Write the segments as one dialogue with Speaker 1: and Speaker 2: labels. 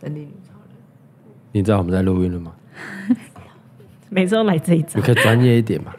Speaker 1: 神力女超人，
Speaker 2: 你知道我们在录音了吗？
Speaker 3: 每次都来这一张
Speaker 2: 你，可以专业一点嘛。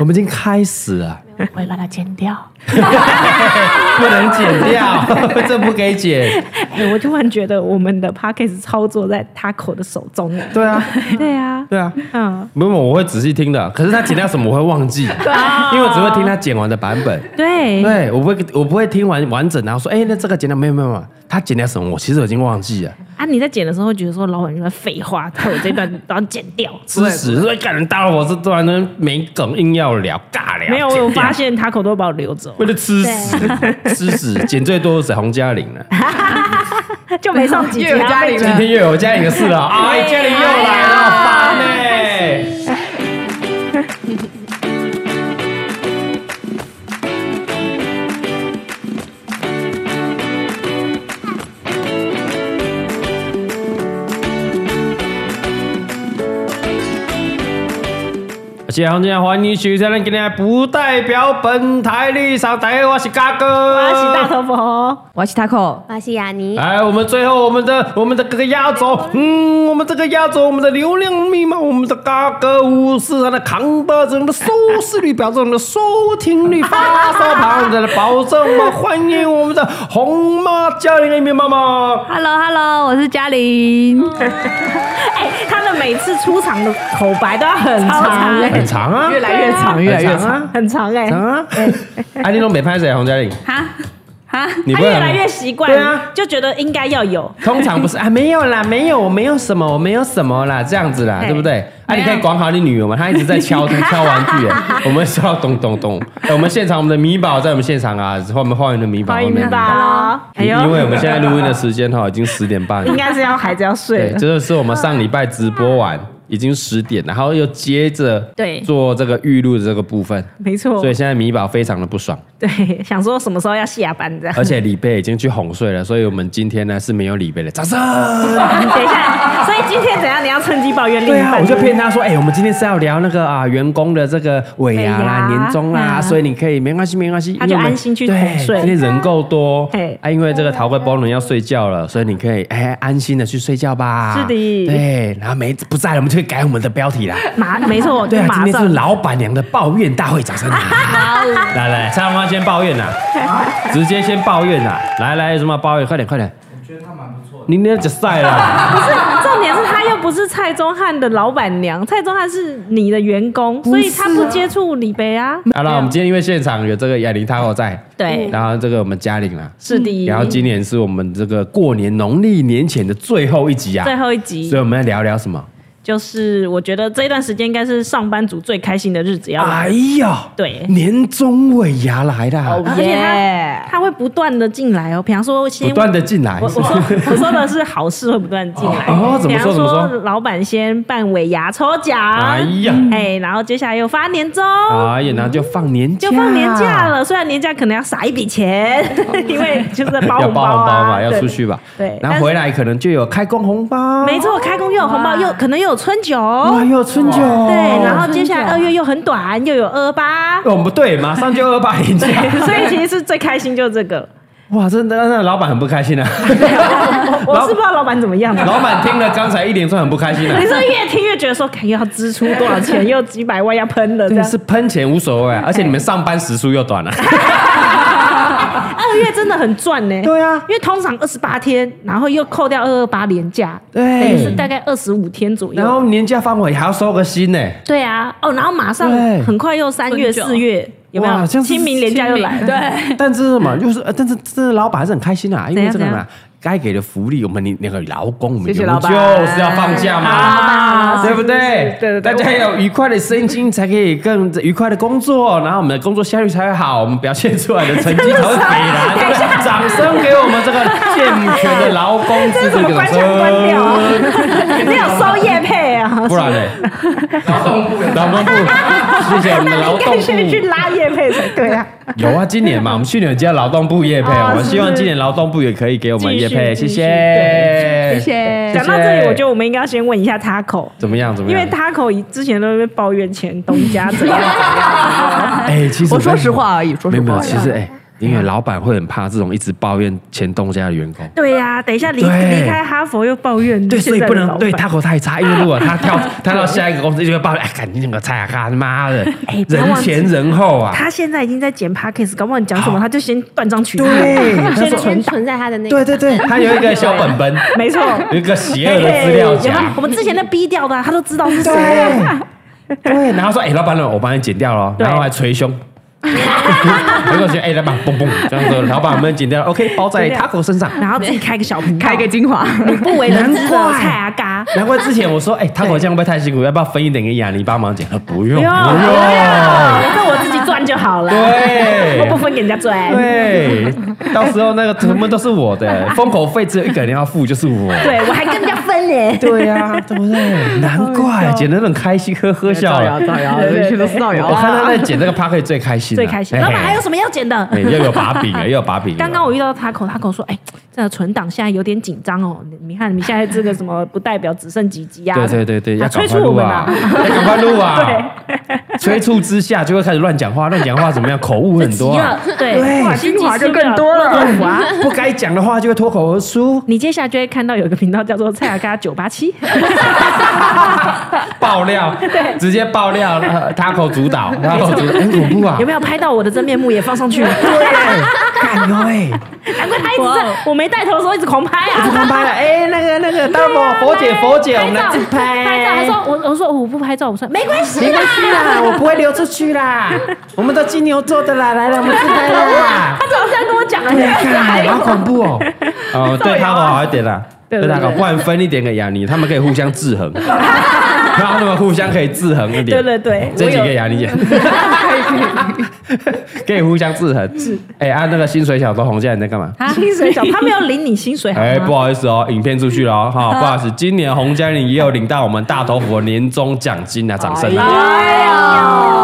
Speaker 2: 我们已经开始了，
Speaker 3: 我会把它剪掉。
Speaker 2: 不能剪 掉，这不给剪。
Speaker 3: 哎，我突然觉得我们的 p a c k a g e 操作在 Taco 的手中了。
Speaker 2: 对啊，
Speaker 3: 对啊，
Speaker 2: 对啊，
Speaker 3: 嗯，
Speaker 2: 没有，我会仔细听的。可是他剪掉什么，我会忘 记，
Speaker 3: 啊
Speaker 2: 因为我只会听他剪完的版本。
Speaker 3: 对，
Speaker 2: 对，我不会，我不会听完完整，然后说，哎、那这个剪掉没有没有没有，他剪掉什么，我其实已经忘记了。
Speaker 3: 啊，你在剪的时候会觉得说老板就在废话，他有这段然后剪掉。
Speaker 2: 吃屎，所以感人到了，我是突然间没梗，硬要聊尬聊。
Speaker 3: 没有，我有
Speaker 2: 剪掉
Speaker 3: 发，现 Taco 都会把我留走，
Speaker 2: 为了吃屎，吃屎，剪最多的是洪嘉玲啊了。
Speaker 3: 就没上几啊
Speaker 1: 又有嘉玲
Speaker 3: 天。
Speaker 2: 今
Speaker 1: 了，
Speaker 2: 天又有嘉玲的事了，哎，嘉玲又来了，烦呢、谢谢洪家欢迎许先生，今天不代表本台立场，大家好我是嘎哥，
Speaker 3: 我是大头哦 佛，
Speaker 1: 我要去 taco，
Speaker 4: 马西亚尼，
Speaker 2: 哎，我们最后我们的我们的这个压轴，嗯，我们这个压轴，我们的流量密码，我们的嘎哥五四三的扛把子，我们的收视率表示我们的收听率发烧盘，我们的保证我们欢迎我们的红妈嘉玲 Amy 妈妈。
Speaker 1: Hello Hello，我是嘉玲，
Speaker 3: 哎、他的每次出场的口白都要很
Speaker 1: 超
Speaker 3: 长，
Speaker 1: 长
Speaker 3: 哎
Speaker 2: 很长啊，
Speaker 1: 越来越长，越来越
Speaker 2: 很长
Speaker 1: 长，
Speaker 2: 啊，
Speaker 3: 很长哎、
Speaker 2: 长啊！哎，你都没拍谁？洪嘉玲，
Speaker 1: 哈哈，
Speaker 2: 你
Speaker 3: 他
Speaker 2: 不会
Speaker 3: 越
Speaker 2: 很
Speaker 3: 来越习惯，
Speaker 2: 对啊
Speaker 3: 就觉得应该要有。
Speaker 2: 通常不是啊，没有啦，没有，我没有什么，我没有什么啦，这样子啦，
Speaker 3: 哎
Speaker 2: 对不对？啊，你可以管好你女儿嘛，她一直在 敲敲玩具，哎我们是要咚咚咚。哎我们现场我们的米宝在我们现场啊，后面欢迎的米宝，
Speaker 3: 欢迎
Speaker 2: 后面的
Speaker 3: 吧啦，哎
Speaker 2: 因
Speaker 3: 呦，哎
Speaker 2: 因为我们现在录音的时间哈，已经十点半了
Speaker 3: 应。该是要孩子要睡
Speaker 2: 对，
Speaker 3: 了
Speaker 2: 这。就是我们上礼拜直播完已经十点，然后又接着
Speaker 3: 对
Speaker 2: 做这个预录的这个部分，
Speaker 3: 没错
Speaker 2: 所，以现在米宝非常的不爽，
Speaker 3: 对，想说什么时候要下班这样。
Speaker 2: 而且李贝已经去哄睡了，所以我们今天呢是没有李贝的，掌声。
Speaker 3: 等一下，所以今天怎样？你要趁机抱怨另
Speaker 2: 对
Speaker 3: 一
Speaker 2: 啊，
Speaker 3: 半？
Speaker 2: 我就骗他说，哎、我们今天是要聊那个啊员工的这个尾牙啦、
Speaker 3: 尾牙嗯
Speaker 2: 年终啦，所以你可以没关系，没关系，
Speaker 3: 他
Speaker 2: 因为
Speaker 3: 就
Speaker 2: 我们
Speaker 3: 安心去
Speaker 2: 对，
Speaker 3: 睡
Speaker 2: 今天人够多
Speaker 3: 嘿，
Speaker 2: 啊，因为这个陶哥包人要睡觉了，所以你可以哎、安心的去睡觉吧。
Speaker 3: 是的
Speaker 2: 对，然后没不在了，我们就会改我们的标题啦。
Speaker 3: 马没错，
Speaker 2: 对
Speaker 3: 就
Speaker 2: 啊，今
Speaker 3: 马
Speaker 2: 天
Speaker 3: 上
Speaker 2: 是老板娘的抱怨大会，掌声 啊！来来，蔡康永先抱怨呐，啊直接先抱怨呐，来来，有什么抱怨？快点快点！我觉得他蛮不错的，你那就晒了，
Speaker 3: 不是，重点是他又不是蔡宗翰的老板娘，蔡宗翰是你的员工，所
Speaker 2: 啊
Speaker 3: 以他不接触李北啊。
Speaker 2: 好了，我们今天因为现场有这个亚玲他 a 在，
Speaker 3: 对，
Speaker 2: 然后这个我们嘉玲啦，
Speaker 3: 是的。
Speaker 2: 然后今年是我们这个过年农历年前的最后一集啊，
Speaker 3: 最后一
Speaker 2: 所以
Speaker 3: 集
Speaker 2: 我们要聊聊什么？
Speaker 3: 就是，我觉得这段时间应该是上班族最开心的日子要来。
Speaker 2: 哎呀，
Speaker 3: 对
Speaker 2: 年终尾牙来啦，
Speaker 3: 而且他他会不断的进来哦，比方说先
Speaker 2: 不断的进来
Speaker 3: 我，我说我说的是好事会不断进来
Speaker 2: 哦，怎么说
Speaker 3: 比方
Speaker 2: 怎么说
Speaker 3: 老板先办尾牙抽奖，
Speaker 2: 哎呀，
Speaker 3: 哎，然后接下来又发年终，
Speaker 2: 哎呀，然后就放年假，
Speaker 3: 就放年假，了。虽然年假可能要撒一笔钱，
Speaker 2: 哦
Speaker 3: 因为就是包
Speaker 2: 要
Speaker 3: 红
Speaker 2: 包
Speaker 3: 啊
Speaker 2: 红包嘛，要
Speaker 3: 对
Speaker 2: 出去吧，
Speaker 3: 对
Speaker 2: 然
Speaker 3: 但
Speaker 2: 后
Speaker 3: 是
Speaker 2: 回来可能就有开工红包，
Speaker 3: 没，错，开工又有红包，又可能又有春酒，
Speaker 2: 哇，哦又有春酒，
Speaker 3: 对，然后接下来二月又很短，又有二八，
Speaker 2: 我们哦不对，马上就二八年假，
Speaker 3: 所以其实是最开心就是这个。
Speaker 2: 哇，真的，那老板很不开 心啊，
Speaker 3: 我 我是不知道老板怎么样的。
Speaker 2: 哦老板听了刚才一连串很不开心啊
Speaker 3: 你。是越听越觉得说，感觉要支出多少钱，又几百万要喷呃了这
Speaker 2: 对，
Speaker 3: 样。
Speaker 2: 是喷钱无所谓啊，而且你们上班时数又 短了、啊
Speaker 3: 二月真的很赚呢。
Speaker 2: 对啊
Speaker 3: 因为通常二十八天，然后又扣掉二二八连假，
Speaker 2: 对
Speaker 3: 等于是大概二十五天左 右。
Speaker 2: 然后年假放完也还要收个薪呢、
Speaker 3: 对啊，哦，然后马上
Speaker 2: 对
Speaker 3: 很快又三月、
Speaker 4: 春酒
Speaker 3: 四月，有没
Speaker 2: 哇
Speaker 3: 有？
Speaker 2: 这样是
Speaker 3: 清明连假又来了，
Speaker 4: 对，
Speaker 2: 但是什么，就是呃但是这老板还是很开心啊，因
Speaker 3: 嗯怎
Speaker 2: 为
Speaker 3: 样
Speaker 2: 这个
Speaker 3: 怎
Speaker 2: 嘛
Speaker 3: 样，
Speaker 2: 该给的福利，我们那那个劳工，我们
Speaker 1: 谢谢
Speaker 2: 员
Speaker 1: 老
Speaker 2: 工就
Speaker 1: 板
Speaker 2: 是要放假
Speaker 3: 啊
Speaker 2: 嘛，对不对？
Speaker 3: 对对对
Speaker 2: 大家要有愉快的身心，才可以更愉快的工作，然后我们的工作效率才会好，我们表现出来的成绩才会美啦。 对不对掌声给我们这个健全的劳工， 这呃
Speaker 3: 这是什么关腔关调啊？ 你有收业配啊？
Speaker 2: 不然呢？劳动部，劳动部，谢 谢我们的劳
Speaker 3: 应
Speaker 2: 动
Speaker 3: 该先去
Speaker 2: 部。
Speaker 3: 拉业配才对啊。
Speaker 2: 有啊，今年嘛，我们去年有加劳动部业配，
Speaker 3: 哦
Speaker 2: 我们
Speaker 3: 是
Speaker 2: 希望今年劳动部也可以给我们业配，谢
Speaker 3: 继续
Speaker 2: 谢，
Speaker 1: 谢
Speaker 2: 哎
Speaker 1: 谢
Speaker 3: 讲到这里，我觉得我们应该要先问一下 Taco，
Speaker 2: 怎么样？怎么
Speaker 3: 因
Speaker 2: 样？
Speaker 3: 为 Taco 之前都在抱怨前东家怎样怎样。
Speaker 2: 哎，其实
Speaker 1: 我说实，话而已，说实
Speaker 2: 没有没
Speaker 1: 话
Speaker 2: 有，
Speaker 1: 而已，
Speaker 2: 其实哎，因为老板会很怕这种一直抱怨前东家的员工。
Speaker 3: 对呀、等一下离
Speaker 2: 对
Speaker 3: 离开哈佛又抱怨，
Speaker 2: 对，所以不能对
Speaker 3: 他。
Speaker 2: 他口太差，因为如果他跳他到下一个公司就会抱怨，哎，赶紧那个菜啊，他妈的
Speaker 3: 哎，不要
Speaker 2: 人
Speaker 3: 忘记
Speaker 2: 前人后啊，
Speaker 3: 他现在已经在剪 podcast，搞不好你讲什么
Speaker 2: 好
Speaker 3: 他就先断章取义。
Speaker 2: 对，他
Speaker 4: 先
Speaker 2: 说
Speaker 4: 先存在他的那个，
Speaker 2: 对对对，他有一个小本本，
Speaker 3: 没错。
Speaker 2: 有一个邪恶的资料
Speaker 3: 嘿嘿有没有
Speaker 2: 夹
Speaker 3: 我，们之前那逼掉的啊、他都知道是谁。
Speaker 2: 对 对，然后说，哎，老板呢，我帮你剪掉了哦，
Speaker 3: 对
Speaker 2: 然后还捶胸。没关系，哎，老板，嘣嘣，这样子，老板我们剪掉了，OK，包在
Speaker 3: 剪掉
Speaker 2: Taco 身上。
Speaker 3: 然后自己开个小频道，
Speaker 1: 开个精华，
Speaker 3: 不为人知的
Speaker 2: 难怪
Speaker 3: 蔡阿嘎。
Speaker 2: 难怪之前我说，哎，Taco 这样会不会太辛苦？要不要分一点给雅尼帮忙剪？他说 不用，
Speaker 3: 不
Speaker 2: 不
Speaker 3: 用
Speaker 2: 用。
Speaker 3: 我这我自己赚就好了，
Speaker 2: 对
Speaker 3: 我不分给人家赚。
Speaker 2: 对，到时候那个什么都是我的，封口费只有一个人要付，就是我。
Speaker 3: 对，我还跟人家分 呢。
Speaker 2: 对呀、对不 对？难怪剪得很开心，呵呵笑
Speaker 1: 造谣
Speaker 2: 了。
Speaker 1: 造 谣，一切都是造谣啊
Speaker 2: 我看他在剪这个 p a r k 最开心了，
Speaker 3: 最开心。
Speaker 2: 嘿
Speaker 3: 老板还有什么要剪的？
Speaker 2: 嘿又有把柄了，又有把柄了。
Speaker 3: 刚刚我遇到他口，他跟我说：“哎，这个存档现在有点紧张哦，你你看你现在这个什么不代表只剩几集啊？”
Speaker 2: 对对对对，
Speaker 3: 啊
Speaker 2: 要赶
Speaker 3: 催
Speaker 2: 快
Speaker 3: 促我
Speaker 2: 录
Speaker 3: 们
Speaker 2: 啊
Speaker 3: 啊！，
Speaker 2: 要赶快录 啊！催促之下就会开始乱讲话，乱讲话怎么样？口误很多、 啊，
Speaker 3: 急了，对，哇
Speaker 1: 精华就更多了。
Speaker 3: 经济受 不哇
Speaker 2: 不该讲的话就会脱口而出，
Speaker 3: 啊你接下来就会看到有一个频道叫做“蔡雅嘎九八七
Speaker 2: 爆料，直接爆料，呃他口主 导，他口主导，很恐怖”，啊
Speaker 3: 有！没有拍到我的真面目也放上去了？
Speaker 2: 对，干哟哎！
Speaker 3: 难怪他一直在我没带头的时候一直狂拍
Speaker 2: 不
Speaker 3: 啊。
Speaker 2: 空拍了，哎，那个那个，大
Speaker 3: 对
Speaker 2: 伯
Speaker 3: 啊
Speaker 2: 佛姐
Speaker 3: 来
Speaker 2: 佛姐，我们来
Speaker 3: 拍
Speaker 2: 自
Speaker 3: 照拍照。他
Speaker 2: 拍，
Speaker 3: 说我我说哦我不拍照，我说没关系
Speaker 2: 没
Speaker 3: 啦
Speaker 2: 关。系啦， 我不会流出去啦，我们都金牛座的啦，来了，我们自拍啦。
Speaker 3: 他怎么这样跟我讲啊？
Speaker 2: 看，好恐怖哦！哦， 对他好一点啦，
Speaker 3: 对
Speaker 2: 对
Speaker 3: 对
Speaker 2: 他好，
Speaker 3: 对
Speaker 2: 不然分一点给雅尼，他们可以互相制 衡，让他们互相可以制衡一点。
Speaker 3: 对对对
Speaker 2: 这几个雅尼姐， 可以互相制衡。
Speaker 3: 嗯
Speaker 2: 是，哎，按那个薪水小偷红现在你在干嘛？
Speaker 3: 薪水小， 他没有领你薪水好
Speaker 2: 哎，不
Speaker 3: 吗？
Speaker 2: 好意思哦，影片出去了哦哈、不好意思，今年洪嘉玲也有领到我们大头佛年终奖金啊，掌声啊！
Speaker 3: 哎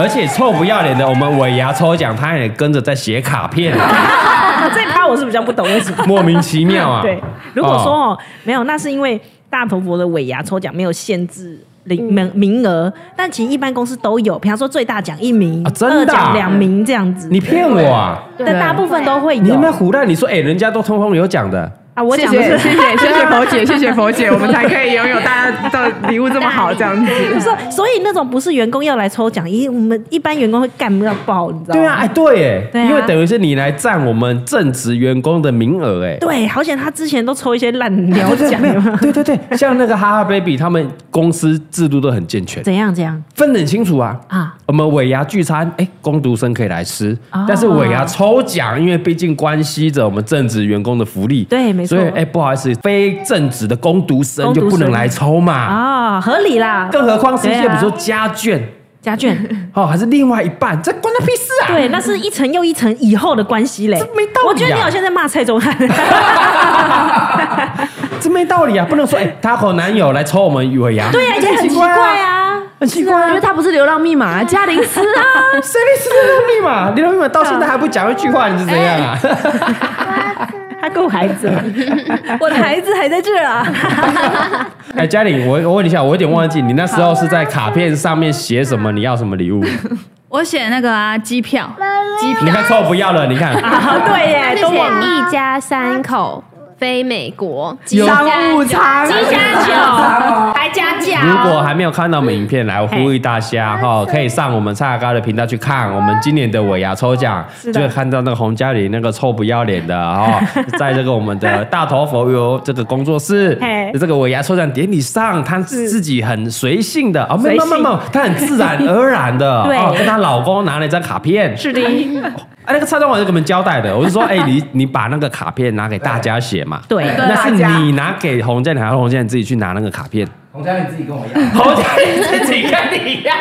Speaker 2: 而且臭不要脸的，我们尾牙抽奖，他也跟着在写卡片、啊，
Speaker 3: 呦， 这一趴我是比较不懂为什么。
Speaker 2: 莫名其妙啊！
Speaker 3: 对，如果说
Speaker 2: 哦
Speaker 3: 哦，没有，那是因为大头佛的尾牙抽奖没有限制。名名名额，但其实一般公司都有，比方说最大奖一名，
Speaker 2: 啊真的啊
Speaker 3: 二奖两名这样子，
Speaker 2: 你骗我啊，
Speaker 3: 但大部分都会
Speaker 2: 你有
Speaker 3: 有
Speaker 2: 没有胡乱？你说哎、人家都通通有奖的，
Speaker 3: 啊。我
Speaker 1: 谢
Speaker 3: 讲的
Speaker 1: 谢
Speaker 3: 是
Speaker 1: 谢谢 谢谢佛姐，谢谢佛姐，我们才可以拥有大家的礼物这么好，这样子。
Speaker 3: 所以所以那种不是员工要来抽奖，因为我们一般员工会干不到爆，你知道吗？
Speaker 2: 对啊，哎、对耶，
Speaker 3: 对啊
Speaker 2: 因为等于是你来占我们正职员工的名额哎。
Speaker 3: 对，好险他之前都抽一些烂鸟
Speaker 2: 对啊
Speaker 3: 奖，
Speaker 2: 没
Speaker 3: 有没
Speaker 2: 有，
Speaker 3: 有
Speaker 2: 对对对，像那个哈哈 baby，他们公司制度都很健全，
Speaker 3: 怎样怎样
Speaker 2: 分得很清楚啊。
Speaker 3: 啊？
Speaker 2: 我们尾牙聚餐，哎，工读生可以来吃，
Speaker 3: 哦
Speaker 2: 但是尾牙抽奖，因为毕竟关系着我们正职员工的福利，
Speaker 3: 对没错
Speaker 2: 所以哎，不好意思，非正职的工读生
Speaker 3: 工读
Speaker 2: 就
Speaker 3: 生
Speaker 2: 不能来抽嘛。
Speaker 3: 啊，合理啦，
Speaker 2: 更何况是一些
Speaker 3: 对
Speaker 2: 比
Speaker 3: 啊
Speaker 2: 如说家眷，
Speaker 3: 家眷。
Speaker 2: 哦，还是另外一半，这关他屁事啊！
Speaker 3: 对，那是一层又一层以后的关系嘞，
Speaker 2: 这没道理啊
Speaker 3: 我觉得你好像在骂蔡宗翰，
Speaker 2: 这没道理啊，不能说哎，他和男友来抽我们尾牙，
Speaker 3: 对呀、啊，也很奇怪啊。
Speaker 2: 很奇怪啊，
Speaker 1: 因为他不是流浪密码，嘉玲斯啊，
Speaker 2: 谁没吃流浪密码？流浪密码到现在还不讲一句话，你是怎样啊？
Speaker 3: 哎他够孩 子了，
Speaker 1: 我的孩子还在这啊。
Speaker 2: 哎，嘉玲，我我问你一下，我有点忘记你那时候是在卡片上面写什么，你要什么礼物？
Speaker 1: 我写那个啊，机票，机
Speaker 2: 你
Speaker 1: 票，
Speaker 2: 看臭不要了，你看
Speaker 3: 啊 对耶，
Speaker 4: 就
Speaker 3: 都
Speaker 4: 写
Speaker 3: 忘了。
Speaker 4: 一家三口飞美国，
Speaker 2: 有
Speaker 1: 商务舱
Speaker 4: 机加酒，还加价
Speaker 2: 如
Speaker 4: 哦。
Speaker 2: 果还没有看到我们影片，来我呼吁大家
Speaker 3: 哎
Speaker 2: 哈，可以上我们蔡阿高的频道去看我们今年的尾牙抽奖，
Speaker 3: 是的
Speaker 2: 就会看到那个洪嘉玲那个臭不要脸的 哈，在这个我们的大头佛游这个工作室
Speaker 3: 嘿
Speaker 2: 这个尾牙抽奖典礼上，她自己很随性的啊，没
Speaker 3: 随
Speaker 2: 有
Speaker 3: 性
Speaker 2: 没有没有，她很自然而然 的
Speaker 3: 对
Speaker 2: 哦，跟她老公拿了一张卡片，
Speaker 3: 是的，
Speaker 2: 啊，那个蔡宗华就给我们交代的，我是说，哎、你你把那个卡片拿给大家写嘛，
Speaker 3: 对
Speaker 2: 那是你拿给洪建良，还是洪建良自己去拿那个卡片？
Speaker 5: 洪嘉玲自己跟我一样，
Speaker 2: 洪建良自己跟你要，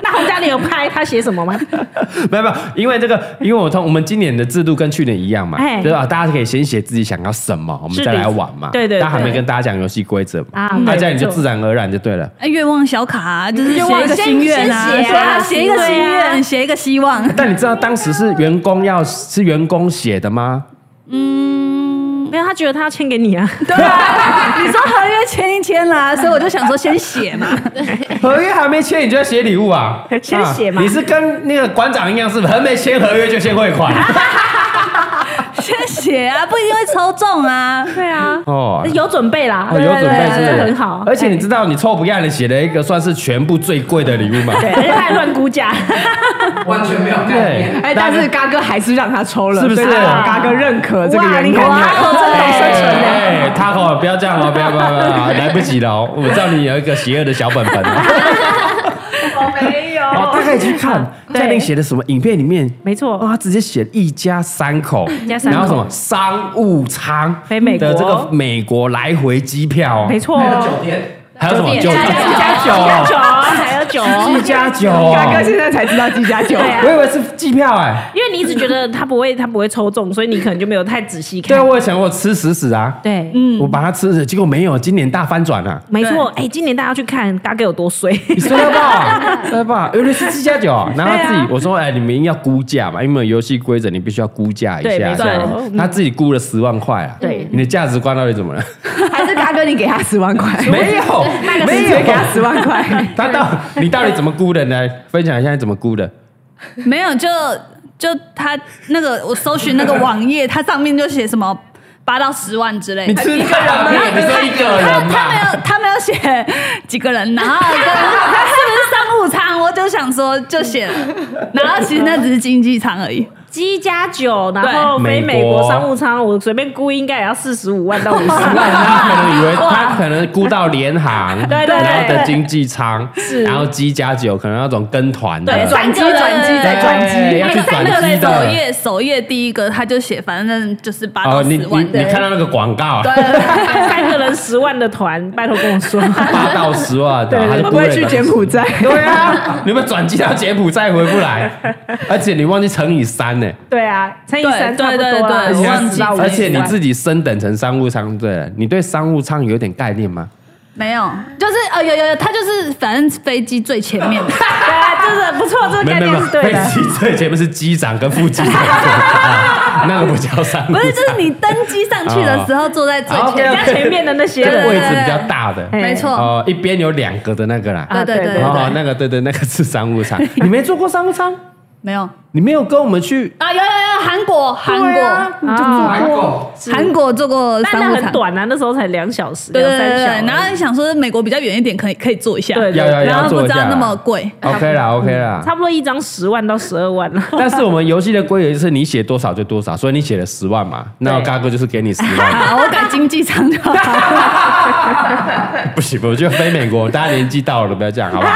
Speaker 3: 那洪嘉玲有拍他写什么 吗？
Speaker 2: 没有没有，因为这个，因为我通我们今年的制度跟去年一样嘛，
Speaker 3: 哎
Speaker 2: 对吧？大家可以先写自己想要什么，我们
Speaker 3: 是
Speaker 2: 再
Speaker 3: 的
Speaker 2: 来玩嘛。
Speaker 3: 对对对
Speaker 2: 但还没跟大家讲游戏规则嘛，
Speaker 3: 啊
Speaker 2: 大
Speaker 3: 对
Speaker 2: 家你就
Speaker 3: 没错
Speaker 2: 自然而然就对了。
Speaker 1: 哎，愿望小卡啊就是
Speaker 3: 愿
Speaker 1: 写
Speaker 3: 望
Speaker 1: 一个
Speaker 3: 先
Speaker 1: 心愿啊，
Speaker 3: 先写啊
Speaker 1: 对写一个心
Speaker 3: 对啊
Speaker 1: 愿，写一个希望。
Speaker 2: 但你知道当时是员工要是员工写的吗？
Speaker 1: 嗯，
Speaker 3: 因为他觉得他要签给你啊。
Speaker 5: 对啊，你说合约签一签啦，所以我就想说先写嘛。
Speaker 2: 合约还没签，你就要写礼物啊？
Speaker 3: 先写
Speaker 2: 啊
Speaker 3: 嘛
Speaker 2: 你是跟那个馆长一样，是不是？还没签合约就先汇款？
Speaker 3: 啊
Speaker 5: 先写啊，不一定会抽中啊。
Speaker 3: 对啊，
Speaker 2: 哦
Speaker 3: 有准备啦，
Speaker 2: 哦有准备是不
Speaker 3: 对
Speaker 2: 是
Speaker 3: 这很好。
Speaker 2: 而且你知道，你臭不要脸写了一个算是全部最贵的礼物吗？
Speaker 3: 对，而且他还乱估价，
Speaker 6: 完全没有概念。
Speaker 2: 对，
Speaker 1: 哎，但是嘎哥还是让他抽了，
Speaker 2: 是不是
Speaker 1: 所以嘎哥认可这个
Speaker 3: 哇
Speaker 1: 员
Speaker 3: 你看
Speaker 1: 工啊了。
Speaker 3: 他口真懂生存的。
Speaker 2: 哎，他哦，不要这样哦，不要不要不要，来不及了哦，我知道你有一个邪恶的小本本哦。
Speaker 3: 没有
Speaker 2: 哦，大概去看嘉玲写的什么影片里面，
Speaker 3: 没错
Speaker 2: 哦，他直接写一家三口，
Speaker 3: 一家三口
Speaker 2: 然后什么商务舱
Speaker 3: 飞美国
Speaker 2: 的这个美国来回机票哦，
Speaker 3: 没错，
Speaker 6: 还有酒店，
Speaker 2: 还有什么
Speaker 3: 酒
Speaker 2: 九
Speaker 3: 店
Speaker 2: 加九
Speaker 3: 加酒
Speaker 2: 哦，
Speaker 3: 啊，还有酒哦，
Speaker 2: 一加九
Speaker 1: 嘎哥
Speaker 2: 哦，
Speaker 1: 现在才知道鸡加酒，
Speaker 3: 对啊
Speaker 2: 我以为是机票哎，
Speaker 3: 因为你一直觉得他不会，他不会抽中，所以你可能就没有太仔细
Speaker 2: 对啊，
Speaker 3: 看。
Speaker 2: 我也想过吃死死啊，
Speaker 3: 对，
Speaker 2: 我把它吃死，结果没有，今年大翻转啊。
Speaker 3: 没错。哎，今年大家去看嘎哥有多衰，
Speaker 2: 你说要吧，对吧？原来是七加九，然后他自己、
Speaker 3: 对啊
Speaker 2: 我说，哎，你们一定要估价嘛，因为游戏规则你必须要估价一
Speaker 3: 对
Speaker 2: 下
Speaker 3: 没，错
Speaker 2: 这样
Speaker 3: 嗯
Speaker 2: 他自己估了十万块啊，
Speaker 3: 对
Speaker 2: 你的价值观到底怎么了？
Speaker 1: 还是嘎哥你给他十万块，
Speaker 2: 没有，没
Speaker 1: 没
Speaker 2: 有
Speaker 1: 有给他十万块，
Speaker 2: 他到你到底怎么估的呢？分享一下你怎么估的？
Speaker 5: 没有，就就他那个我搜寻那个网页，它上面就写什么八到十万之类
Speaker 2: 你
Speaker 5: 的。
Speaker 2: 吃一个人吗？你说一个
Speaker 5: 他
Speaker 2: 人
Speaker 5: 他没
Speaker 2: 嘛？
Speaker 5: 有他没有写几个人，然后就是不是商务舱，我就想说就写了，然后其实那只是经济舱而已。
Speaker 3: 鸡加酒，然后飞美
Speaker 2: 美
Speaker 3: 国
Speaker 2: 国
Speaker 3: 商务舱，我随便估应该也要四十五万到五十 万。
Speaker 2: 他可能以为他可能估到联航，
Speaker 3: 对对对
Speaker 2: 然后的经济舱，然后机加九，可能那种跟团哎的，
Speaker 3: 对
Speaker 5: 转机转机
Speaker 2: 再转机对要去转机的
Speaker 5: 那哎个首页首页第一个他就写，反正就是八到
Speaker 2: 哦，你
Speaker 5: 十
Speaker 2: 你
Speaker 5: 万
Speaker 2: 你
Speaker 5: 的。
Speaker 2: 看到那个广告，啊
Speaker 3: 三个人十万的团，拜托跟 我说。
Speaker 2: 八到十 万的，他
Speaker 1: 会
Speaker 2: 就
Speaker 1: 不
Speaker 2: 估了
Speaker 1: 会
Speaker 2: 一个
Speaker 1: 去柬 埔寨？
Speaker 2: 对啊，你们转机到柬埔寨回不 来，而且你忘记乘以三呢，
Speaker 3: 对啊，乘以三
Speaker 5: 对
Speaker 3: 差不多
Speaker 5: 对
Speaker 3: 啊，
Speaker 5: 对对我
Speaker 3: 我忘
Speaker 5: 忘
Speaker 3: 记
Speaker 5: 记
Speaker 3: 到五十万
Speaker 2: 而且你自己升等成商务舱，对了，你对商务舱有点概念 吗？
Speaker 5: 没有，就是呃有有有，他就是反正飞机最前 面的。
Speaker 3: 对啊，就是不错，这个
Speaker 2: 没
Speaker 3: 概
Speaker 2: 没
Speaker 3: 念是
Speaker 2: 没，
Speaker 3: 对
Speaker 2: 飞
Speaker 3: 的。
Speaker 2: 机最前面是机长跟副机长， 啊那个不叫商务舱，
Speaker 5: 不是，就是你登机上去的时候坐在最前
Speaker 2: 哦
Speaker 3: 人
Speaker 5: 面
Speaker 3: 家前面的那些
Speaker 2: 这个位
Speaker 3: 人，
Speaker 2: 置比较大的，
Speaker 3: 对
Speaker 5: 没错，
Speaker 2: 哦，一边有两个的那个啦。
Speaker 3: 啊
Speaker 5: 对对对对
Speaker 2: 哦，
Speaker 5: 对，
Speaker 2: 那个对对，那个是商务 舱。你没坐过商务舱？
Speaker 5: 没有
Speaker 2: 你没有跟我们去
Speaker 5: 啊，有有有，韩国韩国
Speaker 3: 啊，
Speaker 6: 韩国
Speaker 5: 韩国坐过
Speaker 3: 但
Speaker 5: 商
Speaker 3: 那
Speaker 5: 务
Speaker 3: 很
Speaker 5: 舱，
Speaker 3: 短啊，那时候才两小时，
Speaker 5: 对
Speaker 3: 两
Speaker 5: 对对
Speaker 3: 三
Speaker 5: 对
Speaker 3: 小时。
Speaker 5: 对，然后想说美国比较远一点，可以可以坐一下，
Speaker 3: 对
Speaker 2: 要要
Speaker 5: 然
Speaker 2: 要
Speaker 5: 后
Speaker 2: 坐
Speaker 5: 不
Speaker 2: 一
Speaker 5: 知
Speaker 2: 下
Speaker 5: 道
Speaker 2: 啦。
Speaker 5: 那么 贵，
Speaker 2: OK 啦，OK 啦。
Speaker 3: 嗯差不多一张十万到十二万 了。
Speaker 2: 但是我们游戏的规则是你写多少就多少，所以你写了十万嘛，那
Speaker 3: 对
Speaker 2: 嘎哥就是给你十 万。
Speaker 5: 好，我改经济舱就好。
Speaker 2: 不行，我觉得飞美国，大家年纪到了，不要这样，好 不好？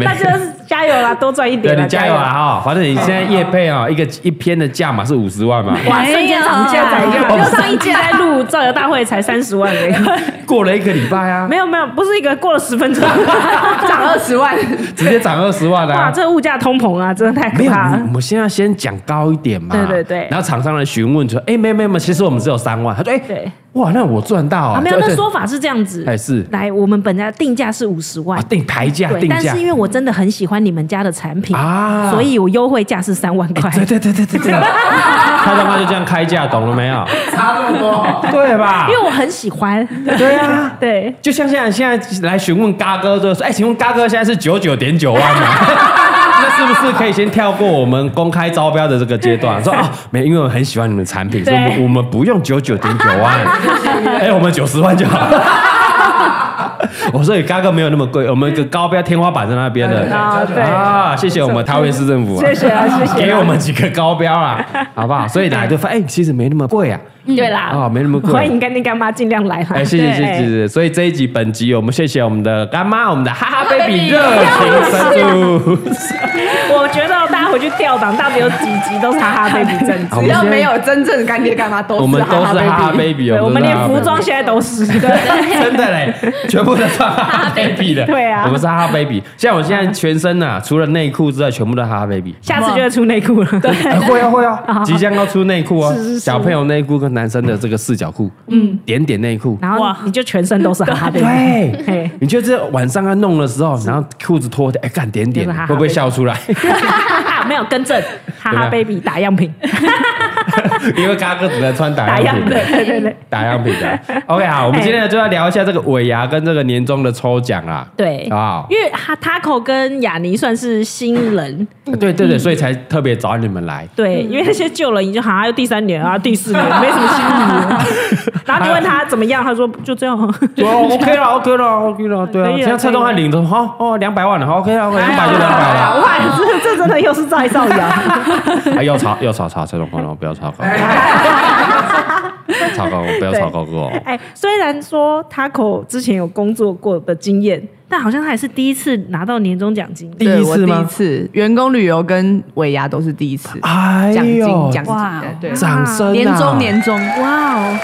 Speaker 3: 那就是加油啦，多赚一点啊
Speaker 2: 对
Speaker 3: 啦，
Speaker 2: 你加油啦！啊哈，反正你现在夜配
Speaker 3: 嗯
Speaker 2: 哦，一个一篇的价码是五十 万嘛，
Speaker 3: 哇，瞬间涨价涨价！
Speaker 2: 啊没有
Speaker 3: 我上一季在录造谣大会才三十万而已，
Speaker 2: 过了一个礼拜啊，
Speaker 3: 没有没有，不是一个过了十分钟，
Speaker 1: 涨二十万，
Speaker 2: 直接涨二十万
Speaker 3: 哇，
Speaker 2: 啊！
Speaker 3: 这物价通膨啊，真的太
Speaker 2: 没
Speaker 3: 可
Speaker 2: 有，
Speaker 3: 怕
Speaker 2: 我
Speaker 3: 了
Speaker 2: 们。我们现在先讲高一点嘛。
Speaker 3: 对对对
Speaker 2: 然后厂商来询问说：“哎，没有没有没有，其实我们只有三万。”他说：“
Speaker 3: 对
Speaker 2: 哎，哇，那我赚到
Speaker 3: 啊，
Speaker 2: 啊！”
Speaker 3: 没有，
Speaker 2: 对
Speaker 3: 那
Speaker 2: 对
Speaker 3: 说法是这样子，
Speaker 2: 哎是
Speaker 3: 来，我们本来定价是五十万
Speaker 2: 啊，定牌价
Speaker 3: 对，
Speaker 2: 定
Speaker 3: 但
Speaker 2: 价
Speaker 3: 是因为我真的很喜欢你们家的产品
Speaker 2: 啊哎
Speaker 3: 所以我优惠价是三万块。
Speaker 2: 对对对对对对，他他妈就这样开价，懂了没有？
Speaker 6: 差这么多，
Speaker 2: 对吧？
Speaker 3: 因为我很喜欢，
Speaker 2: 对啊，
Speaker 3: 对，
Speaker 2: 就像现在现在来询问嘎哥，就说：“哎、请问嘎哥现在是九九点九万吗？” 那是不是可以先跳过我们公开招标的这个阶段？说哦，没，因为我很喜欢你们的产品，所以我们
Speaker 3: 对
Speaker 2: 我们不用九九点九 万，哎、我们九十万就好。我说，嘎哥没有那么贵，我们一个高标天花板在那边的。
Speaker 3: 啊，对，
Speaker 2: 啊，谢谢我们桃园市政府、啊，
Speaker 3: 谢谢啊，谢谢
Speaker 2: 给
Speaker 3: 啊。
Speaker 2: 我们几个高标啦，好不好？所以来就发现，哎、其实没那么贵啊。
Speaker 3: 对啦，
Speaker 2: 哦没那么贵
Speaker 3: 欢迎干爹干妈尽量来啦。
Speaker 2: 哎，谢谢谢
Speaker 3: 对
Speaker 2: 谢谢谢，所以这一集本集我们谢谢我们的干妈，我们的哈哈 baby 热情赞助。
Speaker 3: 我觉得大家回去调档，到底有几集都是哈哈 baby 正
Speaker 2: 好
Speaker 3: 治。
Speaker 1: 只要没有真正干爹干妈都
Speaker 2: 我们都是哈哈
Speaker 1: baby。
Speaker 2: baby，哦
Speaker 3: 对，我们
Speaker 2: 都是
Speaker 3: 连
Speaker 2: 哈哈
Speaker 3: 服装现在都是。
Speaker 2: baby 真的 嘞，全部都是哈哈 baby 的。
Speaker 3: 对啊
Speaker 2: 我们是哈哈 baby。像我现在全身呐，除了内裤之外，全部都是哈哈 baby。
Speaker 3: 下次就会出内裤了。对，
Speaker 2: 哎会啊会 啊，即将要出内裤哦
Speaker 3: 是是，是
Speaker 2: 小朋友内裤跟男生的这个四角裤，嗯，点点内裤。
Speaker 3: 然后你就全身都是哈哈 baby。
Speaker 2: 对
Speaker 3: 嘿，
Speaker 2: 你就这晚上要弄的时候，然后裤子脱掉，哎，干点点
Speaker 3: 就是哈，哈
Speaker 2: 会不会笑出来？
Speaker 3: 啊，没有更正，哈
Speaker 2: 对
Speaker 3: 哈
Speaker 2: 啊
Speaker 3: baby 打样品，
Speaker 2: 因为嘎哥只能穿打
Speaker 3: 打
Speaker 2: 样
Speaker 3: 样
Speaker 2: 品
Speaker 3: 的，对对对
Speaker 2: 打样品的。OK，好，我们今天就要聊一下这个尾牙跟这个年终的抽奖啦。
Speaker 3: 对
Speaker 2: 啊，
Speaker 3: 因为哈 Taco 跟雅尼算是新人，
Speaker 2: 对对对，所以才特别找你们来。
Speaker 3: 对，因为那些旧人已经好像又第三年啊，第四年没什么新意了。然后你问他怎么样，他说就这样。
Speaker 2: 哦，OK 了，OK 了，OK 了，对啊
Speaker 3: 可以，了
Speaker 2: 现在蔡东汉领着，好哦，两百万了好，OK 了，OK，两百就两百了。
Speaker 3: 哇，这这真的又是在造谣。
Speaker 2: 啊，要炒要炒炒蔡东汉哦，不要炒高，炒高不要炒高哥哦。
Speaker 3: 哎，虽然说 Taco 之前有工作过的经验，但好像他也是第一次拿到年终奖金。
Speaker 2: 第一
Speaker 1: 对我
Speaker 2: 次
Speaker 1: 第一
Speaker 2: 吗？
Speaker 1: 次员工旅游跟尾牙都是第一次，
Speaker 2: 哎
Speaker 1: 奖金
Speaker 2: 呦，
Speaker 1: 奖金
Speaker 5: 哇
Speaker 1: 的对，
Speaker 2: 掌声啊！
Speaker 1: 年终年终，
Speaker 3: 哇哦，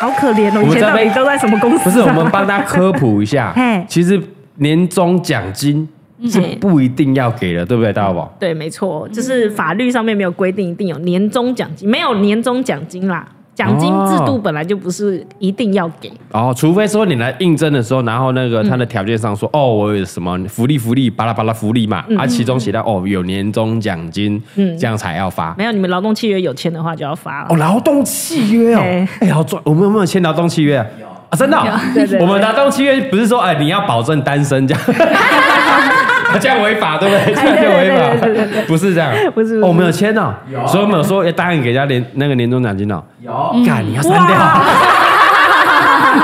Speaker 3: 好可怜哦！
Speaker 2: 我们
Speaker 3: 以前
Speaker 2: 这
Speaker 3: 到底
Speaker 2: 边
Speaker 3: 都在什么公司啊？
Speaker 2: 不是，我们 帮他科普一下
Speaker 3: 嘿，嗯
Speaker 2: 其实年终奖金是不一定要给的，对不对，大宝？
Speaker 3: 对，没错，就是法律上面没有规定一定有年终奖金，没有年终奖金啦。奖金制度本来就不是一定要给，
Speaker 2: 哦，除非说你来应征的时候，然后那个他的条件上
Speaker 3: 嗯
Speaker 2: 说，哦，我有什么福利福利巴拉巴拉福利嘛，啊，其中写到哦有年终奖金，这样才要发。
Speaker 3: 嗯没有你们劳动契约有签的话就要发了。
Speaker 2: 哦，劳动契约哦
Speaker 3: 嘿，
Speaker 2: 哎，好赚！我们有没有签劳动契约啊？啊，真的哦
Speaker 3: 对对，对
Speaker 2: 我们劳动契约不是说哎你要保证单身 这样，这样违法对不对？这样就违
Speaker 3: 哎对对对对
Speaker 2: 法，不是这样，
Speaker 3: 不是不是
Speaker 2: 哦我们有签哦
Speaker 6: 有，
Speaker 2: 所以我们有说要答应给人家年那个年终奖金哦，
Speaker 6: 有。
Speaker 2: 干你要删掉，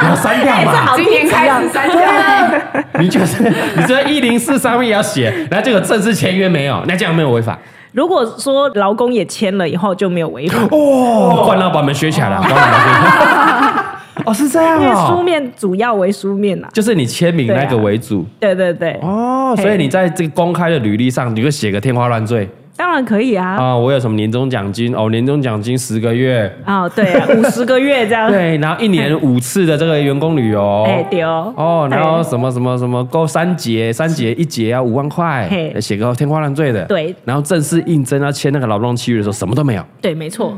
Speaker 2: 你要删掉嘛。
Speaker 3: 哎好
Speaker 1: 今年开始三家，
Speaker 2: 你就是 你这一零四上面也要写，然后这个正式签约没有，那这样没有违法
Speaker 3: 如果说劳工也签了以后就没有违法，
Speaker 2: 哦。关老板们学起来了，关老板们学起 来哦，是这样
Speaker 3: 因为书
Speaker 2: 哦，
Speaker 3: 面主要为书面啦。
Speaker 2: 就是你签名那个为主、
Speaker 3: 对对对，
Speaker 2: 哦，
Speaker 3: 嘿
Speaker 2: 所以你在这个公开的履历上，你就写个天花乱坠
Speaker 3: 当然可以啊。
Speaker 2: 啊、我有什么年终奖金哦，年终奖金十个月，
Speaker 3: 哦，对啊，五十个月这样。
Speaker 2: 对，然后一年五次的这个员工旅游，
Speaker 3: 哎，对哦。
Speaker 2: 哦，然后
Speaker 3: 对
Speaker 2: 什么什么什么够三节，三节一节要五万块
Speaker 3: 嘿，
Speaker 2: 写个天花乱坠的。
Speaker 3: 对
Speaker 2: 然后正式应征要签那个劳动契约的时候，什么都没有，
Speaker 3: 对，没错。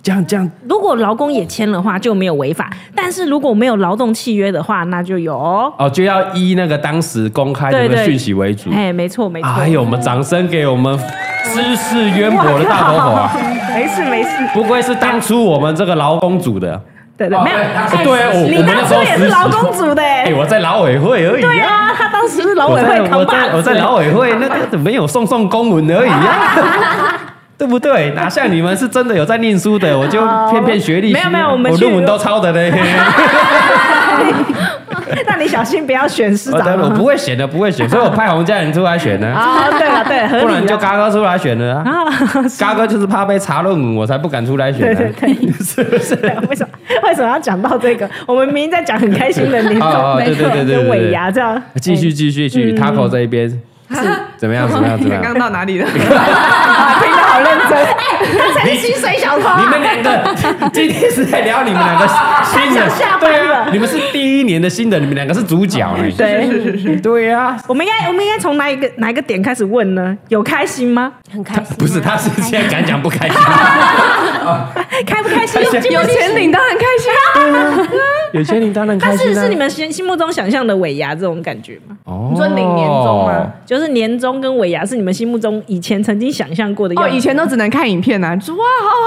Speaker 2: 这样这样
Speaker 3: 如果劳工也签的话就没有违法，但是如果没有劳动契约的话，那就有哦。
Speaker 2: 哦，就要依那个当时公开的那
Speaker 3: 对
Speaker 2: 个
Speaker 3: 对
Speaker 2: 讯息为主。
Speaker 3: 哎，没错没错。
Speaker 2: 哎呦，我们掌声给我们知识渊博的大头头啊！
Speaker 3: 没事没事，
Speaker 2: 不愧是当初我们这个劳工组的，
Speaker 3: 对对，
Speaker 6: 哦
Speaker 3: 没有
Speaker 6: 对。他
Speaker 2: 哦对啊我
Speaker 3: 哎你
Speaker 2: 我们那
Speaker 3: 当
Speaker 2: 时候
Speaker 3: 初也
Speaker 2: 实
Speaker 3: 是
Speaker 2: 习
Speaker 3: 劳工组的
Speaker 2: 哎，
Speaker 3: 欸，
Speaker 2: 我在劳委会而已
Speaker 3: 对
Speaker 2: 啊。
Speaker 3: 啊，他当时是劳
Speaker 2: 我
Speaker 3: 委
Speaker 2: 在
Speaker 3: 会
Speaker 2: 我
Speaker 3: 扛 把
Speaker 2: 在
Speaker 3: 子，
Speaker 2: 我在劳委会那个没有送送公文而已啊， 对不对？哪像你们是真的有在念书的，我就骗骗学历。啊
Speaker 3: 哦没有没有我们去
Speaker 2: 论文都抄的 嘞。
Speaker 3: 那你小心不要选市
Speaker 2: 我
Speaker 3: 长
Speaker 2: 等我
Speaker 3: 啊。
Speaker 2: 不会选的，不会选，所以我派洪家人出来选呢，
Speaker 3: 啊，对了对，合
Speaker 2: 不然
Speaker 3: 理
Speaker 2: 就
Speaker 3: 啊。
Speaker 2: 嘎哥出来选了啊。
Speaker 3: 啊， 是
Speaker 2: 嘎哥就是怕被查论文，我才不敢出来选啊
Speaker 3: 对
Speaker 2: 呢
Speaker 3: 对。对，
Speaker 2: 是不是？
Speaker 3: 对为什么为什么要讲到这个？我们明明在讲很开心的 年
Speaker 2: 哦哦
Speaker 3: 终，
Speaker 2: 对对对对对
Speaker 3: 跟尾牙嗯这样，
Speaker 2: 继续继续继续，Taco 这一边怎么样？怎么样？怎么
Speaker 1: 刚
Speaker 2: 样？
Speaker 1: 刚到哪里了？
Speaker 3: 啊听得好认真。
Speaker 4: 薪水小偷啊
Speaker 2: 你们两个今天是在聊你们 两个新人，对啊，你们是第一年的新人，你们两个是主角呢。
Speaker 3: 对，
Speaker 2: 对啊呀，
Speaker 3: 我们应该我们应该从哪一个哪一个点开始问呢？有开心吗？
Speaker 4: 很开心吗，
Speaker 2: 不是，他是现在敢讲不 开心，
Speaker 3: 开不开心？
Speaker 4: 有钱领当然开心啊，
Speaker 2: 有钱领当然
Speaker 3: 它
Speaker 2: 开
Speaker 3: 是
Speaker 2: 心啊。
Speaker 3: 是你们心心目中想象的尾牙这种感觉吗？
Speaker 2: 哦，
Speaker 3: 你说领年终吗？？就是年终跟尾牙是你们心目中以前曾经想象过的样
Speaker 1: 哦，
Speaker 3: 子。
Speaker 1: 以前都只能看影片啊，就哇，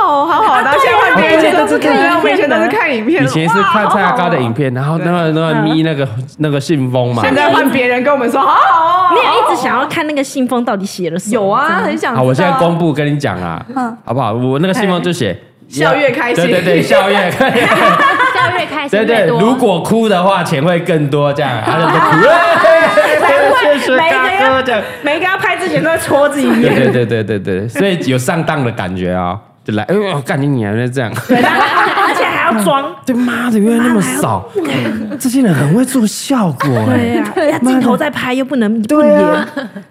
Speaker 1: 好好好好的，然后现在换变
Speaker 3: 以前都是看影片
Speaker 1: 我们以前都是看影片，
Speaker 2: 以前是
Speaker 1: 哇
Speaker 2: 看蔡阿嘎的，
Speaker 1: 好好
Speaker 2: 影
Speaker 1: 哦
Speaker 2: 片，然后那个那
Speaker 3: 嗯
Speaker 2: 个咪那个那个信封嘛。
Speaker 1: 现在换别人跟我们说好好哦，
Speaker 3: 你有一直想要看那个信封到底写了什么？
Speaker 1: 有啊，很想知道啊
Speaker 2: 好，我现在公布跟你讲啊，好不好？我那个信封就写
Speaker 1: 笑越开心
Speaker 2: 对对对，笑越开心。
Speaker 4: 笑越开
Speaker 2: 对
Speaker 4: 心越
Speaker 2: 对，
Speaker 4: 多
Speaker 2: 如果哭的话，钱会更多，这样，他就哭了，谢谢
Speaker 3: 每一个
Speaker 2: 大哥，
Speaker 3: 要
Speaker 2: 这样，
Speaker 3: 每个要拍之前都在戳自己
Speaker 2: 对
Speaker 3: 脸。
Speaker 2: 对对对对对，所以有上当的感觉啊，就来，哎呦，干你娘的这样，
Speaker 3: 对，然后而且还要装。
Speaker 2: 对妈的，原来那么少，这些人很会做效果哎，
Speaker 3: 对啊，镜头在拍又不能不
Speaker 2: 对
Speaker 3: 演，
Speaker 2: 啊，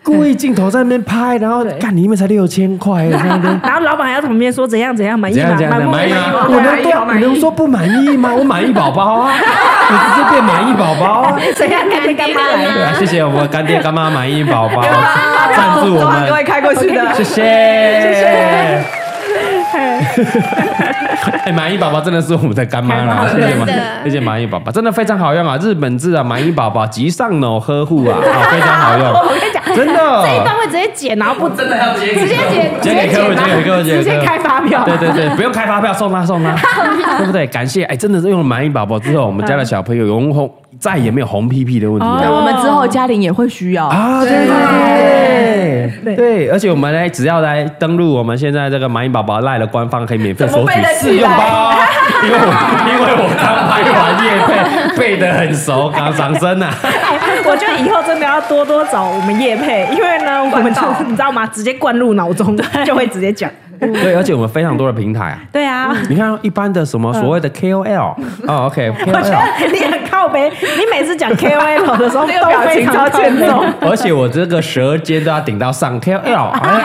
Speaker 2: 故意镜头在那边拍，然后干你们才六千块，在那边。
Speaker 3: 然后老板还要旁边说怎样怎样满意
Speaker 2: 怎
Speaker 3: 吗
Speaker 2: 样？怎样的
Speaker 3: 满
Speaker 2: 满意
Speaker 3: 意
Speaker 2: 吗？
Speaker 3: 吗？
Speaker 2: 我
Speaker 1: 满
Speaker 2: 能
Speaker 1: 意
Speaker 2: 多
Speaker 1: 好满
Speaker 2: 我
Speaker 1: 意
Speaker 2: 啊能说不满意吗？我满意宝宝啊，我直接变满意宝宝啊。
Speaker 3: 怎样干爹干妈来
Speaker 2: 对啊，谢谢我们干爹干妈满意啊宝宝赞助我
Speaker 1: 都各
Speaker 2: 们
Speaker 1: 位，开过去的，
Speaker 2: 谢谢谢谢。 哎，蚂蚁宝宝真的是我们的干妈啦，谢谢
Speaker 4: 真
Speaker 2: 蚂
Speaker 4: 的，
Speaker 2: 谢谢蚂蚁宝宝，真的非常好用啊！日本字啊，蚂蚁宝宝极上脑呵护啊，啊非常好用，
Speaker 3: 我跟你讲，
Speaker 2: 真的
Speaker 3: 这一段会直接剪，然后不
Speaker 6: 真的要接
Speaker 4: 直接解
Speaker 2: 直接给客户，直接给客户，
Speaker 1: 直接开发票
Speaker 2: 对对对，不用开发票，送他送他，对不对？感谢，哎，真的是用了蚂蚁宝宝之后，我们家的小朋友有红，再也没有红屁屁的问题了。
Speaker 7: 对，我们之后嘉玲也会需要。
Speaker 2: 啊，对对对对对，而且我们呢，只要来登录我们现在这个蚂蚁宝宝赖的官方，可以免费索取试用包，因为我因为我刚拍完夜配，背得很熟，刚上身啊，
Speaker 3: 我觉得以后真的要多多找我们叶配，因为呢，我们就你知道吗？直接灌入脑中，就会直接讲。
Speaker 2: 对，而且我们非常多的平台啊。
Speaker 3: 对啊，
Speaker 2: 你看一般的什么所谓的 KOL，哦
Speaker 3: 我觉
Speaker 2: ，OK，KOL，
Speaker 3: 得你很靠背，你每次 讲 KOL 的时候都非常靠背。
Speaker 2: 而且我这个舌尖都要顶到上哎 K L
Speaker 3: 哎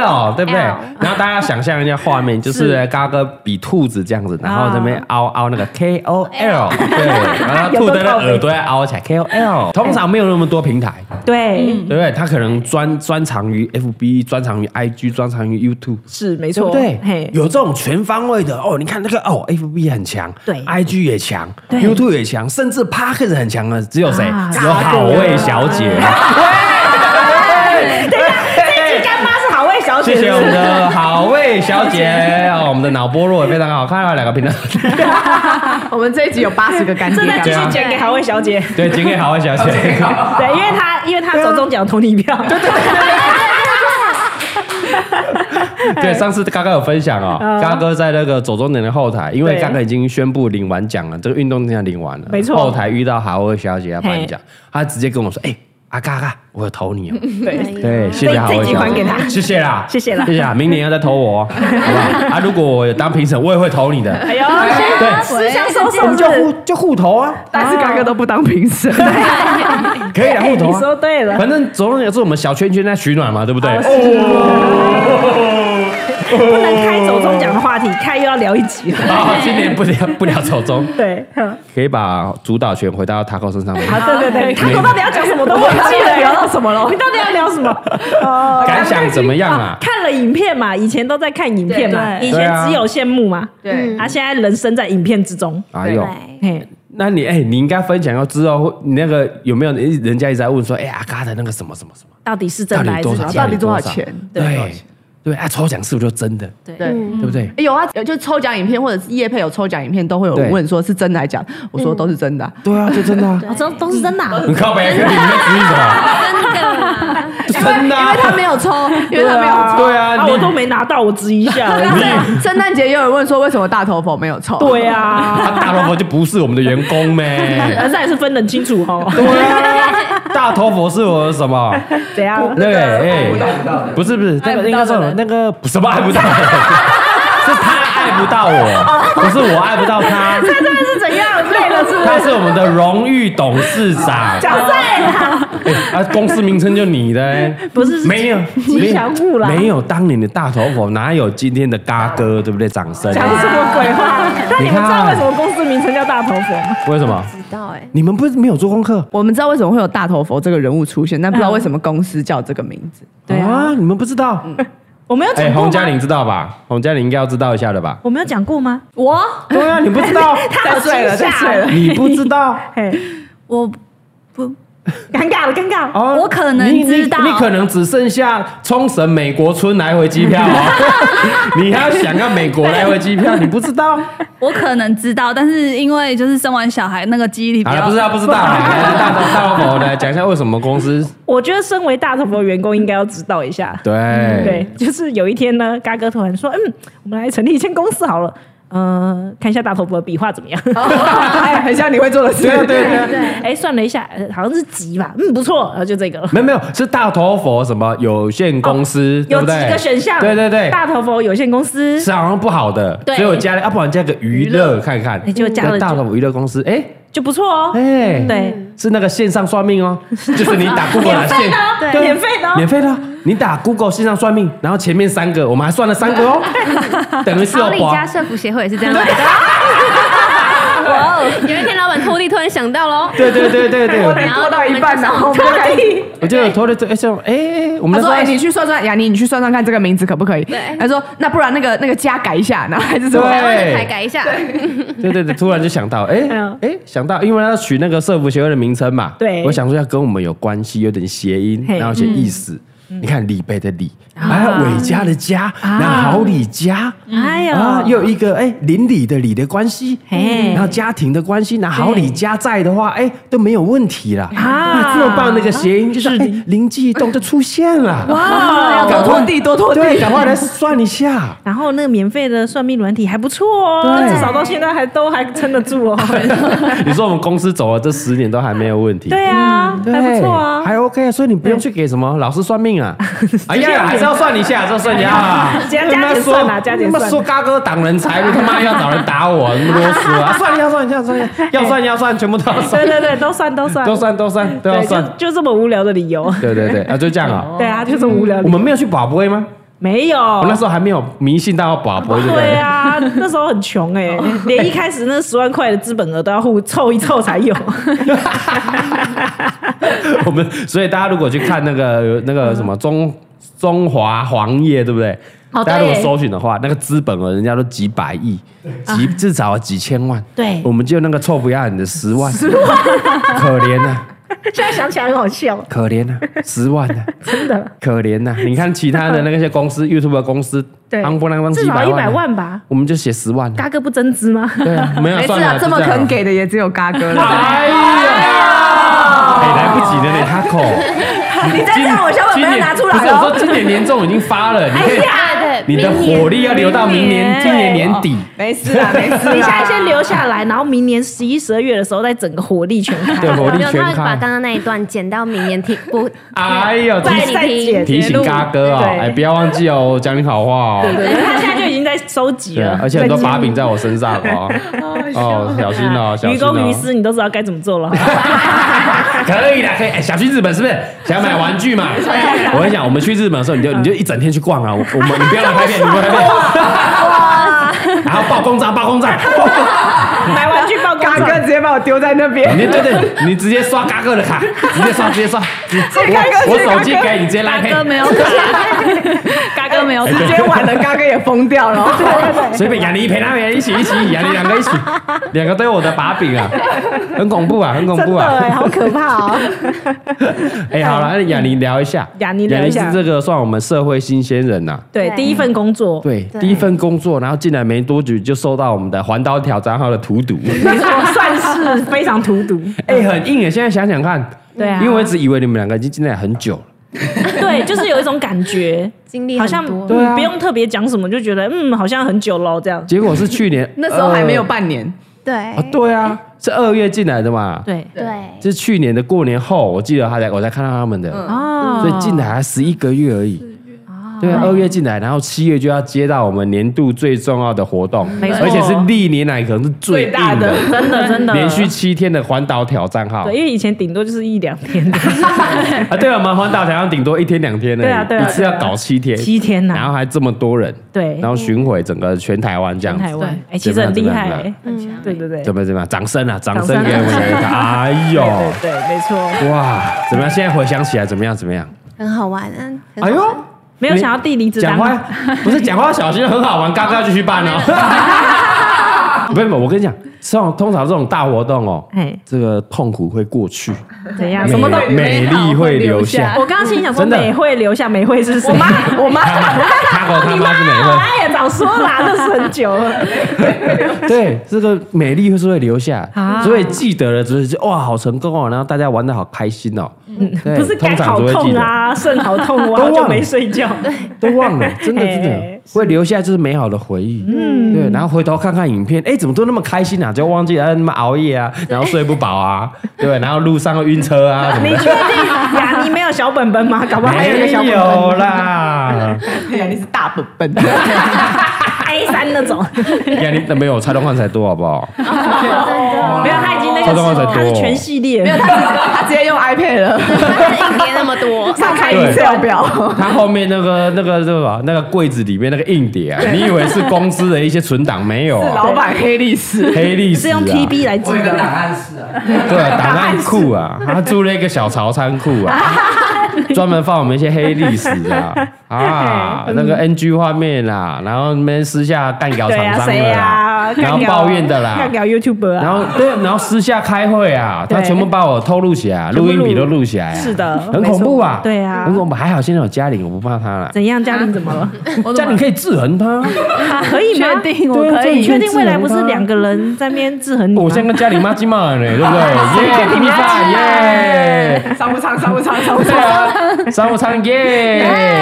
Speaker 2: L L，对不哎对
Speaker 4: L？
Speaker 2: 然后大家想象一下画面，就是嘎哥比兔子这样子，然后这边
Speaker 3: 啊
Speaker 2: 凹凹那个 K O L，对，
Speaker 3: 哎
Speaker 2: 然 后兔的那耳朵要凹起来 K O L。通常没有那么多平台，
Speaker 3: 对，
Speaker 2: 对不对？他可能专专长于 F B，专长于 I G，专长于 YouTube。
Speaker 3: 是
Speaker 2: 对
Speaker 3: 没错，
Speaker 2: 不对
Speaker 3: 嘿？，
Speaker 2: 有这种全方位的哦，你看那个哦，F B 很强，
Speaker 3: 对
Speaker 2: ，I G 也强
Speaker 3: 对
Speaker 2: ，YouTube 也强，甚至 p a r k 很强的，只有谁
Speaker 3: 啊？
Speaker 2: 只有好味小姐。
Speaker 3: 这干妈是好味小姐，
Speaker 2: 谢谢
Speaker 3: 是
Speaker 2: 我
Speaker 3: 不
Speaker 2: 们
Speaker 3: 是
Speaker 2: 的好味小 姐哦，我们的脑波弱也非常好看啊，两个平台。
Speaker 1: 我们这一集有八十个干爹
Speaker 3: 真的
Speaker 1: 干
Speaker 3: 继
Speaker 1: 妈，
Speaker 2: 啊
Speaker 3: 续剪给好味小姐。
Speaker 2: 对，请给好味小姐。
Speaker 3: 对，因为她因为她手中奖投你票，对对
Speaker 2: 对，上次嘎哥有分享哦，嘎哥在那个左中年的后台，因为
Speaker 3: 嗯对
Speaker 2: 嘎哥已经宣布领完奖了，这个运动奖领完了，
Speaker 3: 没错
Speaker 2: 后台遇到好味小姐要颁奖，她直接跟我说：“哎，阿嘎嘎，我有投你哦。”
Speaker 3: 对，
Speaker 2: 对，谢谢好
Speaker 3: 这
Speaker 2: 味
Speaker 3: 一集
Speaker 2: 小
Speaker 3: 还给
Speaker 2: 姐
Speaker 3: 他，
Speaker 2: 谢谢啦，
Speaker 3: 谢谢啦
Speaker 2: 谢谢啦，明年要再投我哦，好不好？啊，如果我有当评审，我也会投你 的。
Speaker 3: 哎呦，
Speaker 2: 对，
Speaker 3: 私相收
Speaker 2: 我
Speaker 3: 手
Speaker 2: 们就 互就互投啊，
Speaker 1: 但是嘎哥都不当评审，
Speaker 2: 可以啊，互投
Speaker 3: 你
Speaker 2: 啊。
Speaker 3: 说对了，
Speaker 2: 反正总而言之，我们小圈圈在取暖嘛，对不对？
Speaker 3: 不能开手中奖的话题，开又要聊一集了。
Speaker 2: 好，哦今年不聊不聊走中，
Speaker 3: 对，哼
Speaker 2: 可以把主导权回到 Taco 身上吗？
Speaker 3: 好，对对对，他到底要讲什么都 忘记了，聊到什么了？你到底要聊什么？哦
Speaker 2: 感想怎么样啊？
Speaker 3: 看了影片嘛，以前都在看影片嘛，
Speaker 5: 对
Speaker 3: 以
Speaker 2: 对
Speaker 3: 前
Speaker 2: 啊
Speaker 3: 只有羡慕嘛，
Speaker 1: 对
Speaker 3: 他现在人生在影片之中。
Speaker 2: 哎呦，
Speaker 3: 嘿，
Speaker 2: 那你哎、你应该分享要知道你那个有没有人家一直在问说，哎、阿嘎的那个什么什么什么，
Speaker 3: 到底是
Speaker 2: 到
Speaker 3: 真
Speaker 2: 底
Speaker 3: 的还是
Speaker 2: 多少
Speaker 3: 假？
Speaker 2: 钱？
Speaker 1: 到底多少钱
Speaker 2: 对对对，啊，抽奖是不是就真的？
Speaker 1: 对。
Speaker 2: 对不对？
Speaker 7: 有啊，有就抽奖影片或者是叶配有抽奖影片，都会有人问说是真的还假的。我说都是真的啊。
Speaker 2: 对啊，就真的、啊。
Speaker 3: 哦，这都是真的啊。
Speaker 2: 很靠北，你们在指意什么？就真的
Speaker 7: 因
Speaker 2: 啊、
Speaker 7: 为他没有抽，因为他没有抽。
Speaker 2: 对啊，
Speaker 3: 啊，
Speaker 2: 你
Speaker 3: 我都没拿到，我质疑一下。
Speaker 7: 圣诞节也有人问说为什么大头佛没有抽？
Speaker 3: 对啊，
Speaker 2: 他大萝卜就不是我们的员工咩？
Speaker 3: 但是还是分得很清楚哦。
Speaker 2: 对啊，大头佛是我的什么？
Speaker 3: 怎样？
Speaker 2: 那个哎
Speaker 6: 不到不到，
Speaker 2: 不是不是，那个
Speaker 5: 不
Speaker 2: 应
Speaker 5: 到
Speaker 2: 该说
Speaker 5: 的人
Speaker 2: 那个什么爱不到，是他爱不到我，不是我爱不到他。
Speaker 3: 他真的是怎样累了是不
Speaker 2: 他是
Speaker 3: 是？
Speaker 2: 我们的荣誉董事长，
Speaker 3: 讲对了，
Speaker 2: 哎啊，公司名称就你的欸，
Speaker 3: 不是是
Speaker 2: 没有
Speaker 3: 吉祥物啦
Speaker 2: 没有当年的大头佛，哪有今天的嘎哥，对不对？掌声，
Speaker 3: 讲什
Speaker 2: 哎
Speaker 3: 么鬼话？
Speaker 2: 啊
Speaker 3: 那你们知道为什么公司名称叫大头佛吗？
Speaker 2: 为什么？
Speaker 4: 知道哎，
Speaker 2: 你们不是没有做功课？
Speaker 7: 我们知道为什么会有大头佛这个人物出现，但不知道为什么公司叫这个名字。
Speaker 3: 对啊，
Speaker 2: 你们不知道？
Speaker 3: 我没有
Speaker 2: 哎，
Speaker 3: 讲过
Speaker 2: 洪嘉
Speaker 3: 吗？
Speaker 2: 玲知道吧？洪嘉玲应该要知道一下的吧？
Speaker 3: 我没有讲过吗？
Speaker 5: 我
Speaker 2: 对啊，你不知道，
Speaker 3: 他好
Speaker 7: 睡了
Speaker 3: 惊吓
Speaker 7: 再睡了
Speaker 2: 你不知道
Speaker 3: 嘿，
Speaker 5: 我
Speaker 3: 尴尬了，尴尬了。
Speaker 2: 哦
Speaker 5: 我可能
Speaker 2: 你
Speaker 5: 知道
Speaker 2: 你，你可能只剩下冲绳美国村来回机票哦，你还要想要美国来回机票，你不知道？
Speaker 5: 我可能知道，但是因为就是生完小孩那个记忆力比
Speaker 2: 好了，
Speaker 5: 较
Speaker 2: 不知啊道，不知道。来大头大头佛来讲一下为什么公司
Speaker 3: 我觉得身为大头佛的员工应该要知道一下。
Speaker 2: 对
Speaker 3: 嗯对，就是有一天呢，嘎哥突然说：“嗯，我们来成立一间公司好了。”嗯，看一下大头佛的笔画怎么样？
Speaker 2: 哦
Speaker 7: 哎，很像你会做的事。
Speaker 2: 对啊对啊对啊。
Speaker 3: 哎，算了一下，呃好像是吉吧，嗯，不错，然后就这个了。
Speaker 2: 没有没有，是大头佛什么有限公司，对
Speaker 3: 有
Speaker 2: 不
Speaker 3: 几
Speaker 2: 对？
Speaker 3: 个选项，
Speaker 2: 对对对，
Speaker 3: 大头佛有限公司，
Speaker 2: 是好像不好的，
Speaker 3: 对
Speaker 2: 所以我加了，要、不然加个娱乐看看，
Speaker 3: 哎结果加了
Speaker 2: 那大头佛娱乐公司，哎、
Speaker 3: 就不错哦。
Speaker 2: 哎
Speaker 3: 对，
Speaker 2: 是那个线上算 命哦，就是你打 Google 来线，对啊
Speaker 3: 免费的哦
Speaker 2: 免费的哦，你打 Google 线上算命，然后前面三个我们还 算了三个哦，等于是
Speaker 4: 桃
Speaker 2: 有
Speaker 4: 李
Speaker 2: 保
Speaker 4: 家社服协会也是这样来的，
Speaker 5: 哦
Speaker 4: 有一天老板拖地突然想到喽，
Speaker 2: 对对对对
Speaker 1: 我得
Speaker 2: 对，
Speaker 1: 做到一半，然啊后我们就开始
Speaker 2: 我就有拖着这，哎，像哎，我
Speaker 7: 他
Speaker 2: 们
Speaker 7: 说：“哎、
Speaker 2: 那时候
Speaker 7: 你去算算，雅尼，你去算算看这个名字可不可以？”他说：“那不然那个那个家改一下，然后还是什么
Speaker 2: 对
Speaker 4: 台湾的台改一下，
Speaker 2: 对对对，突然就想到，哎
Speaker 3: 嗯
Speaker 2: 哎，想到，因为要取那个社服协会的名称嘛，
Speaker 3: 对
Speaker 2: 我想说要跟我们有关系，有点谐音，
Speaker 3: 嘿嗯
Speaker 2: 然后写意思。你看李贝的李，还有伟嘉的嘉，
Speaker 3: 啊
Speaker 2: 然后好李家，
Speaker 3: 哎
Speaker 2: 啊，
Speaker 3: 呦，
Speaker 2: 又有一个哎邻里的里的关系，
Speaker 3: 嘿
Speaker 2: 然后家庭的关系，那好里家在的话，哎都没有问题啦。啊，这么棒那个谐音就是哎灵机一动就出现了。哇，多拖地，多拖地，对，赶快 来算一下。
Speaker 3: 然后那个免费的算命软体还不错哦，
Speaker 2: 对
Speaker 3: 至少到现在还都还撑 得住哦。
Speaker 2: 你说我们公司走了这十年都还没有问题，
Speaker 3: 对啊，
Speaker 2: 嗯对，
Speaker 3: 还不错啊。
Speaker 2: 还 OK，所以你不用去给什么老师算 命啊。哎呀，还是要算一下，还是要算一下啊。
Speaker 3: 哎加
Speaker 2: 他妈
Speaker 3: 加点
Speaker 2: 说
Speaker 3: 算啊加点
Speaker 2: 他妈
Speaker 3: 算
Speaker 2: 说嘎哥挡人才，你他妈要找人打我，那么啰嗦 啊！算一下，算一下，算一下，要算要算，全部都要算
Speaker 3: 对，对对，都算都算
Speaker 2: 都算都算都要
Speaker 3: 对，就
Speaker 2: 算。
Speaker 3: 就这么无聊的理由。
Speaker 2: 对对对，啊，就这样啊。
Speaker 3: 对啊，就这么无聊
Speaker 2: 我
Speaker 3: 的理由。
Speaker 2: 们没有去保杯吗？
Speaker 3: 没有，
Speaker 2: 我那时候还没有迷信到要保杯，不
Speaker 3: 对
Speaker 2: 对？
Speaker 3: 啊，那时候很穷 哎、连一开始那十万块的资本额都要互凑一凑 才有。
Speaker 2: 我们所以大家如果去看那个那个什么中中华黄页，对不对？
Speaker 4: 哦对
Speaker 2: 大家如果搜寻的话，那个资本额人家都几百亿，几至少几千万。
Speaker 3: 对
Speaker 2: 我们就那个臭不要脸的十万，十万，可怜啊，
Speaker 3: 现在想起来很好笑，
Speaker 2: 可怜啊，十万啊，
Speaker 3: 真的。
Speaker 2: 可怜呐、你看其他的那些公司，YouTube 的公司，
Speaker 3: 对
Speaker 2: 当不啷当
Speaker 3: 至
Speaker 2: 几
Speaker 3: 少
Speaker 2: 百
Speaker 3: 一
Speaker 2: 万啊、
Speaker 3: 百万吧。
Speaker 2: 我们就写十万啊、
Speaker 3: 嘎哥不增资吗？
Speaker 2: 对啊，没有
Speaker 7: 没事
Speaker 2: 算了
Speaker 7: 啊，，这么
Speaker 2: 就样啊
Speaker 7: 肯给的也只有嘎哥了。
Speaker 2: 哎呀，哎，来不及了，你他口。你
Speaker 7: 再这样我小本本要拿出来哦
Speaker 2: 不是，我说今年年终已经发了，你可
Speaker 3: 哎
Speaker 2: 以，
Speaker 3: 啊
Speaker 4: 对
Speaker 2: 你的火力要留到明年，今年年底。
Speaker 7: 没 事啊，没事啊。
Speaker 3: 你现在先留下来，然后明年十一、十二月的时候再整个火力全开。
Speaker 2: 对，火力
Speaker 4: 没有，
Speaker 2: 全
Speaker 4: 他会把
Speaker 2: 开。
Speaker 4: 刚刚那一段剪到明年听 不
Speaker 2: 哎呦，
Speaker 4: 再
Speaker 2: 提
Speaker 4: 再剪
Speaker 2: 提醒嘎哥哦，哎，不要忘记哦，讲你好话哦。
Speaker 3: 对，他现在就已经在收集
Speaker 2: 对啊
Speaker 3: 了，，
Speaker 2: 而且很多把柄在我身上哦。哦，小心哦，小
Speaker 3: 愚
Speaker 2: 心
Speaker 3: 公
Speaker 2: 哦
Speaker 3: 愚。私你都知道该怎么做 了。
Speaker 2: 可以的，可以。哎，想去日本是不是？想买玩具嘛？我跟你讲，我们去日本的时候，你就你就一整天去逛啊。我我们你不要来拍片，你不要来拍片。然后报公账，报公账，报公
Speaker 3: 买玩具报
Speaker 1: 嘎
Speaker 3: 嘎
Speaker 1: 哥直接把我丢在那边，
Speaker 2: 你 对对，你直接刷嘎哥的卡，直接刷，直接刷。我我手机给你，直接拉
Speaker 5: 大哥
Speaker 2: 配。
Speaker 5: 没有卡，嘎哥没有卡，
Speaker 1: 时间晚了，嘎哥也疯掉了。
Speaker 2: 随便雅尼陪他们一起一起，雅尼两个一起，两个都有我的把柄啊，很恐怖啊，很恐
Speaker 3: 真
Speaker 2: 怖
Speaker 3: 的
Speaker 2: 啊。
Speaker 3: 哎，好可怕哦！
Speaker 2: 哎，好了，那雅尼聊一下，
Speaker 3: 雅尼聊一下
Speaker 2: 雅尼是这个算我们社会新鲜人呐。
Speaker 3: 对，
Speaker 4: 对
Speaker 3: 第一份工作，
Speaker 2: 对，第一份工作，然后进来没多久就受到我们的环岛挑战号的荼毒，
Speaker 3: 没错，算是非常荼 毒。
Speaker 2: 哎、很硬耶！现在想想看，
Speaker 3: 对啊
Speaker 2: 因为我一直以为你们两个已经进来很久了，
Speaker 3: 对，就是有一种感 觉，
Speaker 4: 经历
Speaker 3: 好
Speaker 4: 很
Speaker 3: 像
Speaker 4: 多
Speaker 2: 对啊
Speaker 3: 不用特别讲什么，就觉得嗯，好像很久喽这样。
Speaker 2: 结果是去年
Speaker 7: 那时候还没有
Speaker 2: 呃
Speaker 7: 半年，
Speaker 4: 对
Speaker 2: 啊，对啊，是二月进来的嘛，
Speaker 3: 哎对，
Speaker 4: 对
Speaker 2: 是去年的过年后，我记得他才我才看到他们的，
Speaker 3: 哦
Speaker 2: 所以进来还十一个月而已。对啊，二月进来，然后七月就要接到我们年度最重要的活动，
Speaker 3: 嗯没错
Speaker 2: 而且是历年来可能是最
Speaker 1: 最大
Speaker 2: 硬
Speaker 1: 的
Speaker 3: 真的真的
Speaker 2: 连续七天的环岛挑战号。
Speaker 3: 对，因为以前顶多就是一两 天的，
Speaker 2: 啊，对啊，我们环岛台上顶多一天两天呢，
Speaker 3: 对啊对啊
Speaker 2: 一次要搞七天，
Speaker 3: 七天啊呐
Speaker 2: 然后还这么多人，
Speaker 3: 对
Speaker 2: 然后巡回整个全台湾这样
Speaker 3: 全
Speaker 2: 子，
Speaker 3: 台湾，哎，其实很厉害，哎
Speaker 4: 嗯
Speaker 3: 对对对，
Speaker 2: 怎么怎么样？掌声啊，掌声
Speaker 3: 掌声
Speaker 2: 给我们一个，哎呦，
Speaker 3: 对对对，没错，
Speaker 2: 哇，怎么样？现在回想起来怎么样？怎么样？
Speaker 4: 很好玩啊，很好
Speaker 2: 哎
Speaker 4: 玩
Speaker 2: 呦，
Speaker 3: 没有想到地理子
Speaker 2: 讲
Speaker 3: 当
Speaker 2: 话 不是讲话小心，很好玩，刚刚要继续办哦。 不是，我跟你讲，这种通常这种大活动哦
Speaker 3: 嘿，
Speaker 2: 这个痛苦会过去，
Speaker 3: 哎怎样？
Speaker 2: 美
Speaker 3: 啊什么都。
Speaker 2: 美丽会留下。
Speaker 3: 我刚刚心想说，
Speaker 2: 真的
Speaker 3: 美惠留下，美惠是谁？我妈，
Speaker 1: 我 妈
Speaker 2: 他和他妈是哪一位？
Speaker 3: 哎呀，早说 啦，认识很久了。
Speaker 2: 对，这个美丽是会留下，
Speaker 3: 啊
Speaker 2: 所以记得了就是哇，好成功哦，然后大家玩的好开心哦，对
Speaker 3: 嗯不是
Speaker 2: 通
Speaker 3: 肝
Speaker 2: 常
Speaker 3: 好
Speaker 2: 都会记
Speaker 3: 痛
Speaker 2: 得，
Speaker 3: 啊，肾好痛，我好
Speaker 2: 都忘
Speaker 3: 久
Speaker 2: 了
Speaker 3: 没睡觉。
Speaker 2: 都忘了，真的
Speaker 3: 哎
Speaker 2: 真的会留下就是美好的回忆，嗯，对，然后回头看看影片，哎，怎么都那么开心啊，就忘记了哎他妈熬夜啊，然后睡不饱啊，对，然后路上会晕车 啊，什么
Speaker 3: 你
Speaker 2: 的
Speaker 3: 确定雅妮没有小本本吗？搞不好还有一个小
Speaker 2: 没
Speaker 3: 本
Speaker 2: 有
Speaker 3: 本
Speaker 2: 啦，
Speaker 1: 哎
Speaker 7: 对呀，你是大 本 本。
Speaker 3: ，A 三那种。
Speaker 2: 呀，你没有蔡东汉才多好不好？
Speaker 4: 真的
Speaker 3: 没有，他已经那
Speaker 2: 超
Speaker 3: 那
Speaker 2: 商
Speaker 3: 个
Speaker 2: 花
Speaker 3: 是它
Speaker 2: 才
Speaker 3: 是
Speaker 2: 多
Speaker 3: 全系列，
Speaker 7: 他直接用 iPad 了，
Speaker 4: 一叠那么 多，
Speaker 7: 他开 Excel 表。
Speaker 2: 它后面那个那个什么那个柜子里面那个硬碟啊，你以为是公司的一些存档没有啊？
Speaker 7: 老板黑历史，
Speaker 2: 黑历史
Speaker 3: 是
Speaker 2: 啊
Speaker 3: 用 TB 来记
Speaker 6: 我有个
Speaker 3: 的。
Speaker 6: 档案室啊，
Speaker 2: 对 档案库啊，他租了一个小槽仓库 啊，专门放我们一些黑历史啊啊，那个
Speaker 3: 嗯
Speaker 2: NG 画面啊，然后你们私下干掉
Speaker 3: 对
Speaker 2: 厂
Speaker 3: 啊，
Speaker 2: 商
Speaker 3: 谁
Speaker 2: 的
Speaker 3: 呀
Speaker 2: 啦，？然后
Speaker 3: 干掉
Speaker 2: 抱怨的啦
Speaker 3: 干。掉 YouTube
Speaker 2: 然
Speaker 3: 啊，
Speaker 2: 后对，然后私下开会 啊，他
Speaker 3: 对
Speaker 2: 全部把我偷录起来，
Speaker 3: 全部
Speaker 2: 录
Speaker 3: 录
Speaker 2: 音笔都录起来啊，
Speaker 3: 是的
Speaker 2: 很恐怖啊
Speaker 3: 没错，对啊
Speaker 2: 很恐怖。还好现在有嘉玲，我不怕她哦了。
Speaker 3: 怎样？嘉玲怎么了？
Speaker 2: 嘉玲可以制衡 她，
Speaker 3: 啊可以吗？
Speaker 5: 确定我
Speaker 3: 对啊
Speaker 5: 可以
Speaker 3: 你确定未来不是两个人在那边制衡你吗？
Speaker 2: 我现在跟嘉玲妈鸡骂了呢，对不 对？耶，披萨耶，
Speaker 1: 商务舱，商务舱，商务
Speaker 2: 对
Speaker 1: 舱。
Speaker 2: 啊，商务舱耶！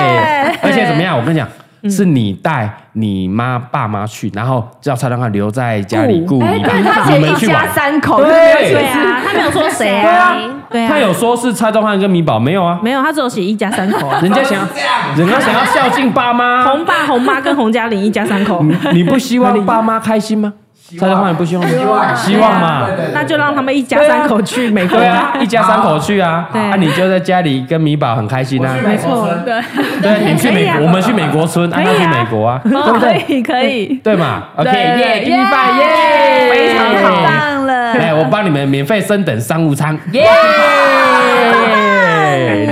Speaker 2: 而且怎么样？我跟你讲。是你带你妈爸妈去，然后叫蔡康永留在家里顾你
Speaker 7: 哎
Speaker 2: 爸，你们去玩。
Speaker 7: 三口
Speaker 3: 对
Speaker 2: 对，
Speaker 3: 啊，他没有说谁
Speaker 4: 对
Speaker 3: 啊
Speaker 4: 啊，
Speaker 3: 对啊，
Speaker 2: 他有说是蔡宗汉跟米宝没有啊？
Speaker 3: 没有？他只有写一家三 口啊，
Speaker 2: 人家想
Speaker 6: 这样，
Speaker 2: 人家想要孝敬爸 妈，
Speaker 3: 红爸、红妈跟洪嘉玲一家三口，
Speaker 2: 你不希望爸妈开心吗？蔡宗汉不希望吗？
Speaker 6: 希望
Speaker 2: 希望嘛
Speaker 6: 对。对对
Speaker 3: 那就让他们一家三口去美国
Speaker 2: 对。啊，一家三口去啊，
Speaker 3: 对
Speaker 2: 啊，你就在家里跟米宝很开心啊。
Speaker 6: 没错，对，
Speaker 2: 对，你去
Speaker 3: 可以
Speaker 2: 美
Speaker 3: 啊
Speaker 2: 国，我们去美国村，啊，
Speaker 3: 可以
Speaker 2: 他
Speaker 3: 啊
Speaker 2: 去美国啊，
Speaker 5: 哦可以可以，
Speaker 2: 对嘛？OK，
Speaker 5: 对
Speaker 2: 耶，一百
Speaker 5: 耶
Speaker 2: 耶，
Speaker 5: 非常
Speaker 3: 好
Speaker 5: 太棒了。
Speaker 2: 来，我帮你们免费升等商务舱，耶！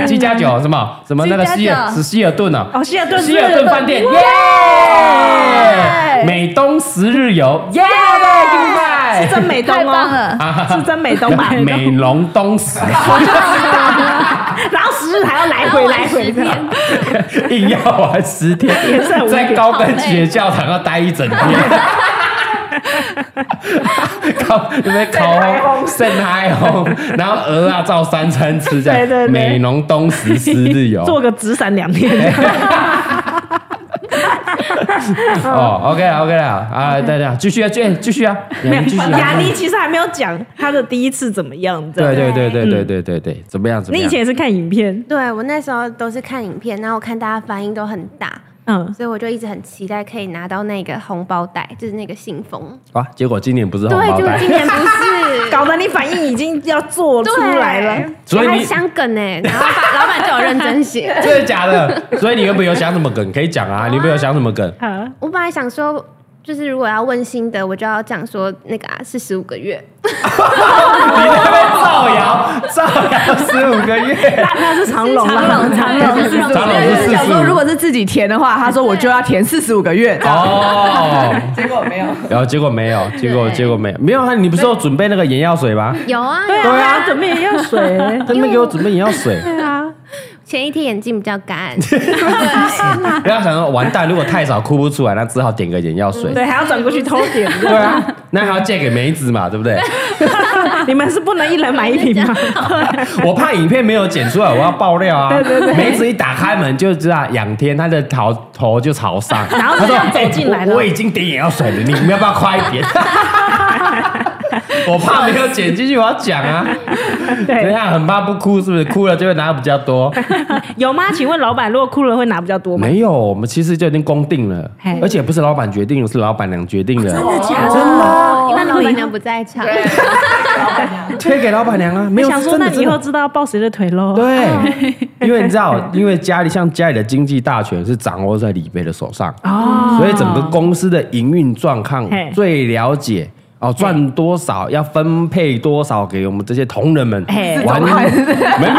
Speaker 2: 七加九什么什么那个希尔是希尔顿啊，
Speaker 3: 哦，希尔顿
Speaker 2: 希尔顿饭店，耶！美东十日游，耶！
Speaker 3: 是真美东
Speaker 5: 太棒
Speaker 3: 哦，
Speaker 5: 了！
Speaker 3: 是真美东哦吧？
Speaker 2: 美隆东十，
Speaker 3: 然后十日还要来回来
Speaker 5: 哦
Speaker 3: 回的，
Speaker 2: 硬要玩十天，在高跟鞋教堂要待一整天。靠，那边烤肾嗨烘，然后鹅啊照三餐吃，这样
Speaker 3: 对对对
Speaker 2: 美浓东十十日游，
Speaker 3: 做个纸伞两天。
Speaker 2: 哦，OK 啦，OK 啦，啊，大家继续啊，继继续啊，
Speaker 3: 没有
Speaker 2: 继续啊，
Speaker 3: 雅尼其实还没有讲他的第一次怎么样，这样
Speaker 2: 对对对对对对对对，怎么样？怎么
Speaker 3: 你以
Speaker 2: 样？
Speaker 3: 前也是看影片，
Speaker 4: 对我那时候都是看影片，然后我看大家反应都很大，
Speaker 3: 嗯，
Speaker 4: 所以我就一直很期待可以拿到那个红包袋，就是那个信封。
Speaker 2: 啊，结果今年不是红
Speaker 4: 对，
Speaker 2: 包
Speaker 4: 就
Speaker 2: 袋
Speaker 4: 今，年不 是，
Speaker 3: 搞得你反应已经要做出
Speaker 4: 对
Speaker 3: 来了，，
Speaker 2: 所以
Speaker 4: 我
Speaker 2: 你
Speaker 4: 还想梗呢，然后把老板就有认真写。
Speaker 2: 真的假的？所以你原本有想什么梗可以讲啊？你原本有想什么梗？
Speaker 3: 啊，
Speaker 4: 我本来想说，就是如果要问心得，我就要讲说那个啊是十五个 月，
Speaker 2: 你在那边造谣，造谣十五个月，
Speaker 3: 那是长龙啊，
Speaker 5: 长龙长龙
Speaker 3: 就是
Speaker 2: 长老是四
Speaker 7: 想
Speaker 2: 十
Speaker 7: 说，如
Speaker 2: 五
Speaker 7: 果是自己填的话，他说我就要填四十五个月，
Speaker 2: 哦。
Speaker 7: 结果没有。
Speaker 2: 然后结果没有，结果
Speaker 4: 对
Speaker 2: 结果没有，没有啊！你不是有准备那个眼药水 吗？
Speaker 4: 有啊，
Speaker 3: 对
Speaker 4: 有
Speaker 3: 啊，他准备药水，
Speaker 2: 他们给我准备眼药 水，
Speaker 3: 对啊，
Speaker 4: 前一天眼睛比较干，
Speaker 2: 不要想说完蛋，如果太少哭不出来，那只好点个眼药水。
Speaker 3: 对，还要转过去偷点，
Speaker 2: 对啊， 那还要借给梅子嘛，对不对？
Speaker 3: 你们是不能一人买一 瓶吗？
Speaker 2: 我怕影片没有剪出来，我要爆料啊！
Speaker 3: 对对对
Speaker 2: 梅子一打开门就知道仰天，他的头头就朝上，
Speaker 3: 然后
Speaker 2: 他
Speaker 3: 这
Speaker 2: 说
Speaker 3: 样：“走
Speaker 2: 哎
Speaker 3: 进来了
Speaker 2: 我我已经点眼药水了，你们要不要快一点？” 我怕没有剪进去，我要讲啊！等一
Speaker 3: 对，
Speaker 2: 下很怕不哭，是不是？哭了就会拿比较 多。
Speaker 3: 有吗？请问老板，如果哭了会拿比较多吗？
Speaker 2: 没有，我们其实就已经公定了，而且不是老板决定，是老板娘决定的，
Speaker 3: 假啊的？
Speaker 4: 因为老板娘不在场，
Speaker 2: 推给老板娘啊，没有
Speaker 3: 想说，
Speaker 2: 真
Speaker 3: 那
Speaker 2: 的
Speaker 3: 你以
Speaker 2: 真的
Speaker 3: 后知道要抱谁的腿喽？
Speaker 2: 对，因为你知道，因为家里像家里的经济大权是掌握在李贝的手上，
Speaker 3: 哦
Speaker 2: 啊所以整个公司的营运状况
Speaker 3: 嘿
Speaker 2: 最了解。哦，赚多少要分配多少给我们这些同仁们
Speaker 3: 嘿，
Speaker 2: 完没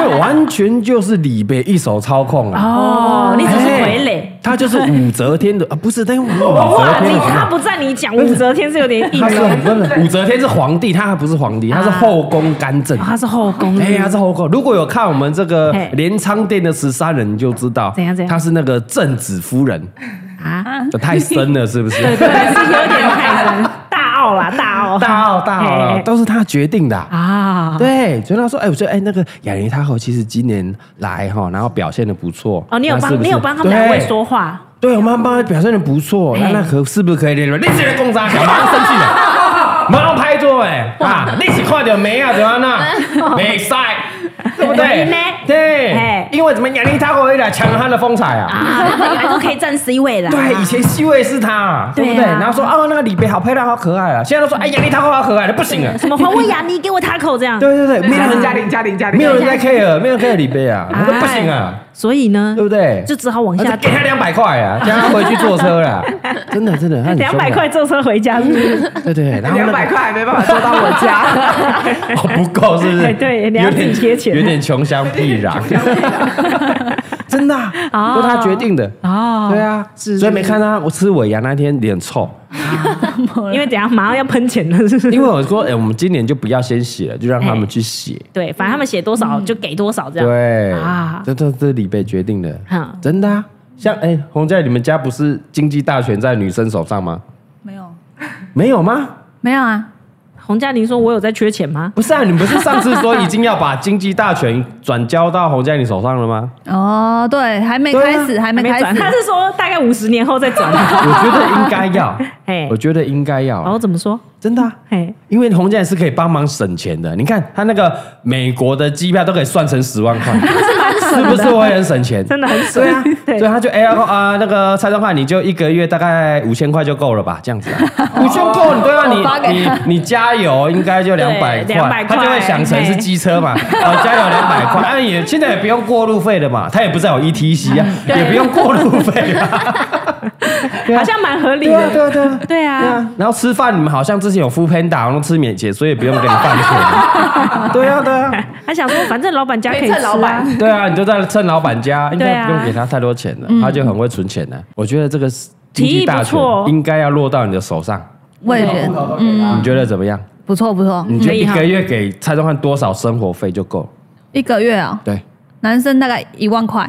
Speaker 2: 有完全就是李贝一手操控啊！
Speaker 3: 哦，你只是傀儡。
Speaker 2: 他就是武则天的啊，不是，但是武则
Speaker 3: 哇，
Speaker 2: 哎天
Speaker 3: 你
Speaker 2: 的
Speaker 3: 他不在，你讲武则天是有点硬
Speaker 2: 他是
Speaker 3: 哦，
Speaker 2: 很分的。武则天是皇帝，他还不是皇帝，他是后宫干政
Speaker 3: 哦。他是后宫，
Speaker 2: 哎呀，这好搞！如果有看我们这个
Speaker 3: 嘿
Speaker 2: 镰仓殿的十三人，你就知道
Speaker 3: 怎样怎样
Speaker 2: 她是那个正子夫人啊，太深了是不是？
Speaker 3: 但是有点太深，大傲啦，大傲，
Speaker 2: 大奥大奥
Speaker 3: 哦嘿
Speaker 2: 了，
Speaker 3: 嘿
Speaker 2: 都是她决定的啊。
Speaker 3: 啊。
Speaker 2: 对，所以他说，哎，我觉得哎，那个雅尼她和其实今年来哈，然后表现的不错。
Speaker 3: 哦，你有
Speaker 2: 那是
Speaker 3: 帮，
Speaker 2: 不
Speaker 3: 你
Speaker 2: 是
Speaker 3: 有帮他们两位
Speaker 2: 对
Speaker 3: 说话，
Speaker 2: 对，我们帮他表现的不错，那那可是不是可以联络？你这个公章小，马上生气 啊了，马上拍桌哎啊！你是看到没啊？怎么样呢？没赛，对不
Speaker 3: 有
Speaker 2: 对
Speaker 3: 赢呢？
Speaker 2: 对
Speaker 3: 嘿，
Speaker 2: 因为怎么亚历塔回来抢了他的风采啊？
Speaker 3: 啊，他们都可以占 C 位啦。
Speaker 2: 对，以前 C 位是他，对不对？
Speaker 3: 对啊
Speaker 2: 然后说哦，那个李贝好漂亮，好可爱啊。现在都说哎，亚历塔好可爱了，不行了。啊
Speaker 3: 什么还我雅尼，给我 taco 这样。
Speaker 2: 对对对，没有
Speaker 1: 嘉玲
Speaker 2: 人
Speaker 1: 嘉玲嘉
Speaker 2: 在，
Speaker 1: 玲嘉玲，
Speaker 2: 没有人在 care，没有人 care 李贝啊，那不行啊，
Speaker 3: 所以呢
Speaker 2: 对，不对？
Speaker 3: 就只好往
Speaker 2: 而且
Speaker 3: 下
Speaker 2: 给他两百块啊，叫他回去坐车啦。真的真的，他很凶啊
Speaker 3: 两百块，坐车回家，是不 是？
Speaker 2: 对对，对然 后那
Speaker 1: 两
Speaker 2: 个
Speaker 1: 百块没办法做到我
Speaker 7: 啊
Speaker 1: 家，
Speaker 2: 哦不够是不是？
Speaker 3: 哎对你要
Speaker 2: 有点
Speaker 3: 自己贴钱
Speaker 2: 有点穷乡僻壤。 真的啊，都他决定的哦。对啊，所以没看他，我吃尾牙那天脸臭，
Speaker 3: 因为等一下马上要喷钱了，是不是？
Speaker 2: 因为我说，哎，我们今年就不要先写了，就让他们去写。
Speaker 3: 对，反正他们写多少就给多少这
Speaker 2: 嗯
Speaker 3: 样。
Speaker 2: 对
Speaker 3: 啊，
Speaker 2: 这这这李贝决定的
Speaker 3: 哈，
Speaker 2: 真的啊。像哎，洪家，你们家不是经济大权在女生手上吗？
Speaker 5: 没有，
Speaker 2: 没有吗？
Speaker 5: 没有啊，
Speaker 3: 洪嘉玲说：“我有在缺钱吗
Speaker 2: 不是啊，你们不是上次说已经要把经济大权转交到洪家你手上了吗？
Speaker 5: 哦，对，还没
Speaker 2: 对啊
Speaker 5: 开始，？”还
Speaker 3: 还
Speaker 5: 没开
Speaker 3: 转，
Speaker 5: 始，
Speaker 3: 他是说大概五十年后再转。
Speaker 2: 我觉得应该 要
Speaker 3: 嘿，
Speaker 2: 我觉得应该要
Speaker 3: 然后
Speaker 2: 啊，
Speaker 3: 怎么说？
Speaker 2: 真的啊、
Speaker 3: 嘿，
Speaker 2: 因为洪家是可以帮忙省钱的。你看他那个美国的机票都可以算成十万块， 是不是会很省钱？
Speaker 3: 真的很水
Speaker 2: 对啊，
Speaker 3: 对
Speaker 2: 所以他就哎呀啊、那个蔡中汉，你就一个月大概五千块就够了吧？这样子、啊，五千够你对吧？你你你加油应该就两百
Speaker 3: 对200块
Speaker 2: 块，他就会想成是机车嘛，哦加油两百 块，啊也现在也不用过路费了嘛，他也不在有 ETC 啊，也不用过路费 啊，对啊
Speaker 3: 好像蛮合理
Speaker 2: 对啊对
Speaker 3: 的。
Speaker 2: 啊对啊。
Speaker 3: 对
Speaker 2: 对
Speaker 3: 啊，
Speaker 2: 啊，然后吃饭你们好像之前有 f o o Panda，然后吃免钱，所以也不用给你饭 钱。对啊，对啊，
Speaker 3: 他想说，反正老板家可以
Speaker 7: 可以
Speaker 3: 吃
Speaker 7: 趁老
Speaker 3: 啊
Speaker 7: 板。
Speaker 2: 对啊，你就在趁老板家，应
Speaker 3: 对
Speaker 2: 该
Speaker 3: 啊嗯
Speaker 2: 不用给他太多钱了，他就很会存钱的。我觉得这个经
Speaker 3: 提
Speaker 2: 济
Speaker 3: 议
Speaker 2: 大
Speaker 3: 不
Speaker 2: 权
Speaker 3: 错嗯
Speaker 2: 应该要落到你的手上，
Speaker 5: 我也觉得
Speaker 2: 你觉得怎么样？
Speaker 5: 不错不错，
Speaker 2: 你觉
Speaker 3: 可
Speaker 2: 得
Speaker 3: 以
Speaker 2: 一
Speaker 3: 哈
Speaker 2: 个月给蔡宗汉多少生活费就够？
Speaker 5: 一个月啊，
Speaker 2: 对，
Speaker 5: 男生大概一万块，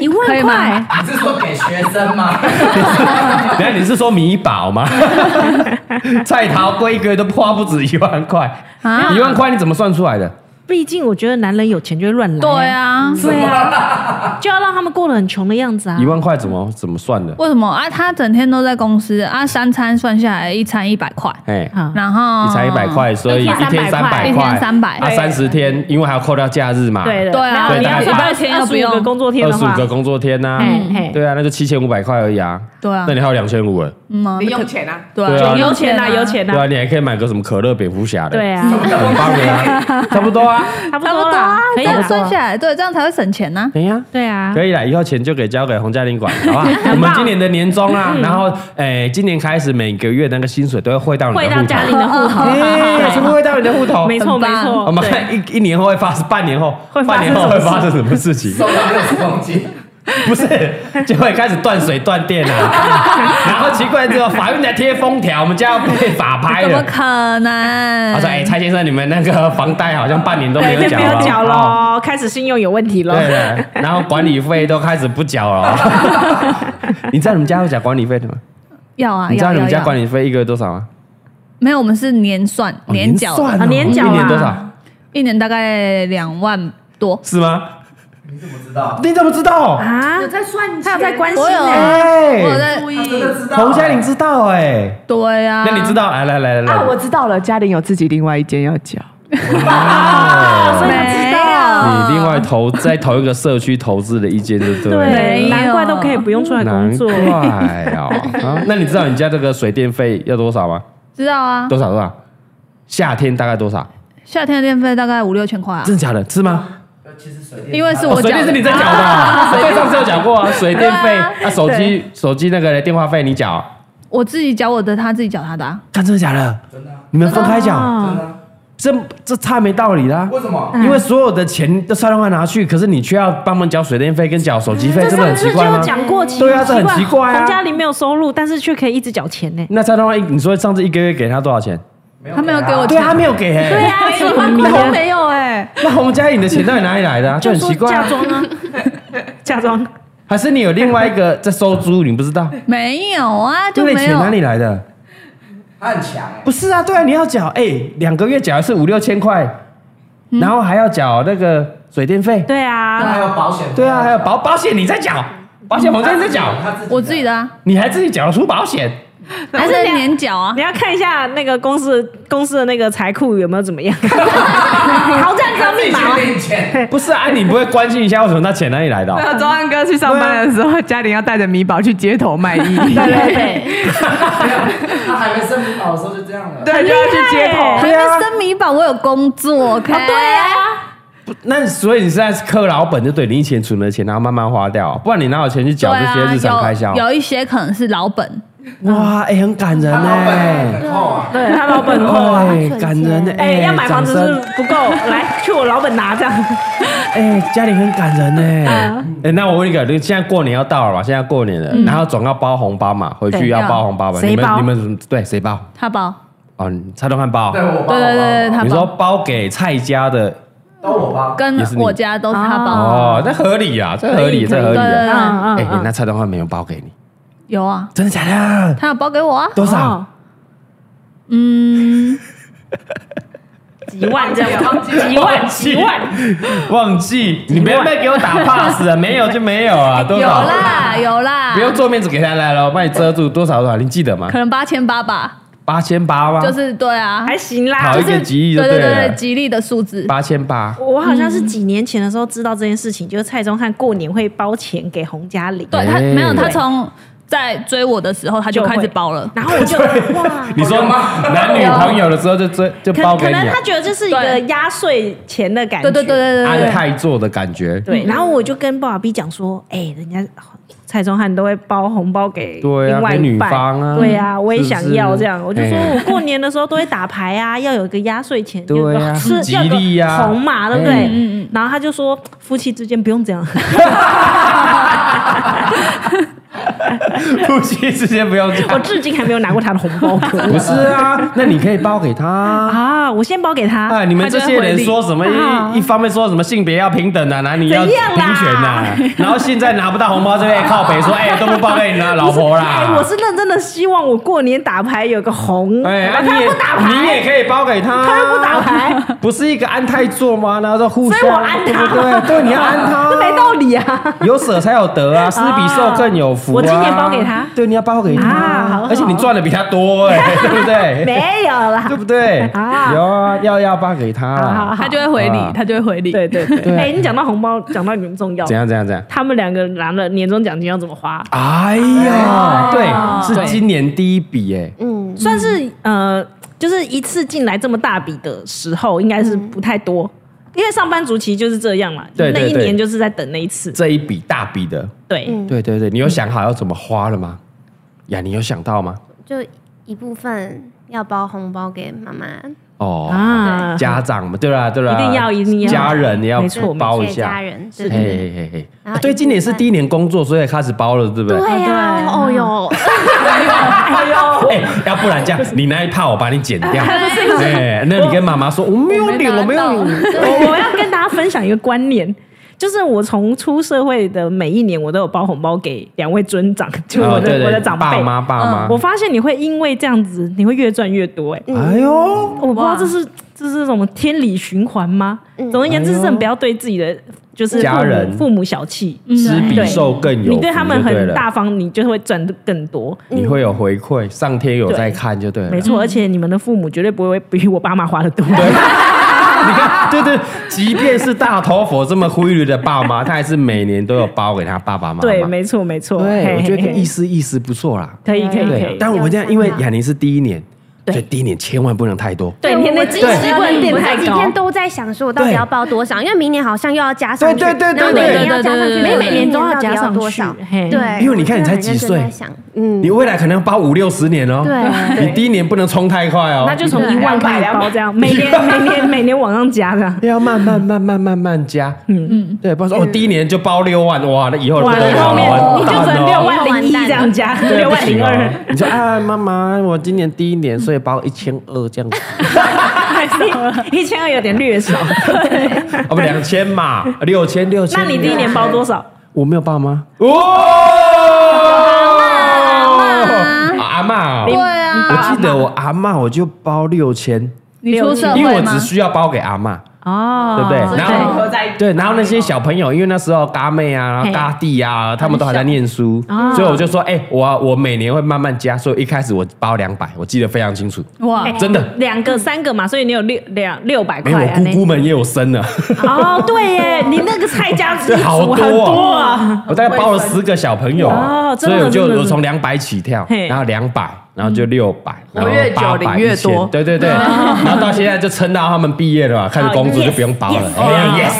Speaker 3: 一万
Speaker 5: 可以
Speaker 3: 块啊
Speaker 5: 吗，
Speaker 6: 你是说给学生吗？
Speaker 2: 等下你是说米宝 吗？蔡桃贵一个月都花不止一万块，
Speaker 5: 啊
Speaker 2: 一万块你怎么算出来的？
Speaker 3: 毕竟我觉得男人有钱就会乱来。
Speaker 5: 对，啊，
Speaker 3: 对啊，就要让他们过得很穷的样子啊
Speaker 2: 一。万块怎么怎么算的？
Speaker 5: 为什么啊？他整天都在公司啊，三餐算下来一餐一百块，
Speaker 2: 哎。
Speaker 3: 啊，
Speaker 5: 然后
Speaker 2: 一餐一百，块，所以
Speaker 3: 一
Speaker 2: 一天
Speaker 3: 天
Speaker 2: 三
Speaker 3: 300
Speaker 2: 百块，
Speaker 3: 块
Speaker 5: 一天300
Speaker 2: 啊，三十天，因为还要扣掉假日嘛，
Speaker 3: 对的，
Speaker 5: 对啊
Speaker 3: 然后你要
Speaker 2: 对
Speaker 3: 算
Speaker 2: 大概
Speaker 3: 到
Speaker 5: 一
Speaker 3: 前
Speaker 5: 天
Speaker 3: 二
Speaker 5: 都
Speaker 3: 十
Speaker 5: 不
Speaker 3: 五
Speaker 5: 用
Speaker 3: 个工作天
Speaker 2: 二
Speaker 3: 的
Speaker 2: 十
Speaker 3: 话
Speaker 2: 五，个工作天呐、
Speaker 3: 嘿嘿
Speaker 2: 对啊，那就七千五百块而已啊。
Speaker 5: 对啊
Speaker 2: 那你还有两千五哎，
Speaker 5: 嗯啊
Speaker 1: 零用钱啊，
Speaker 5: 对
Speaker 2: 对啊
Speaker 5: 啊，
Speaker 3: 有钱啊，有钱
Speaker 2: 对啊，
Speaker 3: 啊，
Speaker 2: 你还可以买个什么可乐蝙蝠侠的，
Speaker 3: 对，啊，
Speaker 2: 很棒的 啊，差不多啊。
Speaker 3: 差不
Speaker 5: 差不
Speaker 3: 多
Speaker 5: 多啊
Speaker 3: 啦，可，以
Speaker 5: 这样
Speaker 3: 啦
Speaker 5: 算下来，对，这样才会省钱呢。
Speaker 2: 哎呀、
Speaker 3: 对啊，
Speaker 2: 可以了，以后钱就给交给洪嘉玲管，好 吧？我们今年的年终
Speaker 3: 嗯
Speaker 2: 啊，然后哎，今年开始每个月那个薪水都会汇到你的
Speaker 3: 汇
Speaker 2: 户
Speaker 3: 到
Speaker 2: 头，
Speaker 3: 家里的户头，
Speaker 2: 哎，全部 汇到你的户头。
Speaker 3: 没错
Speaker 5: 很
Speaker 3: 没
Speaker 5: 棒
Speaker 3: 错，
Speaker 2: 我们
Speaker 3: 哦对
Speaker 2: 看一一年后会发，半年后
Speaker 3: 会，发
Speaker 2: 半年
Speaker 3: 生什
Speaker 2: 后
Speaker 3: 么
Speaker 2: 会发生什么事情？
Speaker 6: 收到六十公斤，
Speaker 2: 不是，就会开始断水断电啊。 然后奇怪之后，法院来贴封条，我们家要被法拍
Speaker 5: 怎么
Speaker 2: 了。
Speaker 5: 可能？
Speaker 2: 哎他说：“哎、蔡先生，你们那个房贷好像半年都没有
Speaker 3: 对，就
Speaker 2: 缴
Speaker 3: 不
Speaker 2: 了
Speaker 3: 用
Speaker 2: 哦，
Speaker 3: 缴喽，开始信用有问题喽
Speaker 2: 对。对，然后管理费都开始不缴了哦。你知道你们家有缴管理费的吗？
Speaker 5: 要啊，
Speaker 2: 你知道
Speaker 5: 要
Speaker 2: 你们家管
Speaker 5: 理
Speaker 2: 理费一个月多少吗？
Speaker 5: 没有？我们是年算
Speaker 2: 哦
Speaker 5: 年缴
Speaker 2: 算哦
Speaker 5: 的，
Speaker 3: 啊年缴啊
Speaker 2: 一年多少？
Speaker 5: 一年大概两万多。
Speaker 2: 是吗？
Speaker 6: 你怎么知道？
Speaker 2: 你怎么知道？
Speaker 3: 啊，
Speaker 1: 在算
Speaker 3: 他有在关心
Speaker 5: 我
Speaker 3: 欸
Speaker 5: 有
Speaker 3: 呢，
Speaker 2: 哎、
Speaker 5: 我有在
Speaker 6: 他真的知道？
Speaker 2: 洪嘉玲知道哎、
Speaker 5: 对啊，
Speaker 2: 那你知道？来来来来
Speaker 7: 啊，
Speaker 2: 来，
Speaker 7: 我知道了，嘉玲有自己另外一间要缴。
Speaker 2: 哦
Speaker 5: 没
Speaker 2: 你另
Speaker 5: 有？
Speaker 2: 外投在同一个社区投资的意见，对不
Speaker 5: 没
Speaker 3: 对，
Speaker 5: 有
Speaker 3: 难怪都可以不用出来工
Speaker 2: 难
Speaker 3: 作
Speaker 2: 怪。哦、啊那你知道你家这个水电费要多少吗？
Speaker 5: 知道啊，
Speaker 2: 多少多少？夏天大概多少？
Speaker 5: 夏天的电费大概五六千块啊，
Speaker 2: 真的假的？是吗？
Speaker 6: 尤其是水电，
Speaker 5: 因为是
Speaker 2: 哦
Speaker 5: 我
Speaker 2: 水
Speaker 5: 缴
Speaker 2: 电是
Speaker 5: 的
Speaker 2: 你在缴的啊，对，上次有讲过啊，水电费
Speaker 5: 对啊
Speaker 2: 啊，手机手机那个电话费你缴啊，
Speaker 5: 我自己缴我的，他自己缴他的啊。
Speaker 2: 看真的假的？
Speaker 6: 真的啊
Speaker 2: 你们分开缴，
Speaker 6: 真
Speaker 3: 啊，
Speaker 6: 的啊，
Speaker 2: 这这太没道理啦。
Speaker 6: 为什么？
Speaker 2: 因为所有的钱都蔡东汉拿去，可是你却要帮忙缴水电费跟缴手机费，
Speaker 3: 这
Speaker 2: 这不
Speaker 3: 上
Speaker 2: 很奇
Speaker 3: 次就
Speaker 2: 怪
Speaker 3: 有
Speaker 2: 吗？
Speaker 3: 讲过，奇
Speaker 2: 对啊这很奇怪啊
Speaker 3: 洪嘉玲没有收入，但是却可以一直缴钱呢。
Speaker 2: 那蔡东汉，哎你说上次一个月给他多少钱？
Speaker 5: 他没有给我
Speaker 2: 对啊，他没有给、欸。
Speaker 3: 对啊，一万
Speaker 2: 块都
Speaker 3: 没有哎，
Speaker 2: 那洪嘉颖的钱到底哪里来的、啊？就很
Speaker 3: 说
Speaker 2: 奇怪、
Speaker 3: 嫁
Speaker 2: 啊。
Speaker 3: 妆 啊，嫁妆
Speaker 2: 还是你有另外一个在收租，你不知道？
Speaker 5: 没有啊，就
Speaker 2: 那你
Speaker 5: 没
Speaker 2: 钱
Speaker 5: 有。
Speaker 2: 哪里来的？
Speaker 6: 他很强哎，
Speaker 2: 不是啊，对啊，你要缴哎，两个月缴一次五六千块，然后还要缴那个水电费，
Speaker 3: 对啊，
Speaker 6: 还有保险，
Speaker 2: 对啊，还有保保险你在缴，保险房间在缴，
Speaker 3: 嗯
Speaker 6: 他自己的
Speaker 5: 我自己的啊，
Speaker 2: 你还自己缴得出保险，
Speaker 5: 还是年缴啊
Speaker 3: 你？要看一下那个公司公司的那个财库有没有怎么样？好，这样知道密码
Speaker 6: 去
Speaker 3: 哦。
Speaker 6: 领钱，
Speaker 2: 不是啊，你不会关心一下为什么那钱哪里来的哦、
Speaker 3: 啊
Speaker 1: 那啊周安哥去上班的时候，嘉玲要带着米宝去街头卖 艺，对，
Speaker 5: 对，
Speaker 6: 他还没生宝的时候就这样了。
Speaker 1: 就要去街头。
Speaker 5: 还没生米宝，我有工作。对啊，
Speaker 2: 那所以你现在是克老本就对，你以前存的钱然后慢慢花掉，哦不然你哪有钱去
Speaker 5: 对
Speaker 2: 缴这些
Speaker 5: 啊，
Speaker 2: 日常开销？
Speaker 5: 有有一些可能是老本，
Speaker 2: 哇，哎、很感人
Speaker 6: 他
Speaker 2: 呢、
Speaker 6: 老板也很厚啊，
Speaker 3: 对他老本厚欸啊，
Speaker 2: 哎感人呢、
Speaker 3: 哎、要买房子
Speaker 2: 掌
Speaker 3: 是
Speaker 2: 声
Speaker 3: 不是不够，来去我老本拿这样。
Speaker 2: 哎、家里很感人呢、哎、
Speaker 3: 嗯
Speaker 2: 那我问你个，你现在过年要到了嘛？现在过年了，然后总要包红包嘛，回去
Speaker 5: 对
Speaker 2: 要
Speaker 5: 要
Speaker 2: 包红包吧？
Speaker 3: 谁
Speaker 2: 你们
Speaker 3: 包
Speaker 2: 你们对谁包？
Speaker 5: 他包。
Speaker 2: 哦，你蔡东汉包。
Speaker 6: 对我包，
Speaker 5: 对对对对，
Speaker 6: 我
Speaker 5: 他
Speaker 2: 你说
Speaker 5: 包，
Speaker 2: 包给蔡家的
Speaker 6: 包都我包，
Speaker 5: 跟
Speaker 2: 也是你
Speaker 5: 我家都是他包。
Speaker 2: 哦，那合理啊，这合理，
Speaker 3: 可以
Speaker 2: 这
Speaker 3: 嗯
Speaker 2: 合
Speaker 5: 对
Speaker 2: 理
Speaker 5: 对
Speaker 2: 啊。
Speaker 5: 对，
Speaker 2: 哎、那蔡东汉没有包给你，
Speaker 5: 有啊，
Speaker 2: 真的假的？
Speaker 5: 他有包给我啊。
Speaker 2: 多少？
Speaker 3: 哦
Speaker 5: 嗯，
Speaker 3: 几万这样，几万几万，
Speaker 2: 忘记，你不要
Speaker 3: 啊
Speaker 2: 再给我打 pass 了，没有就没有啊，多
Speaker 5: 有
Speaker 2: 少？
Speaker 5: 啦有啦
Speaker 2: 不，用做面子给他来了，帮你遮住多少多少，你记得吗
Speaker 5: 可？能八千八吧，
Speaker 2: 八千八吗？
Speaker 5: 就是对啊，
Speaker 3: 还行啦
Speaker 2: 好。一个吉利就
Speaker 5: 对
Speaker 2: 对
Speaker 5: 对
Speaker 2: 了
Speaker 5: 对，，吉利的数字。
Speaker 2: 八千八。
Speaker 3: 我好像是
Speaker 5: 嗯
Speaker 3: 几年前的时候知道这件事情，就是蔡宗翰过年会包钱给洪嘉玲，
Speaker 5: 对他
Speaker 2: 哎
Speaker 5: 没有，他从在追我的时候他就开始包了。
Speaker 3: 然后我就 哇，
Speaker 2: 你说男女朋友的时候就追就包
Speaker 3: 可
Speaker 2: 给
Speaker 3: 可
Speaker 2: 你
Speaker 3: 能
Speaker 2: 啊
Speaker 3: 他，觉得这是一个
Speaker 5: 对
Speaker 3: 压岁钱的感觉，
Speaker 5: 对对嗯对对对
Speaker 2: 安
Speaker 5: 对对，
Speaker 2: 泰座的感觉。
Speaker 3: 对，然后我就跟鲍尔 B 讲说，哎、人家蔡宗翰都会包红包给
Speaker 2: 对啊
Speaker 3: 另外
Speaker 2: 给
Speaker 3: 一
Speaker 2: 女
Speaker 3: 半，
Speaker 2: 方啊
Speaker 3: 对啊，我也
Speaker 2: 是不
Speaker 3: 想
Speaker 2: 是
Speaker 3: 要这样，我就说
Speaker 2: 哎
Speaker 3: 我过年的时候都会打牌啊，要有一个压岁钱，
Speaker 2: 对啊
Speaker 3: 有一个是
Speaker 2: 吉
Speaker 3: 要有个
Speaker 2: 利啊
Speaker 3: 红嘛，对不
Speaker 2: 哎
Speaker 5: 嗯
Speaker 3: 对？然后他就说夫妻之间不用 这样，
Speaker 2: 夫妻之间不用这
Speaker 3: 我
Speaker 2: 样。
Speaker 3: 至今还没有拿过他的红包，可恶
Speaker 2: 不是啊，那你可以包给他啊。
Speaker 3: 啊，我先包给他，
Speaker 2: 哎，你们这些人说什么
Speaker 3: 啊
Speaker 2: 一一方面说什么性别要平等啊，男女要
Speaker 3: 怎
Speaker 2: 平
Speaker 3: 样啦
Speaker 2: 权 呐，然后现在拿不到红包这边靠北说，哎，都不包给你啦，老婆
Speaker 3: 哎、
Speaker 2: 啦
Speaker 3: 我。是认真的，希望我过年打牌有个红，
Speaker 2: 哎，啊、
Speaker 3: 他
Speaker 2: 你也
Speaker 3: 又不打牌，
Speaker 2: 你也啊可以包给他，
Speaker 3: 他又不打牌，
Speaker 2: 不是一个安泰座吗？然后就互相，
Speaker 3: 所以我安他
Speaker 2: 对不对？对，你要安 他，
Speaker 3: 这没道理 啊。
Speaker 2: 有舍才有得 啊，施比受更有福、啊。
Speaker 3: 我今年包给他
Speaker 2: 对，你要包给他，
Speaker 3: 啊好好啊
Speaker 2: 而且你赚的比他多、 哎，对不对？
Speaker 3: 没有啦
Speaker 2: 对，不对？
Speaker 3: 啊
Speaker 2: 有啊，要要包给他啦。
Speaker 3: 好好
Speaker 5: 他就会回
Speaker 2: 啊
Speaker 5: 礼，他就会回礼。
Speaker 3: 对对对。
Speaker 2: 对
Speaker 3: 哎、你讲到红包，讲到你们重要
Speaker 2: 怎，样怎样怎样？
Speaker 3: 他们两个拿了年终奖金要怎么花？
Speaker 2: 哎呀，
Speaker 3: 哎
Speaker 2: 对，是今年第一笔哎、
Speaker 4: 嗯，
Speaker 3: 算是呃，就是一次进来这么大笔的时候，应该是不太多。因为上班族其实就是这样嘛，
Speaker 2: 嗯对对
Speaker 3: 那一
Speaker 2: 对
Speaker 3: 年就是在等那一次。
Speaker 2: 这一笔大笔的，
Speaker 3: 对，
Speaker 4: 嗯
Speaker 2: 对对对，你有想好要怎么花了吗？呀，你有想到吗？
Speaker 4: 就一部分要包红包给妈妈，
Speaker 2: 哦，
Speaker 3: 啊，
Speaker 2: 家长嘛，对啦对啦，
Speaker 3: 一定要一定要
Speaker 2: 家人也要
Speaker 3: 没错
Speaker 2: 包一
Speaker 4: 谢谢家
Speaker 2: 下。
Speaker 4: 人，
Speaker 2: 嘿
Speaker 4: 对对对
Speaker 2: 嘿嘿嘿啊
Speaker 4: 然后
Speaker 2: 对，
Speaker 4: 一部
Speaker 2: 今年是第一年工作，所以开始包了，对不对？
Speaker 4: 对呀，哦哟，
Speaker 2: 哎，要不然 这样，你那一趴我把你剪掉。哎，那你跟妈妈说，我没有领，我没有领。
Speaker 3: 我我要跟大家分享一个观念，就是我从出社会的每一年，我都有包红包给两位尊长， 就我
Speaker 2: 哦
Speaker 3: 的、
Speaker 2: 对对
Speaker 3: 我的长辈嗯
Speaker 2: 爸。妈爸妈
Speaker 3: 我。发现你会因为这样子，你会越赚越多、哎、
Speaker 2: 哎呦，
Speaker 3: 我不知道
Speaker 5: 哇
Speaker 3: 这是这是什么天理循环吗？
Speaker 4: 嗯
Speaker 3: 总而言之，
Speaker 2: 哎呦
Speaker 3: 真的不要对自己的就是
Speaker 2: 家
Speaker 3: 父母
Speaker 2: 人
Speaker 3: 父母小气，
Speaker 2: 施比
Speaker 3: 嗯对
Speaker 2: 受更有福，
Speaker 3: 你对他们
Speaker 2: 就
Speaker 3: 很
Speaker 2: 了
Speaker 3: 大，方，你就会赚得更多。
Speaker 2: 你会有回馈，上天有在看就对了。
Speaker 3: 嗯没错，而且你们的父母绝对不会比我爸妈花的多。
Speaker 2: 你看，对对，即便是大头佛这么规律的爸妈，他还是每年都有包给他爸爸妈妈。
Speaker 3: 对，没错，没错。
Speaker 2: 对，
Speaker 3: 嘿
Speaker 2: 我觉得
Speaker 3: 嘿
Speaker 2: 可
Speaker 3: 嘿
Speaker 2: 以意思意思不错啦。
Speaker 3: 可以，可以，可
Speaker 2: 对
Speaker 3: 以，。
Speaker 2: 但我这样，因为
Speaker 4: 有想法
Speaker 2: 雅宁是第一年，
Speaker 3: 对
Speaker 2: 所以第一年千万不能太多。
Speaker 3: 对，
Speaker 4: 我
Speaker 3: 你的
Speaker 4: 我
Speaker 3: 知
Speaker 4: 今
Speaker 3: 识
Speaker 4: 天
Speaker 3: 观点
Speaker 4: 我
Speaker 3: 太
Speaker 4: 这几
Speaker 3: 高
Speaker 4: 天。都在想，说我到底
Speaker 2: 对
Speaker 4: 要包多少？因为明年好像又要加上去，
Speaker 2: 对对对
Speaker 4: 然后每
Speaker 2: 对
Speaker 4: 年要加上去，
Speaker 5: 对对对
Speaker 4: 所以
Speaker 5: 每
Speaker 3: 年都要
Speaker 4: 到底
Speaker 3: 加上去
Speaker 4: 多少
Speaker 3: 嘿？
Speaker 4: 对，
Speaker 2: 因为你看你才几岁
Speaker 4: 我真的很认真在想，嗯，
Speaker 2: 你未来可能要包五六十年哦。
Speaker 4: 对
Speaker 2: 你第一年不能冲太快哦。
Speaker 3: 那就从一万开始包这样，每年 每年每年往上加这样。
Speaker 2: 要慢慢慢慢慢慢加，嗯嗯，对，不然说哦，第一一年就包六万，哇，那以后不
Speaker 3: 哇，
Speaker 2: 得
Speaker 3: 后
Speaker 2: 了
Speaker 3: 面
Speaker 2: 了，
Speaker 3: 你就只
Speaker 2: 完蛋
Speaker 3: 能
Speaker 2: 哦
Speaker 3: 六万零一这样加，
Speaker 2: 对
Speaker 3: 六
Speaker 2: 不
Speaker 3: 万
Speaker 2: 行
Speaker 3: 零
Speaker 2: 哦
Speaker 3: 二，
Speaker 2: 你 说啊，妈妈，我今年第一年，所以包一千二这样子，
Speaker 3: 还是一千二有点略少。
Speaker 2: 哦不，两千嘛，六千六千。
Speaker 3: 那你第一年包多少？
Speaker 2: 我没有爸 妈。哦，阿妈，
Speaker 5: 对
Speaker 2: 我
Speaker 5: 啊，
Speaker 2: 记得我阿妈我就包六千，
Speaker 5: 你出社
Speaker 2: 因为
Speaker 5: 会
Speaker 2: 我
Speaker 5: 吗
Speaker 2: 只？需要包给阿妈。
Speaker 3: 哦，
Speaker 2: 对不对？然
Speaker 3: 对
Speaker 2: 后对，然后那些小朋友，因为那时候嘎妹啊、然后
Speaker 3: 嘿
Speaker 2: 嘎弟啊，他们都还在念书，
Speaker 3: 哦
Speaker 2: 所以我就说，哎、我我每年会慢慢加，所以一开始我包两百，我记得非常清楚，
Speaker 5: 哇，
Speaker 2: 真的。
Speaker 3: 两个三个嘛，所以你有六两六百
Speaker 2: 没
Speaker 3: 块
Speaker 2: 有，我
Speaker 3: 啊
Speaker 2: 姑姑们也有生啊 了，
Speaker 3: 那哦，对耶，你那个菜家子
Speaker 2: 这好
Speaker 3: 煮
Speaker 2: 多
Speaker 3: 很
Speaker 2: 哦
Speaker 3: 多啊，
Speaker 2: 我大概包了十个小朋友，啊
Speaker 3: 哦真
Speaker 2: 所
Speaker 3: 的
Speaker 2: 以我就
Speaker 3: 真的
Speaker 2: 我从两百起跳
Speaker 3: 嘿，嗯
Speaker 2: 然后两百，然后就六百，然后
Speaker 7: 我越久
Speaker 2: 八百，
Speaker 7: 领越多
Speaker 2: 1000对对对，
Speaker 3: 啊
Speaker 2: 然后到现在就撑到他们毕业了嘛，啊开始工作
Speaker 3: 哦
Speaker 2: 就不用包了
Speaker 3: yes，
Speaker 2: 哎呀，yes，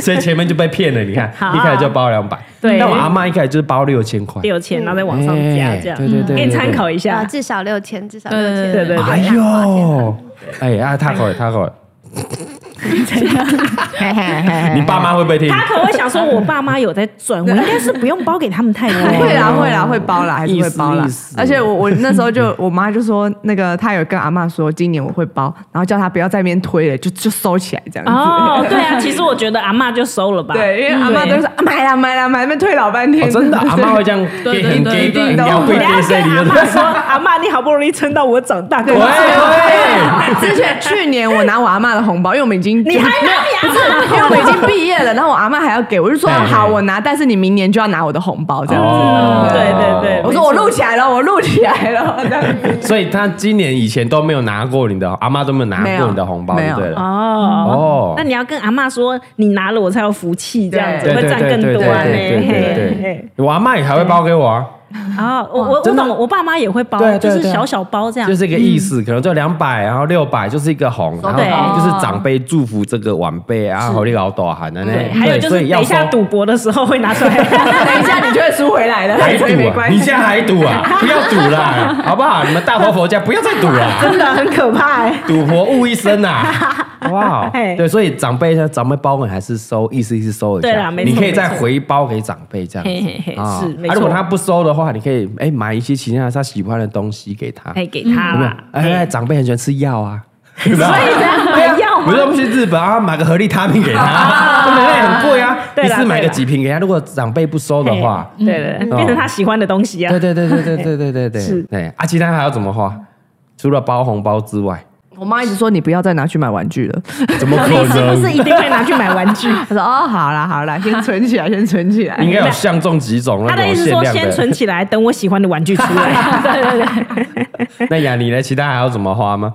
Speaker 2: 所以 前面就被骗了，你看
Speaker 3: 好
Speaker 2: 一开始就包两百，
Speaker 3: 对
Speaker 2: 但我阿妈一开始就是包六千块，
Speaker 3: 六千，然后再往上加
Speaker 2: 哎
Speaker 3: 这样，
Speaker 2: 对对对对
Speaker 3: 给你参
Speaker 2: 对
Speaker 3: 考一
Speaker 4: 啊，
Speaker 3: 下，
Speaker 4: 至少六千，至少
Speaker 5: 对
Speaker 4: 六
Speaker 5: 对
Speaker 4: 千，
Speaker 5: 对
Speaker 3: 对对
Speaker 2: 哎呦，哎啊，他口了，他 口了， 你爸妈会不会听？
Speaker 3: 他可能会想说，我爸妈有在赚，我应该是不用包给他们太多。
Speaker 7: 会啦，会啦，会包啦，还是
Speaker 2: 意
Speaker 7: 会
Speaker 2: 思
Speaker 7: 包啦
Speaker 2: 意思。
Speaker 7: 而且我我那时候就我妈就说，那个她有跟阿嬷说，今年我会包，然后叫她不要在那边推了，就就收起来这样子。
Speaker 3: 哦，对啊，其实我觉得阿嬷就收了吧，
Speaker 7: 对，因为阿
Speaker 3: 对
Speaker 7: 嬷都是啊买啦买啦买，那边推老半天。
Speaker 2: 哦 真的，阿妈会这样
Speaker 5: 对
Speaker 2: 给
Speaker 5: 对
Speaker 2: 很
Speaker 5: 对
Speaker 2: 给
Speaker 5: 对
Speaker 2: 很
Speaker 7: 对
Speaker 2: 高贵
Speaker 3: 你要
Speaker 2: 给谁
Speaker 3: 跟
Speaker 2: 你
Speaker 3: 阿
Speaker 2: 的？
Speaker 3: 妈说，阿妈，你好不容易撑到我长大，跟我
Speaker 2: 喂
Speaker 7: 之前去年我拿我阿嬷的红包，因为我们已经
Speaker 3: 你还拿你
Speaker 7: 不是，因为我们已经毕业了，然后我阿嬷还要给我，就说
Speaker 2: 对对
Speaker 7: 好我拿，但是你明年就要拿我的红包这样子。
Speaker 2: 哦
Speaker 3: 对对对
Speaker 7: 我说我录起来了，我录起来 了，这样子
Speaker 2: 所以他今年以前都没有拿过你的，阿妈都没有拿过你的红包，
Speaker 7: 没
Speaker 2: 对
Speaker 7: 有
Speaker 2: 不对了？
Speaker 3: 哦。
Speaker 2: 哦
Speaker 3: 那，你要跟阿嬷说，你拿了我才有福气，这样子
Speaker 2: 对
Speaker 3: 会
Speaker 2: 对
Speaker 3: 赚
Speaker 2: 对
Speaker 3: 更
Speaker 2: 对对
Speaker 3: 多啊。
Speaker 2: 对对
Speaker 3: 嘿
Speaker 2: 对
Speaker 3: 嘿
Speaker 2: 对，我阿妈也还会包给我啊，
Speaker 3: 哦，我我我懂，我爸妈也会包
Speaker 2: 对，啊
Speaker 3: 就
Speaker 2: 对啊
Speaker 3: 是
Speaker 2: 对啊
Speaker 3: 小小包这样
Speaker 2: 就。是一个意思，可能就两百，然后六百就是一个红，然后就是长辈祝福这个晚辈啊，好你老大喊的呢
Speaker 3: 对，，还有就
Speaker 2: 所
Speaker 3: 是
Speaker 2: 以
Speaker 3: 等
Speaker 2: 要
Speaker 3: 一
Speaker 2: 收
Speaker 3: 下赌博的时候会拿出来。
Speaker 7: 等一下你就会输回来了，
Speaker 2: 还赌
Speaker 7: 所以 没
Speaker 2: 啊？
Speaker 7: 关
Speaker 2: 你
Speaker 7: 系。
Speaker 2: 现在还赌啊？不要赌啦，好不好？你们大佛佛家不要再赌了，
Speaker 3: 真的很可怕哎、
Speaker 2: 赌博误一生 啊！哇
Speaker 3: 嘿，
Speaker 2: 对，所以长辈呢，长辈包给还是收，意思意思收一下，
Speaker 3: 对啦没错
Speaker 2: 你可以再回包给长辈这样子
Speaker 3: 嘿嘿嘿
Speaker 2: 啊
Speaker 3: 是没
Speaker 2: 啊
Speaker 3: 错
Speaker 2: 如果他不收的话，你可以哎买一些其他他喜欢的东西给他，
Speaker 3: 可以给他
Speaker 2: 有没有
Speaker 3: 啦？，
Speaker 2: 哎，哎长辈很喜欢吃药 啊。所以买
Speaker 3: 药吗
Speaker 2: 不是他们去日本啊，买个合力他命给 他，对不对？很贵啊，
Speaker 3: 对
Speaker 2: 你
Speaker 3: 啦
Speaker 2: 是买
Speaker 3: 对
Speaker 2: 个
Speaker 3: 啦
Speaker 2: 几瓶给他。如果长辈不收的话，
Speaker 3: 对对对，变成他喜欢的东西啊
Speaker 2: 对。对对对对对对对对，
Speaker 3: 是
Speaker 2: 对。啊，其他还要怎么花？除了包红包之外，
Speaker 7: 我妈一直说你不要再拿去买玩具了。
Speaker 2: 怎么可
Speaker 3: 你 是不是
Speaker 2: 能？
Speaker 3: 一定会拿去买玩具？
Speaker 7: 她说哦，好啦好啦，先存起来，先存起 来。
Speaker 2: 应该有相中几种那
Speaker 3: 他的意
Speaker 2: 种
Speaker 3: 思
Speaker 2: 限
Speaker 3: 说
Speaker 2: 量
Speaker 3: 先存
Speaker 2: 的。
Speaker 3: 起来，等我喜欢的玩具出 来。
Speaker 2: 那雅尼呢？其他还要怎么花吗？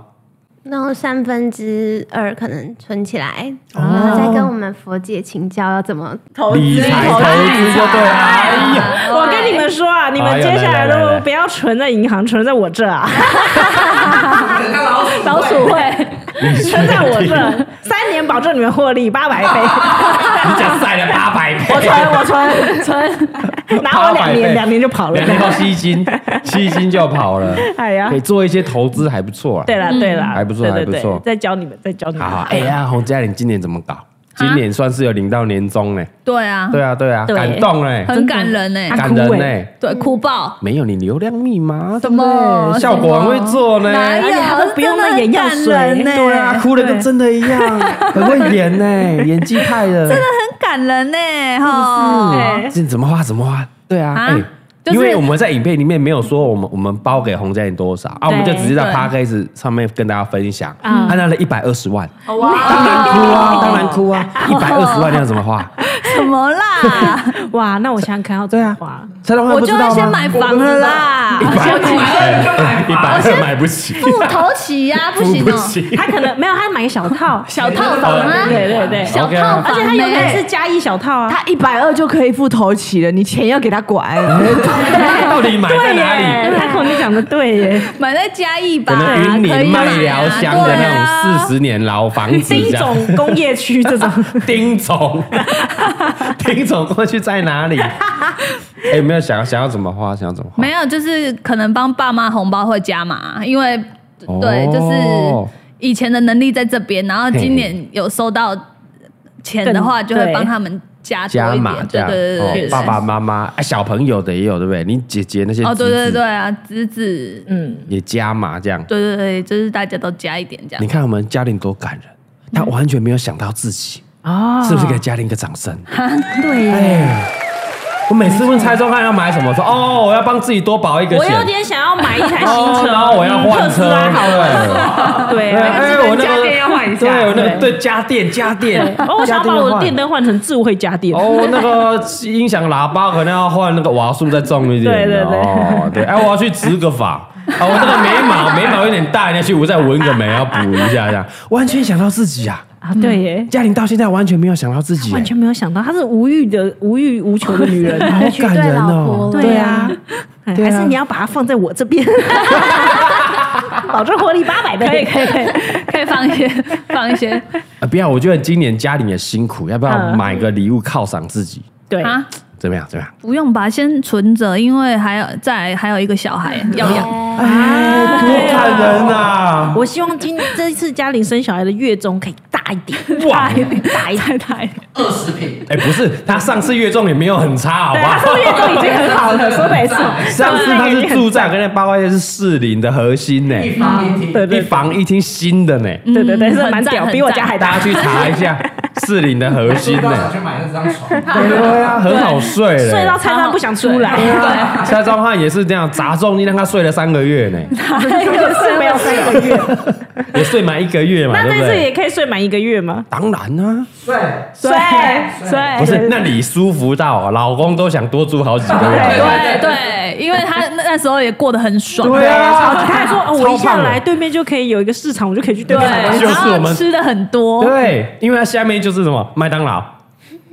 Speaker 4: 然后三分之二可能存起来，然后再跟我们佛姐请教要怎么
Speaker 2: 理财投资就对了。
Speaker 5: 啊
Speaker 2: 哎呀，
Speaker 3: 我跟你们说啊，你们接下
Speaker 2: 来来
Speaker 3: 来
Speaker 2: 来来
Speaker 3: 都不要存在银行，存在我这 啊，
Speaker 5: 老鼠会，
Speaker 3: 存在我这，三年保证你们获利八百倍，
Speaker 2: 你讲晒了八百倍，
Speaker 3: 我存我存存， 拿我两
Speaker 2: 800倍
Speaker 3: 年，两年就跑了
Speaker 2: 两。天后吸金， 吸金就跑了。
Speaker 3: 哎呀
Speaker 2: 可以做一些投资，还不错啊。
Speaker 3: 对啦对啦，
Speaker 2: 还不错
Speaker 3: 对对
Speaker 2: 还不错
Speaker 3: 对再教你们，再教你
Speaker 2: 好
Speaker 3: 们
Speaker 2: 好，。哎呀，洪嘉玲今年怎么搞？今年算是有领到年终呢。
Speaker 5: 对啊，
Speaker 2: 对啊对啊，
Speaker 3: 对
Speaker 2: 感动哎，
Speaker 5: 很感人呢，
Speaker 3: 啊
Speaker 2: 感人
Speaker 3: 哭
Speaker 2: 呢
Speaker 3: 哎。
Speaker 5: 对，哭爆。
Speaker 2: 没有你流量密码，
Speaker 5: 怎么
Speaker 2: 对不对效果很会做呢。
Speaker 5: 哪有
Speaker 3: 而且他都不用那眼药水
Speaker 5: 真的很感人呢
Speaker 2: 对啊，哭的跟真的一样，很会演呢，演技派的。真的
Speaker 5: 很感人呢，哈，
Speaker 2: 这怎么画怎么画？对啊，
Speaker 5: 哎啊
Speaker 2: 哎。
Speaker 5: 就是
Speaker 2: 因为我们在影片里面没有说我们我们包给洪嘉颖多少啊，我们就直接在
Speaker 5: 对啊
Speaker 2: p a c k a g e 上面跟大家分享，
Speaker 3: 嗯
Speaker 2: 他拿了一百二十万，
Speaker 5: 哦
Speaker 7: 哇，
Speaker 2: 当然哭啊，当然哭啊，一百二十万你要怎么 花？
Speaker 5: 什么啦？
Speaker 3: 哇，那我想想看要怎么 花。
Speaker 2: 蔡东华
Speaker 5: 我
Speaker 2: 不知
Speaker 5: 就
Speaker 2: 道
Speaker 5: 会
Speaker 2: 吗？
Speaker 5: 先买房了啦，先
Speaker 2: 一百二买不起，
Speaker 5: 付头 期呀，不行
Speaker 2: 不
Speaker 5: 哦，
Speaker 2: 起。
Speaker 3: 他可能没有，他买个 小套，
Speaker 5: 小套房啊，
Speaker 3: 对对对，
Speaker 5: 小套房
Speaker 3: 而且
Speaker 5: 呢，
Speaker 3: 他有可能是加一小套啊。
Speaker 7: 她一百二就可以付头期了，你钱要给她 管。
Speaker 5: 哎
Speaker 2: 到底买在
Speaker 3: 对
Speaker 2: 哪里？
Speaker 3: 耶，他可能讲的对耶，
Speaker 5: 买在嘉义吧，
Speaker 2: 可能云
Speaker 5: 可以啊
Speaker 2: 林
Speaker 5: 买啊
Speaker 2: 麦寮乡的那种四
Speaker 5: 十，
Speaker 2: 十年老房子，
Speaker 3: 丁
Speaker 2: 这样
Speaker 3: 总工业 区这种，
Speaker 2: 丁 总，丁总过去在哪里？哎，没有想想要怎么花，想要怎么花？
Speaker 5: 没有，就是可能帮爸妈红包会加码，因为
Speaker 2: 哦
Speaker 5: 对，就是以前的能力在这边，然后今年有收到钱的话，
Speaker 3: 更
Speaker 5: 就会帮他们加多
Speaker 2: 加
Speaker 5: 一
Speaker 2: 码
Speaker 5: 点，
Speaker 2: 这
Speaker 5: 对
Speaker 2: 样，
Speaker 5: 对对对，
Speaker 2: 哦爸爸妈妈哎，小朋友的也有对不对？你姐姐那些
Speaker 5: 哦，对
Speaker 2: 侄
Speaker 5: 对
Speaker 2: 子
Speaker 5: 对啊，侄子，
Speaker 3: 嗯，
Speaker 2: 也加码这样。
Speaker 5: 对啊对对，就是大家都加一点这样
Speaker 2: 你。看我们嘉玲多感人，她完全没有想到自己，
Speaker 3: 哦
Speaker 2: 是不是给嘉玲一个掌声？
Speaker 3: 对耶？
Speaker 2: 哎，我每次问蔡宗汉要买什么，说哦，我要帮自己多保一个
Speaker 3: 我
Speaker 2: 险
Speaker 3: 有。点想要买一台新
Speaker 2: 哦，
Speaker 3: 车，嗯
Speaker 2: 然后我要换
Speaker 3: 特斯
Speaker 2: 车，
Speaker 3: 拉好了，
Speaker 2: 对，
Speaker 3: 对
Speaker 2: 对，
Speaker 3: 啊。
Speaker 2: 哎，我那
Speaker 1: 家电要
Speaker 2: 个，
Speaker 1: 换一
Speaker 2: 对，
Speaker 1: 下
Speaker 2: 我，那个
Speaker 3: 对
Speaker 2: 对家电家电，
Speaker 3: 哦，我想
Speaker 2: 家电
Speaker 3: 要把
Speaker 2: 要
Speaker 3: 我的
Speaker 2: 换
Speaker 3: 电灯换成智慧家电。
Speaker 2: 哦，那个音响喇叭可能要换那个瓦数再重一点。
Speaker 3: 对对对
Speaker 2: 哦，对，哎，我要去植个发，啊，我那个眉毛眉毛有点大，要去我再纹个眉，要补一下这样。完全想到自己啊，
Speaker 3: 啊，对耶，
Speaker 2: 嘉玲到现在完全没有想到自己，欸
Speaker 3: 完全没有想到她是无欲的、无欲无求的 女人。
Speaker 2: 好感人哦。
Speaker 3: 对啊，哎还是你要把它放在我这边， 保证活力八百倍。
Speaker 5: 可以可以可以可以 放一些放一些
Speaker 2: 啊，不要，我觉得今年嘉玲也辛苦，要不要
Speaker 3: 嗯
Speaker 2: 买个礼物犒赏自己？
Speaker 3: 对，
Speaker 5: 啊，
Speaker 2: 怎么样？怎么样？
Speaker 5: 不用吧，先存着，因为还有再来还有一个小 孩要养。
Speaker 2: 哎，多感人啊！
Speaker 3: 我希望今这一次嘉玲生小孩的月中可以大一点，
Speaker 2: 哇，
Speaker 3: 大一点，大一点。
Speaker 6: 二十平，
Speaker 2: 哎，不是，他上次月中也没有很差，好不
Speaker 3: 对，啊她
Speaker 2: 好？
Speaker 3: 说月中已经很好了，说没错。
Speaker 2: 上次 他是住在跟那八卦街是士林的核心呢、
Speaker 6: 一房一厅，
Speaker 3: 对
Speaker 2: 一
Speaker 3: 对
Speaker 2: 房一厅新的呢、
Speaker 3: 对对对，
Speaker 5: 嗯
Speaker 3: 是蛮
Speaker 5: 很赞
Speaker 3: 屌，
Speaker 5: 很
Speaker 3: 比我
Speaker 5: 赞
Speaker 3: 家还
Speaker 2: 大
Speaker 3: 大
Speaker 2: 家。去查一 下士林的核心
Speaker 6: 我
Speaker 2: 呢、
Speaker 6: 刚想去买那张床，
Speaker 2: 对啊，很好睡嘞、
Speaker 3: 睡到菜单不想出来， 对，
Speaker 2: 蔡宗汉也是这样砸中，你让他睡了三个月呢、
Speaker 3: 也是没有三个月。
Speaker 2: 也睡满一个月嘛，
Speaker 3: 那
Speaker 2: 对不
Speaker 3: 这次
Speaker 2: 对？
Speaker 3: 也可以睡满一个月吗？
Speaker 2: 当然啊，
Speaker 6: 对，
Speaker 3: 睡睡，
Speaker 2: 不是，那你舒服到、啊老公都想多住好几个
Speaker 6: 对
Speaker 2: 月。
Speaker 5: 对对，因为他那那时候也过得很爽，
Speaker 2: 对啊，
Speaker 3: 他还说哦，我一
Speaker 2: 超
Speaker 3: 下
Speaker 2: 棒
Speaker 3: 来
Speaker 2: 的
Speaker 3: 对面就可以有一个市场，我就可以去对
Speaker 5: 对，
Speaker 3: 面买东西
Speaker 2: 就是
Speaker 5: 然
Speaker 2: 我
Speaker 5: 后
Speaker 2: 们
Speaker 5: 吃的很多，
Speaker 2: 对，因为他下面就是什么麦当劳，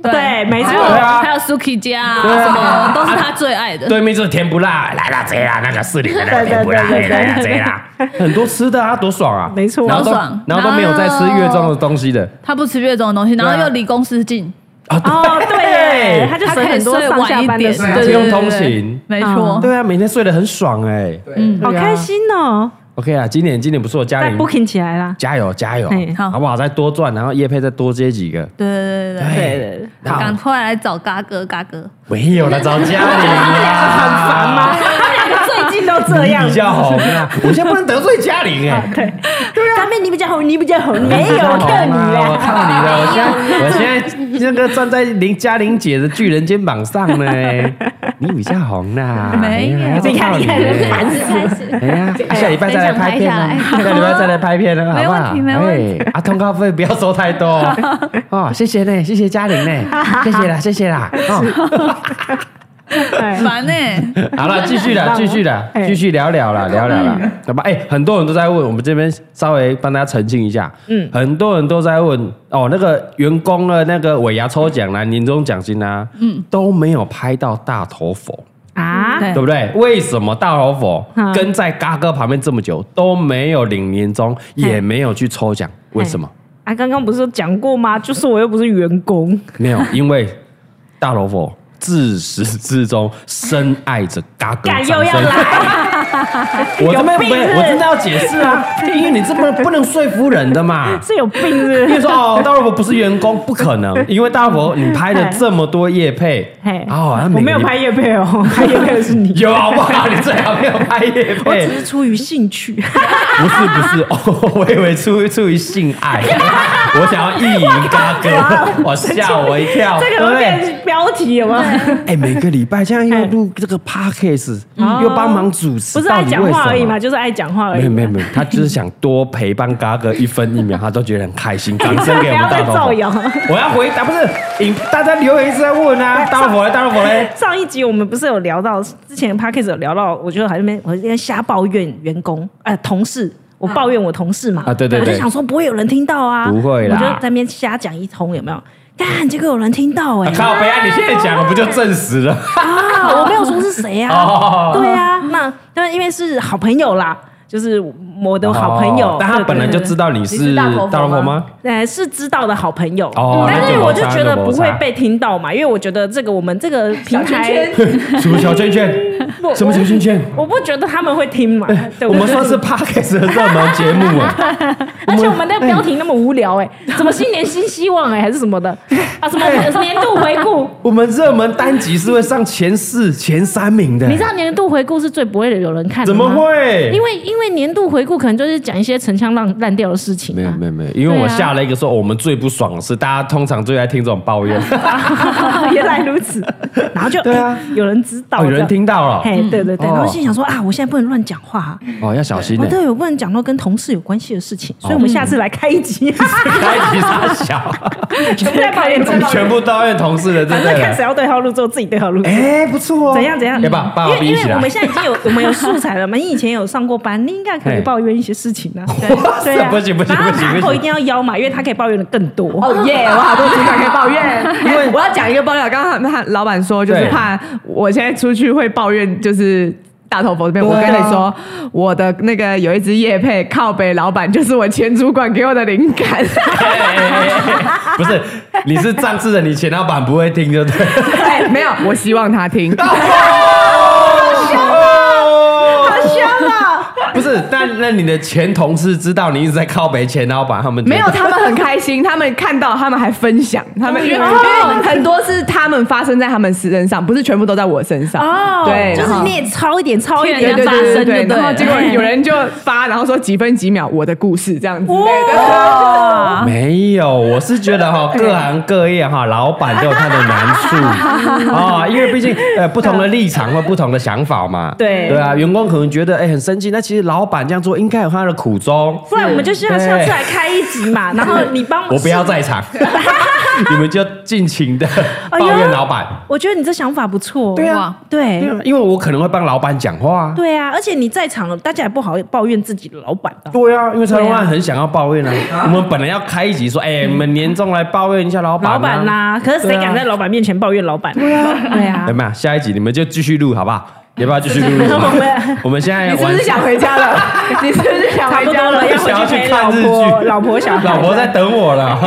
Speaker 3: 对没错
Speaker 5: 还有
Speaker 2: 对啊
Speaker 5: 还有 Suki 家啊
Speaker 2: 对啊
Speaker 5: 什么都是他最爱的，
Speaker 2: 对面就是甜不辣，来啦贼啦，那个士林的那个甜不辣，
Speaker 3: 对对对对对
Speaker 2: 来啦贼啦，很多吃的啊，多爽啊！
Speaker 3: 没错
Speaker 2: 然后都
Speaker 5: 好爽
Speaker 2: 然后都没有在吃月中的东西的
Speaker 5: 他不吃月中的东西，然后
Speaker 2: 对啊
Speaker 5: 又离公司近，
Speaker 2: 啊，
Speaker 3: 哦，对耶，他
Speaker 2: 对啊
Speaker 3: 就
Speaker 5: 他
Speaker 3: 省
Speaker 5: 可以
Speaker 3: 很多
Speaker 5: 睡
Speaker 3: 上下
Speaker 5: 晚一
Speaker 3: 班的
Speaker 5: 点，
Speaker 3: 时
Speaker 5: 对
Speaker 3: 嗯
Speaker 2: 不
Speaker 5: 对
Speaker 2: 用
Speaker 5: 对
Speaker 2: 通
Speaker 5: 对
Speaker 2: 勤
Speaker 5: 没
Speaker 3: 哦
Speaker 5: 错，
Speaker 2: 对啊，每天睡得很爽哎。
Speaker 6: 对，
Speaker 3: 好开心哦，
Speaker 2: OK 啊，今年今年不错，嘉
Speaker 3: 再
Speaker 2: 玲
Speaker 3: booking 起来 啦。
Speaker 2: 加油加油
Speaker 3: 嘿，
Speaker 5: 好
Speaker 2: 好不好？再多赚，然后叶佩再多接几个。
Speaker 5: 对对对对
Speaker 2: 对
Speaker 3: 对对
Speaker 5: 对，赶快来找嘎哥嘎哥，
Speaker 2: 没有了，找嘉玲啦，很烦吗？
Speaker 3: 他们两个最近都 这样
Speaker 2: 你比，较红 啊，我现在不能得罪嘉玲哎。
Speaker 5: 啊
Speaker 3: 他们你比较红，你比较红，没有我看你
Speaker 2: 啊！我
Speaker 3: 啊。
Speaker 2: 靠你的！我现在我现在那个站在林嘉玲姐的巨人肩膀上 呢，你比较红啦，
Speaker 5: 没有
Speaker 2: 哎呀
Speaker 3: 你看你看
Speaker 2: 我靠
Speaker 4: 烦
Speaker 2: 你
Speaker 4: 死开始。
Speaker 2: 哎 呀，啊下礼拜再来拍片啊！ 下礼拜再来拍片啊了，好
Speaker 5: 哎没
Speaker 2: 不
Speaker 5: 问
Speaker 2: 好？
Speaker 5: 题没问
Speaker 2: 哎啊，通告费不 要收太 多哦哦，谢谢呢，谢谢嘉玲呢，谢谢啦，谢谢啦。哦，
Speaker 5: 烦呢，
Speaker 2: 好了，继 续了，继续了，
Speaker 3: 哎
Speaker 2: 继续聊聊
Speaker 5: 嗯
Speaker 2: 了，聊聊了，好吧？哎，很多人都在问，我们这边稍微帮大家澄清一下，嗯，很多人都在问哦，那个员工的那个尾牙抽奖啦、年终奖金啦，嗯，都没有拍到大头佛，
Speaker 3: 啊，
Speaker 5: 对
Speaker 2: 对不对？为什么大头佛
Speaker 3: 嗯
Speaker 2: 跟在嘎哥旁边这么久都没有领年终，也没有去抽奖？为什么？
Speaker 3: 啊，刚刚不是有讲过吗？就是我又不是员工，
Speaker 2: 没 有，因为大头佛自始至终深爱着嘎哥。
Speaker 3: 干又要
Speaker 2: 掌声
Speaker 3: 来，
Speaker 2: 我这边
Speaker 3: 有病
Speaker 2: 没有
Speaker 3: 是不是
Speaker 2: 我真的要解释啊，因为你这么不能说服人的 嘛。
Speaker 3: 是有病是不是
Speaker 2: 因为说哦，大老婆不是员工，不可 能，因为大老婆你拍了这么多夜配
Speaker 3: 嘿，，
Speaker 2: 哦，那每个
Speaker 3: 我没有
Speaker 2: 礼
Speaker 3: 拍叶配哦，拍叶配的是你，
Speaker 2: 有好不好？你最好没有拍夜
Speaker 3: 我
Speaker 2: 配，
Speaker 3: 只是出于兴趣，
Speaker 2: 不是不是哦， 我以为出于出于性爱， 我想要意淫嘎哥，我吓我一跳，
Speaker 3: 这
Speaker 2: 对
Speaker 3: 个
Speaker 2: 不
Speaker 3: 会
Speaker 2: 对？
Speaker 3: 变标题有吗？
Speaker 2: 哎，每个礼拜这样又录这个 podcast，又帮忙主持，
Speaker 3: 哦不是
Speaker 2: 到
Speaker 3: 爱
Speaker 2: 底
Speaker 3: 讲
Speaker 2: 为
Speaker 3: 话
Speaker 2: 什
Speaker 3: 而已
Speaker 2: 么
Speaker 3: 嘛，就是爱讲话而
Speaker 2: 没
Speaker 3: 已
Speaker 2: 有
Speaker 3: 嘛。
Speaker 2: 没有没有，他就是想多陪伴嘎哥一分一秒，他都觉得很开心。掌声给我们大头
Speaker 3: 不要再造谣
Speaker 2: 佛！我要回答，不是，你大家留言一直在问 啊，大头佛嘞，大头佛嘞。
Speaker 3: 上一集我们不是有聊到，之前 p a c k a g e 有聊到，我就还在那边，我在瞎抱怨员工，呃，同事，我抱怨我同事嘛，
Speaker 2: 啊对对对
Speaker 3: 我就想说不会有人听到啊，
Speaker 2: 不会啦
Speaker 3: 我就在那边瞎讲一通，有没有？干，结果有人听到哎、
Speaker 2: 靠北啊！你现在讲了不就证实 了？
Speaker 3: 啊，我没有说是谁啊
Speaker 2: 哦，
Speaker 3: 对啊， 那但因为是好朋友啦，就是我的好朋友，
Speaker 2: 哦但他本来就知道你
Speaker 5: 你
Speaker 2: 是
Speaker 5: 是大头佛吗
Speaker 2: 大头佛吗？
Speaker 3: 呃，是知道的好朋友，
Speaker 2: 哦
Speaker 3: 但
Speaker 2: 那
Speaker 3: 是
Speaker 2: 就
Speaker 3: 我
Speaker 2: 没
Speaker 3: 就
Speaker 2: 差
Speaker 3: 觉得
Speaker 2: 就没
Speaker 3: 不会
Speaker 2: 差
Speaker 3: 被听到嘛，因为我觉得这个我们这个平台，
Speaker 2: 什么小圈圈？
Speaker 3: 我
Speaker 2: 什么小圈圈？
Speaker 3: 我不觉得他们会听 嘛，对
Speaker 2: 我
Speaker 3: 不对
Speaker 2: 们算是 podcast 的热门节目 啊！
Speaker 3: 而且我们那个标题那么无聊 哎、什么新年新希望哎、还是什么的啊，什么 年度回顾？
Speaker 2: 我们热门单集是会上前四、前三名的
Speaker 3: 你，知道年度回顾是最不会有人看的
Speaker 2: 怎
Speaker 3: 吗
Speaker 2: 么？会？
Speaker 3: 因为因为
Speaker 8: 为年度回顾可能就是讲一些陈腔烂烂掉的事情、啊，
Speaker 2: 没有 没有没有，因为我
Speaker 8: 对啊
Speaker 2: 下了一个说、哦我们最不爽的是，大家通常最爱听这种抱 怨，
Speaker 3: 哦原来如 此，然后就
Speaker 2: 对啊
Speaker 3: 哎有人知道，
Speaker 2: 哦，有人听到了
Speaker 3: 这，样，嘿，对对对，
Speaker 2: 哦
Speaker 3: 然后心想说啊，我现在不能乱讲话啊，
Speaker 2: 哦，要小心
Speaker 3: 哦
Speaker 2: 呢、
Speaker 3: 对，我不能讲到跟同事有关系的事情，所以我
Speaker 2: 哦
Speaker 3: 们下次来开一 集，
Speaker 2: 开题傻小，
Speaker 3: 全部在抱怨自己，
Speaker 2: 全部都怨同事的，对
Speaker 3: 反
Speaker 2: 不
Speaker 3: 正看
Speaker 2: 对
Speaker 3: 谁？要对号入座，自己对号入座。
Speaker 2: 哎，不错哦，
Speaker 3: 怎样怎样？
Speaker 2: 要不要把我
Speaker 3: 因为
Speaker 2: 逼
Speaker 3: 因
Speaker 2: 起
Speaker 3: 为我
Speaker 2: 来
Speaker 3: 们？现在已经有我们有素材了嘛，你以前有上过班，你应该可以
Speaker 2: 嘿
Speaker 3: 抱怨一些事情 呢。
Speaker 2: 哎哇塞
Speaker 3: 对啊，
Speaker 2: 不行不行
Speaker 3: 然后
Speaker 2: 不行
Speaker 3: 然
Speaker 2: 不
Speaker 3: 后
Speaker 2: 行
Speaker 3: 一定要邀嘛，因为他可以抱怨的更多。
Speaker 1: 哦耶，我好多主管可以抱怨，
Speaker 7: 因为哎我要讲一个爆料，刚刚他他老板说，就是
Speaker 2: 对
Speaker 7: 怕我现在出去会抱怨，就是。大头佛这边，我
Speaker 2: 对啊
Speaker 7: 跟你说，我的那个有一只叶配靠北老板，就是我前主管给我的灵 感。
Speaker 2: 哎哎哎哎不是， 你是仗势的，你前老板不会听，对不对？
Speaker 7: 哎没有，我希望他听。
Speaker 3: 啊
Speaker 2: 哦，好香啊！不是，但那你的前同事知道你一直在靠北前老板，他们觉得
Speaker 7: 没有，他们很开心，他们看到，他们还分享，他们因为因为很多是他们发生在他们身上，不是全部都在我身上。
Speaker 3: 哦
Speaker 7: 对，
Speaker 3: 就是
Speaker 7: 然后
Speaker 3: 你也超一点，超一
Speaker 5: 骗
Speaker 3: 点
Speaker 7: 对
Speaker 5: 人
Speaker 7: 对
Speaker 5: 家
Speaker 7: 对
Speaker 5: 发
Speaker 7: 对
Speaker 5: 生
Speaker 7: 对
Speaker 5: 就
Speaker 7: 对，
Speaker 5: 对
Speaker 7: 然后
Speaker 5: 了
Speaker 7: 结果有人就发，然后说几分几秒我的故事这样子。对对
Speaker 3: 哇，
Speaker 2: 没有，我是觉得哈，各行各业哈，老板都有他的难 处啊，因为毕竟呃不同的立场或不同的想法嘛。
Speaker 3: 对
Speaker 2: 对啊，员工可能觉得哎很生气，那其实老板这样做应该有他的苦衷。
Speaker 3: 不然我们就希望
Speaker 2: 对
Speaker 3: 下次来开一集嘛，然后你帮
Speaker 2: 我不要。在 场，你们就尽情的
Speaker 3: 哎
Speaker 2: 抱
Speaker 3: 呦
Speaker 2: 怨老板。
Speaker 3: 我觉得你这想法不错，
Speaker 2: 对
Speaker 5: 哇
Speaker 2: 啊，对
Speaker 3: 对
Speaker 2: 啊，因为我可能会帮老板讲话啊。
Speaker 3: 对啊，而且你在场了，大家也不好抱怨自己的老板吧。
Speaker 2: 对啊，因为蔡老板很想要抱怨啊。我们本来要开一集说，哎，我们年终来抱怨一下老板。
Speaker 3: 老板
Speaker 2: 啊
Speaker 3: 呐、可是谁敢在老板面前抱怨老板？对啊，对啊
Speaker 2: 有，没有？下一集你们就继续录好不好？要不要继续录？ 我们现在
Speaker 7: 你是不
Speaker 2: 晚
Speaker 7: 是
Speaker 2: 上
Speaker 7: 想回家 了？你是不是想
Speaker 3: 差
Speaker 7: 回
Speaker 3: 不
Speaker 7: 家
Speaker 3: 多
Speaker 7: 了
Speaker 3: 了，？要
Speaker 2: 想要
Speaker 3: 回
Speaker 2: 去
Speaker 3: 陪
Speaker 2: 看
Speaker 3: 老
Speaker 2: 日
Speaker 3: 婆、
Speaker 2: 剧，
Speaker 3: 老婆、小孩。
Speaker 2: 老婆在等我了。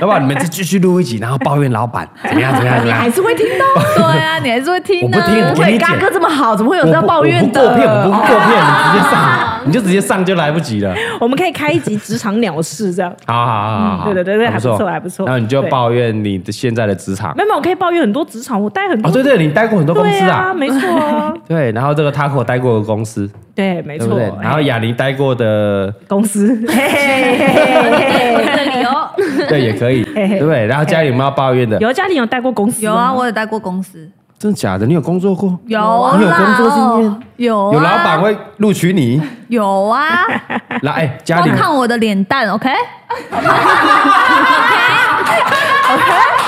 Speaker 2: 老板，你们就继续录一集，然后抱怨老板怎么样怎么样怎么样
Speaker 7: 还。是会听到。
Speaker 5: 对啊，你还是会听
Speaker 2: 我不听
Speaker 5: 呢。
Speaker 2: 我理
Speaker 5: 会
Speaker 2: 解
Speaker 5: 嘎哥这么好，怎么会有人要
Speaker 2: 我不
Speaker 5: 抱怨的？
Speaker 2: 我不过片，我不过片，你直接上，你就直接上就来不及了。
Speaker 3: 我们可以开一集职场鸟事这样。
Speaker 2: 好好好好好，
Speaker 3: 嗯对对对对
Speaker 2: 不
Speaker 3: 还不错还不错
Speaker 2: 然后你就
Speaker 3: 对
Speaker 2: 抱怨你的现在的职场
Speaker 3: 没。有，没有我可以抱怨很多职场，我待很多。
Speaker 2: 哦，对对，你待过很多公司
Speaker 3: 对
Speaker 2: 啊
Speaker 3: 啊，。没错啊，
Speaker 2: 对，然后这个 Taco 待过的公司，
Speaker 3: 对，没
Speaker 2: 对
Speaker 3: 错哎
Speaker 2: 不。对？然后雅尼待过的，
Speaker 3: 公司， 嘿嘿嘿嘿嘿
Speaker 5: 我的理由
Speaker 2: 对，也可以，对不对？然后家里有没有抱怨的？
Speaker 3: 有家里有带过公司
Speaker 5: 有
Speaker 3: 吗
Speaker 5: 啊，我有待过公司，
Speaker 2: 真的假的？你有工作过？
Speaker 5: 有
Speaker 2: 你有
Speaker 5: 啦
Speaker 2: 工作经验？，
Speaker 5: 有
Speaker 2: 有
Speaker 5: 啊
Speaker 2: 老板会录取你？
Speaker 5: 有啊，
Speaker 2: 来，哎，家
Speaker 5: 光
Speaker 2: 里
Speaker 5: 看我的脸蛋，OK？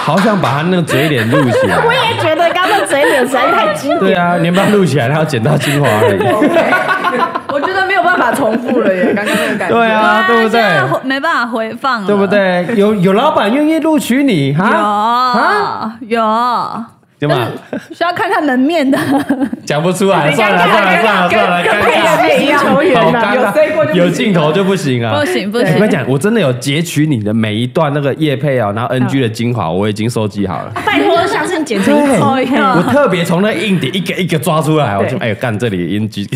Speaker 2: 好想把他那个嘴脸录起来。
Speaker 8: 也觉得刚刚嘴脸实在太精
Speaker 2: 对啊，你要不要录起来，然后剪到精华而已。
Speaker 7: 我觉得没有办法重复了 耶，刚刚那个感觉。
Speaker 2: 对啊，对不
Speaker 5: 现在
Speaker 2: 对？
Speaker 5: 回没办法回放了，
Speaker 2: 对不？对？有有老板愿意录取你哈？啊
Speaker 5: 有有，
Speaker 2: 对吧？
Speaker 5: 需要看看门面的。
Speaker 2: 讲不出来， 算了算了算了算了，尴
Speaker 8: 啊
Speaker 2: 尬。
Speaker 7: 配音球
Speaker 2: 好
Speaker 7: 员
Speaker 2: 尴
Speaker 7: 呐，有谁过
Speaker 2: 尬，有镜头就不行啊！
Speaker 5: 不行不
Speaker 2: 我
Speaker 5: 行
Speaker 2: 跟你讲，我真的有截取你的每一段那个叶配哦，然后 NG 的精华，我已经收集好了。
Speaker 3: 拜托，下次你剪成一
Speaker 2: 对
Speaker 3: 集。
Speaker 2: 我特别从那硬碟一个一个抓出来，我就
Speaker 3: 对
Speaker 2: 哎呦干这里 NG，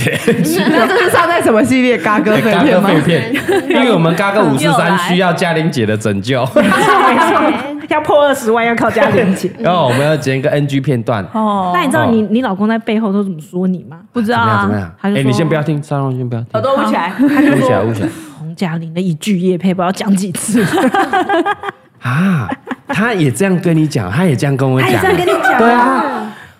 Speaker 7: 那这是上在什么系 列？嘎哥
Speaker 2: 哎
Speaker 7: 废
Speaker 2: 嘎
Speaker 7: 片
Speaker 2: 哥
Speaker 7: 吗？
Speaker 2: 废片，因为我们嘎哥五四
Speaker 5: 又
Speaker 2: 三
Speaker 5: 来
Speaker 2: 需要嘉玲姐的拯 救，
Speaker 3: 没错，要破二十万要靠家里剪。
Speaker 2: 然哦后我们要剪一个 NG 片段，
Speaker 5: 哦
Speaker 3: 那你知道你你老公在背后都怎么说你吗？
Speaker 5: 不知道
Speaker 2: 怎么样怎么
Speaker 5: 啊，
Speaker 2: 样？
Speaker 3: 他就
Speaker 2: 哎，
Speaker 3: 说
Speaker 2: 你先不要听，三龙先不要听，
Speaker 7: 朵捂起来。
Speaker 2: 录起来录起来
Speaker 3: 洪嘉玲的一句夜配，不知道讲几 次。
Speaker 2: 啊！他也这样跟你讲，他也这样跟我讲，
Speaker 3: 他也这样跟你讲
Speaker 2: 对啊。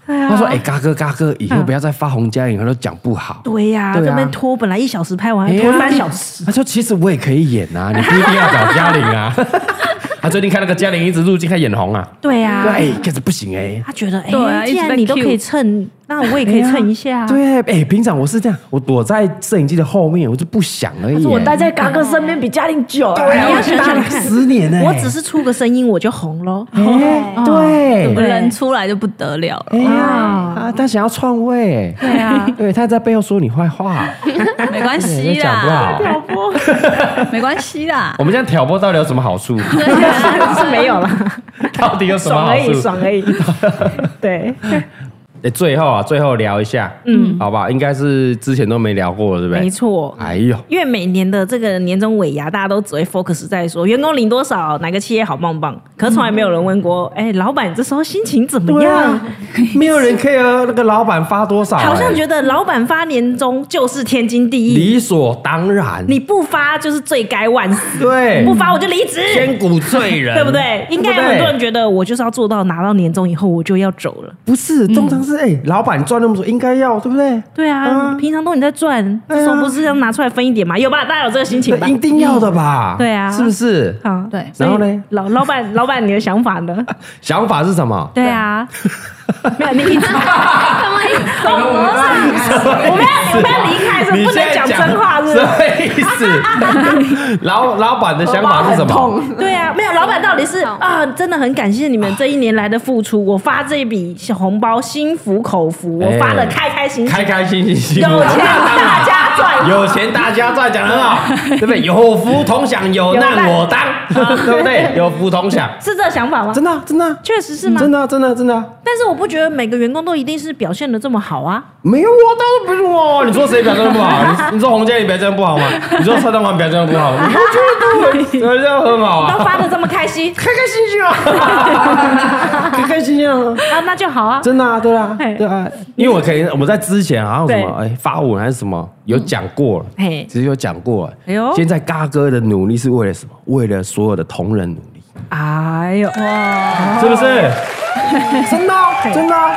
Speaker 2: 他说：“哎，嘎哥，嘎哥，以后不要再发红加影，他都讲不好。”
Speaker 3: 对呀、
Speaker 2: 对啊
Speaker 3: 这边拖本来一小时拍完，
Speaker 2: 哎
Speaker 3: 还
Speaker 2: 呀
Speaker 3: 拖三小时。
Speaker 2: 他说：“其实我也可以演啊，你不一定要找嘉玲啊。” 他最近看那个嘉玲一直入境，看眼红啊，
Speaker 3: 对呀、
Speaker 2: 对，哎可是不行哎。
Speaker 3: 他觉得哎、
Speaker 5: 对啊
Speaker 3: 既
Speaker 5: 一直
Speaker 3: 然
Speaker 5: 被
Speaker 3: 你都可
Speaker 5: cue
Speaker 3: 以蹭，那我也可以蹭一下、啊。
Speaker 2: 对，哎，平常我是这样，我躲在摄影机的后面，我就不想而已。我
Speaker 8: 待在嘎哥身边比嘉玲久、啊，
Speaker 3: 你要想想看，
Speaker 2: 十年呢，
Speaker 3: 我只是出个声音我就红 喽。
Speaker 2: 哎对
Speaker 5: 我人出来就不得了了。
Speaker 2: 哎呀啊，他想要篡位，对啊，对，他在背后说你坏话，
Speaker 5: 没关
Speaker 2: 哎你
Speaker 5: 系
Speaker 2: 讲不
Speaker 5: 啦，
Speaker 2: 好。
Speaker 5: 没关系啦
Speaker 2: 我。们这样挑拨到底有什么好处？哎
Speaker 3: 是没有了，
Speaker 2: 到底有什么
Speaker 3: 爽
Speaker 2: 好
Speaker 3: 而 已，
Speaker 2: 处？
Speaker 3: 爽而已。对，
Speaker 2: 诶最后啊，最后聊一下，嗯，好不好？应该是之前都没聊过，对不对？
Speaker 3: 没。错。
Speaker 2: 哎呦，
Speaker 3: 因为每年的这个年终尾牙，大家都只会 focus 在说员工领多少，哪个企业好棒棒，可从来没有人问过，哎、老板这时候心情怎么
Speaker 2: 对
Speaker 3: 样
Speaker 2: 啊？，没有人 care 那个老板发多少、
Speaker 3: 好像
Speaker 2: 得
Speaker 3: 觉得老板发年终就是天经地义，
Speaker 2: 理所当然。
Speaker 3: 你不发就是罪该万死，
Speaker 2: 对，
Speaker 3: 不发我就离职，
Speaker 2: 千古罪人，
Speaker 3: 对不对？应该
Speaker 2: 嗯
Speaker 3: 有
Speaker 2: 对不对
Speaker 3: 很多人觉得我就是要做到拿到年终以后我就要走了。
Speaker 2: 不是，通常
Speaker 3: 嗯
Speaker 2: 是哎、老板赚那么多，应该要对不对？
Speaker 3: 对啊，平常都你在赚，
Speaker 2: 嗯对啊
Speaker 3: 这时候不是要拿出来分一点吗？有吧？大家有这个心情吧
Speaker 2: 那？一定要的吧？
Speaker 3: 对啊
Speaker 2: 是不是？
Speaker 3: 啊，
Speaker 5: 对
Speaker 3: 所
Speaker 2: 然
Speaker 3: 以
Speaker 2: 后呢
Speaker 3: 老 老板，老板，你的想法呢？
Speaker 2: 想法是什么？
Speaker 3: 对啊， 没有你 一直
Speaker 6: 可能我
Speaker 3: 我
Speaker 6: 们
Speaker 3: 们要我们要离开，是不
Speaker 2: 你
Speaker 3: 是不
Speaker 2: 现在
Speaker 3: 能讲
Speaker 2: 讲
Speaker 3: 真话，是不
Speaker 2: 什
Speaker 3: 是？
Speaker 2: 么意 思？老老板的想法是什么？
Speaker 3: 对啊，没有老板到底是啊，真的很感谢你们这一年来的付出，我发这笔小红包心服口服，我发了
Speaker 2: 哎
Speaker 3: 开开心心，
Speaker 2: 开开心心幸福
Speaker 3: 有钱大家 赚，
Speaker 2: 有钱大家赚，讲得很 好，对不对？有福同享，有难我当， 对不对？有福同享，
Speaker 3: 是这个想法吗？
Speaker 2: 真的啊真的啊
Speaker 3: 确实是吗？
Speaker 2: 真的啊真的啊真的啊，
Speaker 3: 但是我不觉得每个员工都一定是表现的这么好 啊。
Speaker 2: 没有啊，当然不是我。你说谁表现得不 好？你你说洪嘉玲表现得不好吗？你说蔡东华表现得不好 吗？我觉得都很表现得很好
Speaker 3: 都
Speaker 2: 啊，
Speaker 3: 发的这么开心
Speaker 2: 开开心心 啊，开开心心啊。
Speaker 3: 啊，那就好啊。
Speaker 2: 真的啊， 对啊，
Speaker 3: 嘿
Speaker 2: 对啊，因为我可能我们在之前好像什么
Speaker 3: 对
Speaker 2: 哎发文还是什么有讲过了，
Speaker 3: 嗯嘿
Speaker 2: 其实有讲过了。
Speaker 3: 哎呦
Speaker 2: 现在嘎哥的努力是为了什么？为了所有的同仁努力，
Speaker 3: 哎呦，
Speaker 2: 是不是？真的啊，真的啊，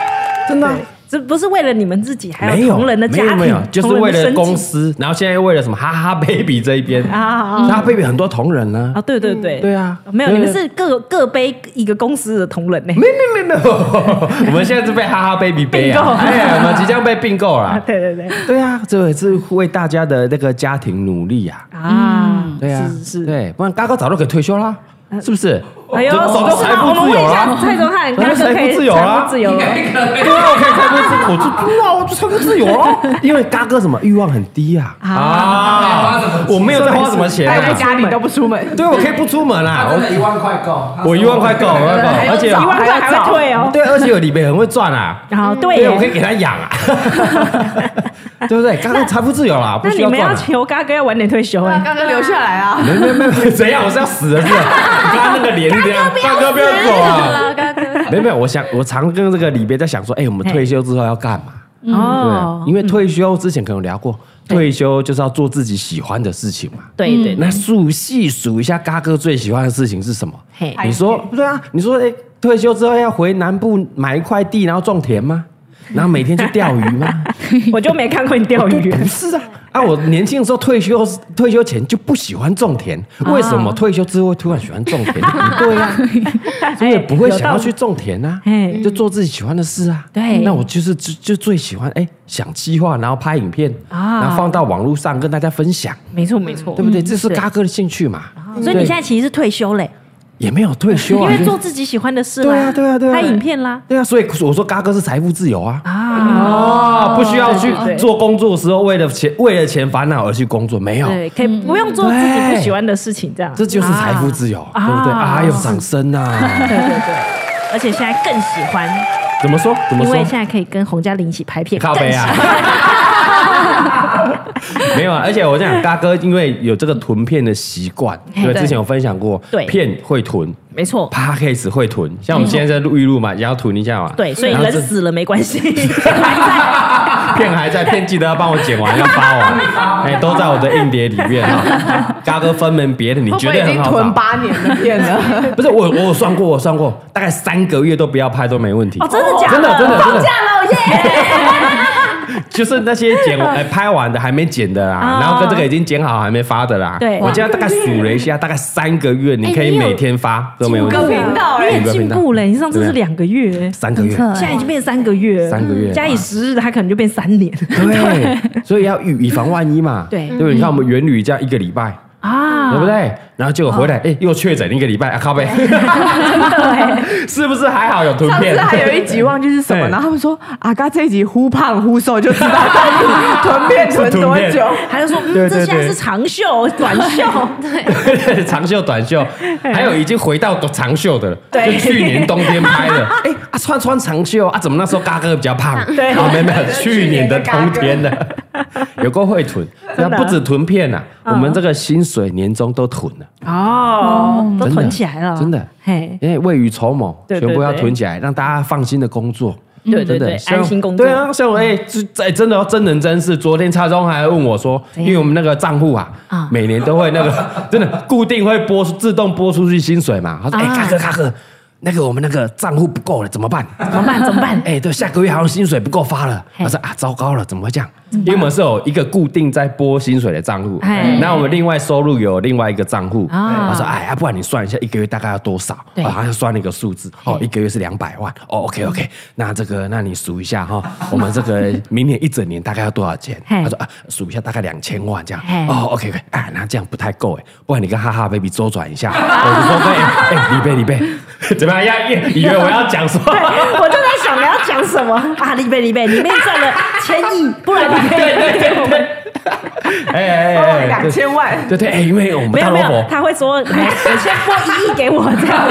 Speaker 2: 真的啊。
Speaker 3: 这不是为了你们自己，还
Speaker 2: 没
Speaker 3: 有
Speaker 2: 有
Speaker 3: 同仁的
Speaker 2: 没有
Speaker 3: 家
Speaker 2: 没有
Speaker 3: 庭，，
Speaker 2: 就是
Speaker 3: 同仁
Speaker 2: 为
Speaker 3: 的
Speaker 2: 了
Speaker 3: 生计
Speaker 2: 公司，然后现在又为了什么哈哈 baby 这一边，
Speaker 3: 啊
Speaker 2: 哈
Speaker 3: 啊啊
Speaker 2: 哈 baby 很多同仁呢
Speaker 3: 啊！，对对对，
Speaker 2: 对啊
Speaker 3: 没有，
Speaker 2: 对
Speaker 3: 你
Speaker 2: 对
Speaker 3: 们是各各背一个公司的同仁呢。
Speaker 2: 没没没没有， 我们现在是被哈哈 baby 背
Speaker 3: 哦 并购
Speaker 2: 啊，哎，我们即将被并购了
Speaker 3: 啊，。 对对 对
Speaker 2: 对啊，这也是为大家的那个家庭努力呀、啊。
Speaker 3: 啊，
Speaker 2: 对啊，
Speaker 3: 是是
Speaker 2: 对，不然嘎哥早就可以退休啦，是不是？
Speaker 3: 哎呦，
Speaker 2: 这早
Speaker 3: 是
Speaker 2: 就
Speaker 3: 吗
Speaker 2: 财
Speaker 3: 我
Speaker 2: 富
Speaker 3: 们
Speaker 2: 自
Speaker 3: 问
Speaker 2: 由
Speaker 3: 一下
Speaker 2: 啦。
Speaker 3: 蔡宗翰，
Speaker 2: 我
Speaker 3: 他
Speaker 2: 们
Speaker 3: 就可
Speaker 2: 财
Speaker 3: 以
Speaker 2: 富自由
Speaker 3: 财
Speaker 2: 啊
Speaker 3: 富自由了。
Speaker 2: 对啊，我可以财富自，我就对啊，我就财富自由 了。因为嘎哥什么欲望很低啊啊，我没有在花什么钱
Speaker 7: 待在
Speaker 2: 啊。
Speaker 7: 家里都不出门，
Speaker 2: 对，我可以不出门 啊，
Speaker 6: 他真的一
Speaker 2: 我
Speaker 6: 万块够，
Speaker 2: 我一万块够，我一万块够，而且
Speaker 3: 一万 块还会退哦。嗯
Speaker 2: 对，而且我李北很会赚啊，
Speaker 3: 然后 对
Speaker 2: 对，
Speaker 3: 耶
Speaker 2: 我可以给他养 啊，对不对？嘎哥财富自由啦，不
Speaker 3: 那
Speaker 2: 需
Speaker 3: 你
Speaker 2: 要
Speaker 3: 们
Speaker 2: 赚
Speaker 3: 要
Speaker 2: 啊。
Speaker 3: 求嘎哥要晚点退休哎。
Speaker 7: 刚刚留下来啊。
Speaker 2: 没没没， 怎样？我是要死了是吧？ 他那个脸是这样，大哥不要走啊！没有没有，我想我常跟这个李别在想说，哎，我们退休之后要干嘛？
Speaker 3: 哦
Speaker 2: 对，，因为退休之前可能有聊过，退休就是要做自己喜欢的事情嘛。
Speaker 3: 对对对，
Speaker 2: 那数细数一下，嘎哥最喜欢的事情是什么
Speaker 3: 嘿？
Speaker 2: 你说对啊？你说哎，退休之后要回南部买一块地，然后种田吗？然后每天去钓鱼吗？
Speaker 3: 我就没看过你 钓鱼。
Speaker 2: 不是啊，啊，我年轻的时候退休退休前就不喜欢种田，
Speaker 3: 哦
Speaker 2: 为什么退休之后会突然喜欢种田？不对 啊，
Speaker 3: 所以
Speaker 2: 不会想要去种田啊
Speaker 3: 嘿，
Speaker 2: 就做自己喜欢的事啊。
Speaker 3: 对
Speaker 2: 那我就是就就最喜欢哎，想计划，然后拍影片，
Speaker 3: 啊
Speaker 2: 然后放到网络上跟大家分享，
Speaker 3: 没错没错，
Speaker 2: 对不对？这是
Speaker 3: 对
Speaker 2: 嘎哥的兴趣嘛。
Speaker 3: 嗯哦所以你
Speaker 2: 对
Speaker 3: 现在其实是退休嘞，
Speaker 2: 也没有退休
Speaker 3: 因
Speaker 2: 啊，
Speaker 3: 为
Speaker 2: 就
Speaker 3: 做自己喜欢的事
Speaker 2: 对
Speaker 3: 啦，
Speaker 2: 啊，对啊，对啊，
Speaker 3: 拍影片啦。
Speaker 2: 对啊，所以我说嘎哥是财富自由啊。
Speaker 3: 啊，
Speaker 2: 啊，不需要去
Speaker 3: 对对
Speaker 2: 做工作的时候为了钱为了钱烦恼而去工作，没有，
Speaker 3: 对，可以不用做自己不喜欢的事情，这样
Speaker 2: 这就是财富自由，对不对？
Speaker 3: 啊
Speaker 2: 啊，有掌声呐！
Speaker 3: 对对对，而且现在更喜欢，
Speaker 2: 怎么说？怎么
Speaker 3: 因为
Speaker 2: 说
Speaker 3: 现？在可以跟洪嘉玲一起拍片，
Speaker 2: 靠
Speaker 3: 更
Speaker 2: 背
Speaker 3: 喜
Speaker 2: 啊
Speaker 3: 欢！
Speaker 2: 没有啊，而且我讲嘎哥，因为有这个囤片的习惯，对，之前有分享过，
Speaker 3: 对
Speaker 2: 片会囤
Speaker 3: 没错，
Speaker 2: ，podcast 会囤，像我们现在在录预录嘛，也要囤一下嘛，
Speaker 3: 对，所以
Speaker 2: 然后
Speaker 3: 人
Speaker 2: 这
Speaker 3: 死了没关系，还在。
Speaker 2: 片还在，片记得要帮我剪完，要发完， 哎，都在我的硬碟里面啊。嘎哥分门别类，你绝
Speaker 7: 我
Speaker 2: 对
Speaker 7: 已经
Speaker 2: 很好
Speaker 7: 囤
Speaker 2: 找。
Speaker 7: 八年的片了，
Speaker 2: 不是我，我有算过，我有算过，大概三个月都不要拍都没问题。
Speaker 3: 哦，真的 假
Speaker 2: 真的真的真
Speaker 3: 放
Speaker 2: 的
Speaker 3: 假了耶！
Speaker 2: 就是那些剪完、呃、拍完的还没剪的啦，
Speaker 3: 哦
Speaker 2: 然后跟这个已经剪好还没发的啦。
Speaker 3: 对
Speaker 2: 我现在大概数了一下，大概三个月你可以每天发都没有问
Speaker 7: 五个
Speaker 2: 题。
Speaker 7: 频道
Speaker 3: 你
Speaker 7: 哎
Speaker 3: 也进步了，你上次是
Speaker 2: 对
Speaker 3: 两个月，
Speaker 2: 三个月，
Speaker 3: 现在已经变三个月，
Speaker 2: 三个月
Speaker 3: 加以时日，它可能就变三年
Speaker 2: 对，所以要以以防万一嘛。
Speaker 3: 对嗯
Speaker 2: 对不对？你看我们元旅这样一个礼拜，
Speaker 3: 啊！
Speaker 2: 对不对？然后结果回来，哎，又确诊一个礼拜，啊靠背， 是不是还好有图
Speaker 7: 上
Speaker 2: 片
Speaker 7: 次？还有一集忘记是什么，
Speaker 2: 对
Speaker 7: 然后他们说阿嘎这一集忽胖忽瘦，就知道到底臀变臀多
Speaker 2: 臀
Speaker 7: 久
Speaker 2: 变。
Speaker 3: 还是说，嗯，
Speaker 2: 对对
Speaker 3: 这现在
Speaker 2: 对
Speaker 3: 是长袖、短袖，
Speaker 2: 长袖、短袖，还有已经回到长袖的了，就去年冬天拍的。哎、啊，穿穿长袖啊，怎么那时候嘎哥比较胖？对，哦，没有没有，去年的冬天的，有够会囤，那不止囤片呐、啊，我们这个薪水年终都囤了，
Speaker 3: 哦，都
Speaker 2: 真的
Speaker 3: 囤起来了，
Speaker 2: 真的
Speaker 3: 嘿，
Speaker 2: 因为未雨绸缪，
Speaker 3: 对
Speaker 2: 全
Speaker 3: 对
Speaker 2: 部要
Speaker 3: 对
Speaker 2: 囤起来，让大家放心的工作。
Speaker 3: 对
Speaker 2: 真
Speaker 3: 对
Speaker 2: 的
Speaker 3: 对，
Speaker 2: 像
Speaker 3: 安心工作，
Speaker 2: 对啊，像我哎，这、哎真的哦真人真事。昨天蔡宗还问我说，
Speaker 3: 哎
Speaker 2: 因为我们那个账户啊，每年都会那 个真的固定会拨出自动拨出去薪水嘛。
Speaker 3: 啊
Speaker 2: 他说，哎、卡哥卡哥，那个我们那个账户不够了，怎么办？
Speaker 3: 怎么办？怎么办？
Speaker 2: 哎、对，下个月好像薪水不够发了。我说啊，糟糕了，怎么会这样？因为我们是有一个固定在拨薪水的账户
Speaker 3: 嗯哎，
Speaker 2: 那我们另外收入有另外一个账户。
Speaker 3: 啊
Speaker 2: 我说哎，啊不然你算一下一个月大概要多少？
Speaker 3: 对
Speaker 2: 啊，他就算了一个数字，哦，一个月是两百万。哦，OK
Speaker 3: 嗯
Speaker 2: OK，那这个那你数一下哈，我们这个明年一整年大概要多少钱？
Speaker 3: 嘿
Speaker 2: 他说啊，数一下大概两千万这样
Speaker 3: 嘿。
Speaker 2: 哦，OK OK，啊，那这样不太够哎，不然你跟哈哈 baby 周转一下。我就说哎哎，李贝李贝， 哎怎么样？要以为我要 讲说。
Speaker 3: 我就在想你要讲什么 啊？李贝，李贝，里面赚了千亿，不然你 可以给我们
Speaker 2: 哎哎
Speaker 7: 收
Speaker 2: 哎
Speaker 3: 哦
Speaker 7: 了，哦两千万
Speaker 2: 对，对对，哎，因为我们
Speaker 3: 没
Speaker 2: 大
Speaker 3: 有
Speaker 2: 萝
Speaker 3: 没有，
Speaker 2: 卜，
Speaker 3: 他会说来，你先拨一亿给我这样。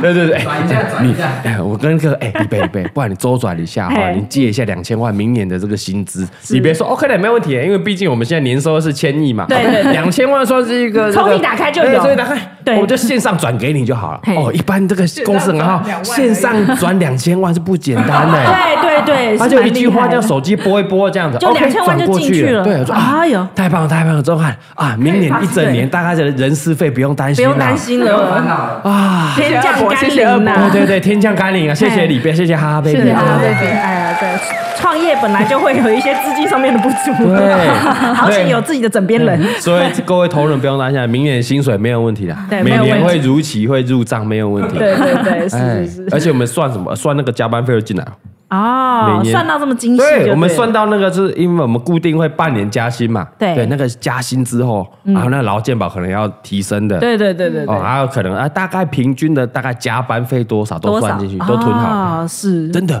Speaker 2: 对对对，哎
Speaker 6: 转一下转一下
Speaker 2: 哎，我跟客哎，李贝 李贝，不然你周转一下哈，
Speaker 3: 哎
Speaker 2: 你借一下两千万，明年的这个薪资，你别说哦 OK 的，没问题，因为毕竟我们现在年收是千亿嘛，
Speaker 3: 对对对
Speaker 2: 两千万算是一个这个
Speaker 3: 抽屉打开就有
Speaker 2: 哎抽屉打开，
Speaker 3: 对
Speaker 2: 我们就线上转给你就好了。
Speaker 3: 嘿
Speaker 2: 哦，一般这个公司很好，线上转两千万是不简单的。
Speaker 3: 对对 对，
Speaker 2: 哎他
Speaker 3: 是
Speaker 2: 就
Speaker 3: 蛮
Speaker 2: 一
Speaker 3: 厉
Speaker 2: 句话
Speaker 3: 害的
Speaker 2: 叫手机拨一拨这样子，
Speaker 3: 就
Speaker 2: OK，
Speaker 3: 2000万
Speaker 2: 转过
Speaker 3: 就进
Speaker 2: 去
Speaker 3: 去了
Speaker 2: 对，我说
Speaker 3: 哎呦
Speaker 2: 啊，太棒了，太棒了，周汉啊，明年一整年大概的人事费不用担
Speaker 3: 不
Speaker 2: 心了，
Speaker 3: 用担心
Speaker 6: 不用烦
Speaker 3: 了，
Speaker 6: 恼了。
Speaker 2: 啊，
Speaker 3: 天降甘
Speaker 7: 谢谢恶
Speaker 3: 霖
Speaker 7: 魔
Speaker 2: 对
Speaker 3: 呐！
Speaker 2: 哦对对，天降甘
Speaker 3: 哎
Speaker 2: 霖啊，谢谢李贝，谢谢哈哈 baby，
Speaker 3: 对
Speaker 2: 啊
Speaker 3: 啊，对对，哎呀，对，创业本来就会有一些资金上面的不足，
Speaker 2: 对
Speaker 3: 好险有自己的枕边人。
Speaker 2: 嗯所以各位同仁不用担心，明年薪水没有问题的，
Speaker 3: 对
Speaker 2: 每
Speaker 3: 没有
Speaker 2: 年
Speaker 3: 问
Speaker 2: 会如期会入账，没有问题。
Speaker 3: 对对对，
Speaker 2: 哎
Speaker 3: 是是是，
Speaker 2: 而且我们算什么？算那个加班费就进来了。
Speaker 3: 哦
Speaker 2: 每，年
Speaker 3: 算到这么精细就嗯对
Speaker 2: 对，
Speaker 3: 了，
Speaker 2: 我们算到那个是因为我们固定会半年加薪嘛。
Speaker 3: 对嗯
Speaker 2: 那个加薪之后，然后那个劳健保可能要提升的。
Speaker 3: 对对对对
Speaker 2: 哦，
Speaker 3: 对，
Speaker 2: 还有可能啊，大概平均的大概加班费多少都
Speaker 3: 多少
Speaker 2: 算进去，都囤好了，
Speaker 3: 哦是
Speaker 2: 真的都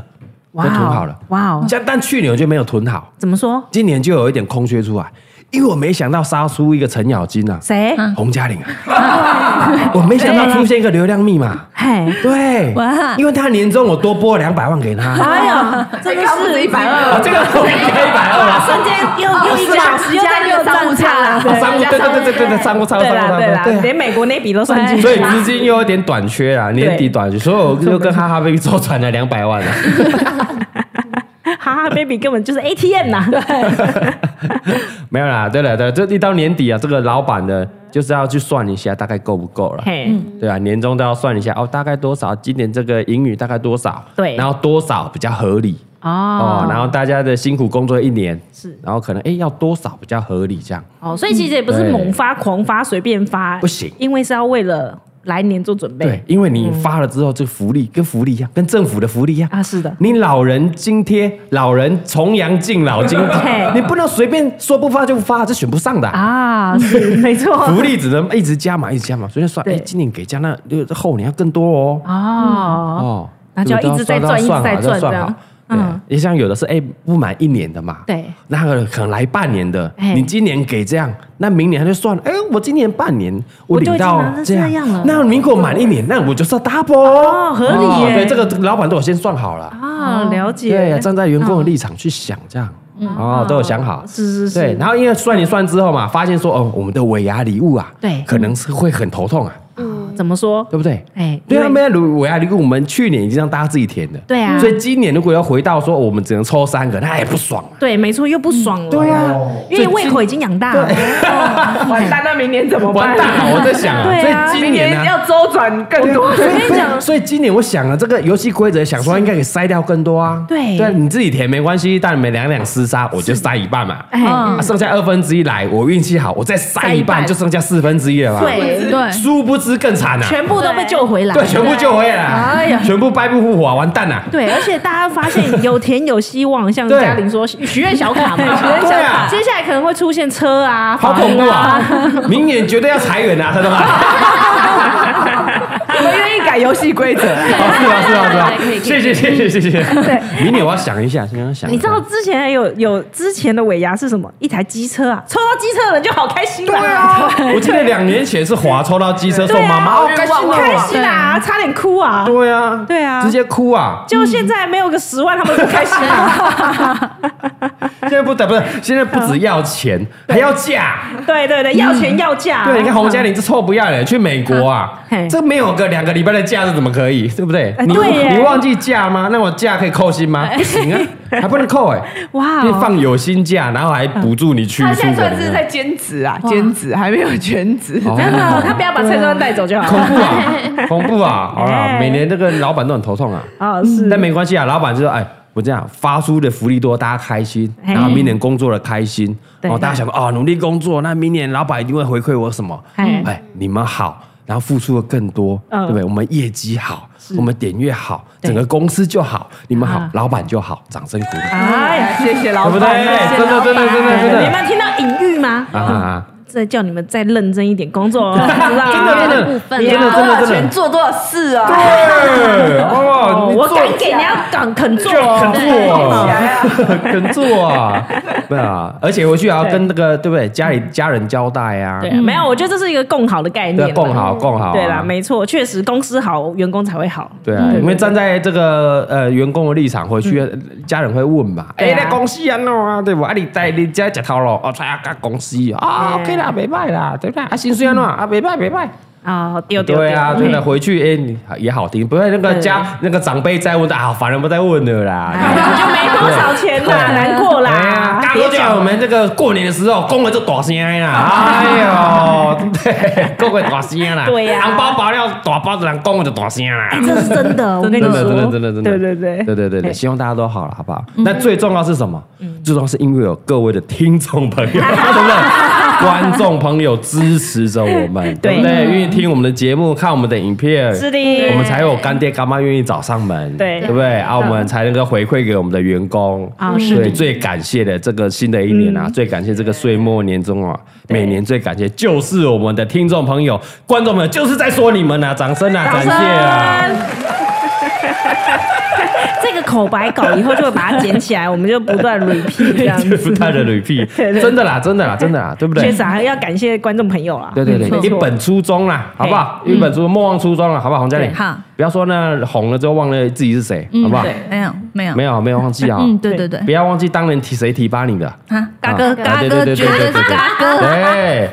Speaker 3: 哇哦
Speaker 2: 囤好了。
Speaker 3: 哇哦，
Speaker 2: 像但去年我就没有囤好，
Speaker 3: 怎么说？
Speaker 2: 今年就有一点空缺出来，因为我没想到杀出一个程咬金啊，
Speaker 3: 谁？
Speaker 2: 洪嘉玲啊， 我没想到出现一个流量密码，
Speaker 3: 嘿，
Speaker 2: 对，因为他年终我多拨了两百万给 他，
Speaker 3: 哎呀，真的是一百二，
Speaker 2: 啊，这个我应该一百二
Speaker 3: 哇，
Speaker 2: 了。
Speaker 3: 瞬间又又一个小时又在哦又站差了，
Speaker 2: 哦商务对对对对对对，商务超
Speaker 3: 对
Speaker 2: 商务
Speaker 3: 啦
Speaker 2: 商务
Speaker 3: 对啦，
Speaker 2: 对啊
Speaker 3: 连美国那笔都算进去，
Speaker 2: 所以资金又有点短缺啊，年底短缺，所以我就跟哈哈 baby 周转了两百万啊。
Speaker 3: 哈哈 baby 根本就是 ATM 呐，
Speaker 2: 没有啦，对了对了，这一到年底啊，这个老板呢，就是要去算一下大概够不够了。
Speaker 3: 嘿，
Speaker 2: 对啊，年终都要算一下哦，大概多少？今年这个盈余大概多少？
Speaker 3: 对
Speaker 2: 然后多少比较合理哦
Speaker 3: 哦，
Speaker 2: 然后大家的辛苦工作一年
Speaker 3: 是
Speaker 2: 然后可能哎要多少比较合理这样？
Speaker 3: 哦，所以其实也不是猛发、狂发、随便发，
Speaker 2: 不行
Speaker 3: 因为是要为了来年做准备
Speaker 2: 对，因为你发了之后，这个福利跟福利一样，跟政府的福利一样。
Speaker 3: 啊，是的，
Speaker 2: 你老人津贴，老人重阳敬老津贴
Speaker 3: 嘿，
Speaker 2: 你不能随便说不发就不发，这选不上的啊、
Speaker 3: 啊，是 没错，
Speaker 2: 福利只能一直加嘛，一直加嘛，所以算，哎、
Speaker 3: 对
Speaker 2: 今年给加那后年要更多哦。
Speaker 3: 哦，
Speaker 2: 哦，
Speaker 3: 那就要一直在赚
Speaker 2: 这个都要
Speaker 3: 一直
Speaker 2: 算好
Speaker 3: 在赚
Speaker 2: 都要算
Speaker 3: 这样
Speaker 2: 好嗯，也像有的是哎、不满一年的嘛，
Speaker 3: 对，
Speaker 2: 那个可能来半年的，
Speaker 3: 哎
Speaker 2: 你今年给这样，那明年他就算了，哎、我今年半年我
Speaker 3: 我就
Speaker 2: 领
Speaker 3: 已经
Speaker 2: 到
Speaker 3: 拿着
Speaker 2: 这
Speaker 3: 这样了
Speaker 2: 那如果满一年，那我就是 double 哦
Speaker 3: 哦合理耶
Speaker 2: 对，这个老板都有先算好了，
Speaker 3: 啊，了解，
Speaker 2: 嗯哦对，站在员工的立场去想这样。哦，都有想好，
Speaker 3: 嗯是是
Speaker 2: 对，
Speaker 3: 是，
Speaker 2: 然后因为算一算之后嘛，发现说哦，我们的尾牙礼物啊，
Speaker 3: 对
Speaker 2: 可能是会很头痛啊，
Speaker 3: 怎么说？
Speaker 2: 对不对？
Speaker 3: 哎，
Speaker 2: 对啊，
Speaker 3: 因
Speaker 2: 没
Speaker 3: 为
Speaker 2: 有如我呀，如果我们去年已经让大家自己填的，
Speaker 3: 对啊
Speaker 2: 所以今年如果要回到说我们只能抽三个，那也不爽啊。
Speaker 3: 对，没错，又不爽了，对
Speaker 2: 啊，
Speaker 3: 因为胃口已经养大了，
Speaker 7: 完蛋，那明年怎么办
Speaker 2: 完？蛋了，我在想
Speaker 3: 对啊
Speaker 2: 啊，所以今
Speaker 7: 明
Speaker 2: 年
Speaker 7: 年
Speaker 2: 呢、
Speaker 7: 要周转更多。
Speaker 2: 所以所以今年我想了这个游戏规则，想说应该给筛掉更多啊。
Speaker 3: 对
Speaker 2: 对，你自己填没关系，但你们两两厮杀，我就筛一半嘛。
Speaker 3: 哎，
Speaker 5: 嗯
Speaker 2: 啊剩下二分之一来，我运气好，我再筛一
Speaker 3: 筛一
Speaker 2: 半，
Speaker 3: 半
Speaker 2: 就剩下四分之一了嘛。
Speaker 3: 对
Speaker 5: 对，
Speaker 2: 殊不知更惨啊！
Speaker 8: 全部都被救回来，
Speaker 2: 对，全部救回来了，
Speaker 8: 哎呀
Speaker 2: 全部掰不复活啊，完蛋了！
Speaker 8: 对，而且大家发现有田有希望，像
Speaker 2: 对
Speaker 8: 嘉玲说许愿小卡嘛，许愿
Speaker 2: 对啊
Speaker 8: 接下来可能会出现车啊，
Speaker 2: 好
Speaker 8: 房
Speaker 2: 恐怖啊！明年绝对要裁员啊，真的吗？
Speaker 7: 我们愿意改游戏规则。
Speaker 2: 哦，是啊，是啊，是啊，谢谢，谢谢，谢谢。对，明年我要想一下，先要想一下。
Speaker 3: 你知道之前有有之前的尾牙是什么？一台机车啊，抽到机车的人就好开心了。对啊，
Speaker 2: 我记得两年前是华抽到机车送妈妈，哦，开心
Speaker 3: 好开心啊，差点哭啊。
Speaker 2: 对啊，
Speaker 3: 对啊
Speaker 2: 直接哭啊！
Speaker 3: 就现在没有个十万，他们不开心 啊。
Speaker 2: 现在不得不是，现在不只要钱，还要嫁。
Speaker 3: 对对对，要钱要价。
Speaker 2: 嗯对，你看洪嘉玲这臭不要脸，去美国啊
Speaker 3: 嘿，呃
Speaker 2: 这没有个两个礼拜的假是怎么可以？对不对？你
Speaker 3: 对耶哎
Speaker 2: 你忘记假吗？那我假可以扣薪吗？不行啊，还不能扣哎。
Speaker 3: 哇
Speaker 2: 就
Speaker 3: 哦，
Speaker 2: 放有薪假，然后还补助你去出
Speaker 7: 他
Speaker 2: 国。
Speaker 7: 现在算是在兼职啊，兼职还没有全职。
Speaker 2: 哦
Speaker 3: 真的，他不要把蔡庄带走就好
Speaker 2: 恐
Speaker 3: 了。
Speaker 2: 怖 啊，恐怖啊！好啦，
Speaker 3: 哎
Speaker 2: 每年这个老板都很头痛啊，
Speaker 3: 哦，是
Speaker 2: 但没关系啊，老板就说，哎。我这样发出的福利多，大家开心，
Speaker 3: 哎
Speaker 2: 然后明年工作了开心，
Speaker 3: 对
Speaker 2: 然后大家想哦，努力工作，那明年老板一定会回馈我什么？
Speaker 3: 哎
Speaker 2: 哎，你们好，然后付出的更多，
Speaker 3: 嗯
Speaker 2: 对不对？我们业绩好，我们点阅好，
Speaker 3: 对
Speaker 2: 整个公司就好，你们好
Speaker 3: 啊，
Speaker 2: 老板就好，掌声鼓励，
Speaker 7: 哎呀，谢谢老
Speaker 2: 对不对？
Speaker 7: 板，谢谢
Speaker 2: 真的，真的，真的，真
Speaker 3: 啊你
Speaker 2: 的。
Speaker 3: 们听到隐喻吗？
Speaker 2: 啊啊！啊
Speaker 3: 这叫你们再认真一点工作哦，知道
Speaker 2: 真的
Speaker 3: 吗？
Speaker 2: 真的啊
Speaker 5: 啊
Speaker 2: 真的真的真的，
Speaker 7: 做多少事啊？
Speaker 2: 对，哦，你
Speaker 3: 我
Speaker 2: 做
Speaker 3: 敢给你要敢肯做
Speaker 2: 肯
Speaker 3: 哦，
Speaker 2: 做，肯做啊！对啊，而且回去还要跟那个对不对？家里家人交代啊，
Speaker 3: 对，没有，我觉得这是一个共好的概念
Speaker 2: 对，
Speaker 3: 啦，
Speaker 2: 共好共好啊。
Speaker 3: 对啦，没错，确实公司好，员工才会好。
Speaker 2: 对啊，因为站在这个呃员工的立场回去，
Speaker 3: 嗯
Speaker 2: 家人会问嘛，哎，那公司安弄啊，对不？啊，你在你家吃头咯，哦，参加公司啊啊，OK 啦，没歹啦，对不对？啊，薪
Speaker 3: 嗯
Speaker 2: 水安弄啊，没歹没歹。
Speaker 3: 啊，丢丢
Speaker 2: 对啊，真的
Speaker 3: 丢
Speaker 2: 回去哎，你也好听，不会那个
Speaker 3: 嗯
Speaker 2: 家那个长辈再问啊，反而不再问了
Speaker 3: 哎
Speaker 2: 啦。
Speaker 3: 就没多少钱啦，难过
Speaker 2: 哎呀
Speaker 3: 啦，，
Speaker 2: 大
Speaker 3: 别
Speaker 2: 哥叫我们这个过年的时候，公文就大声啦，哎呦，对，公文大声啦，
Speaker 3: 对呀
Speaker 2: 红包包了大包子人，公文就大声啦。
Speaker 3: 这是真的，我跟
Speaker 2: 真
Speaker 3: 你
Speaker 2: 的，真的，
Speaker 3: 说，
Speaker 2: 真的，真的，
Speaker 3: 对对对
Speaker 2: 对对对对，希望大家都好了，好不好？那最重要是什么？最重要是因为有各位的听众朋友，对不对？观众朋友支持着我们，对不对？愿意听我们的节目，看我们的影片，
Speaker 3: 是的，
Speaker 2: 我们才有干爹干妈愿意找上门，
Speaker 3: 对嗯
Speaker 2: 对不对？啊，我们才能够回馈给我们的员工
Speaker 3: 啊是的嗯
Speaker 2: 对，最感谢的这个新的一年啊，最感谢这个岁末年终啊，每年最感谢就是我们的听众朋友、观众朋友，就是在说你们啊，掌声啊，感谢啊，
Speaker 3: 这个口白稿以后就会把它捡起来，我们就不断 repeat 这样
Speaker 2: 对 不
Speaker 3: 子。
Speaker 2: 断的 repeat，
Speaker 3: 对
Speaker 2: 真的啦，真的啦，真的啦，对不
Speaker 3: 确
Speaker 2: 对
Speaker 3: 实？还要感谢观众朋友啦。
Speaker 2: 对对对，
Speaker 5: 没错
Speaker 2: 一本初衷啦，好不好？一
Speaker 3: 嗯
Speaker 2: 本初衷，莫忘初衷了，好不好？洪嘉玲
Speaker 5: 对好，
Speaker 2: 不要说呢红了之后忘了自己是谁，
Speaker 3: 嗯
Speaker 2: 好不好？
Speaker 5: 嗯没有没有
Speaker 2: 没有没有忘记啊，
Speaker 5: 嗯，对对对，
Speaker 2: 不要忘记当年提谁提拔你的。
Speaker 5: 啊，嘎哥嘎
Speaker 2: 对
Speaker 5: 哥
Speaker 2: 对对
Speaker 5: 绝对是嘎哥，
Speaker 2: 对，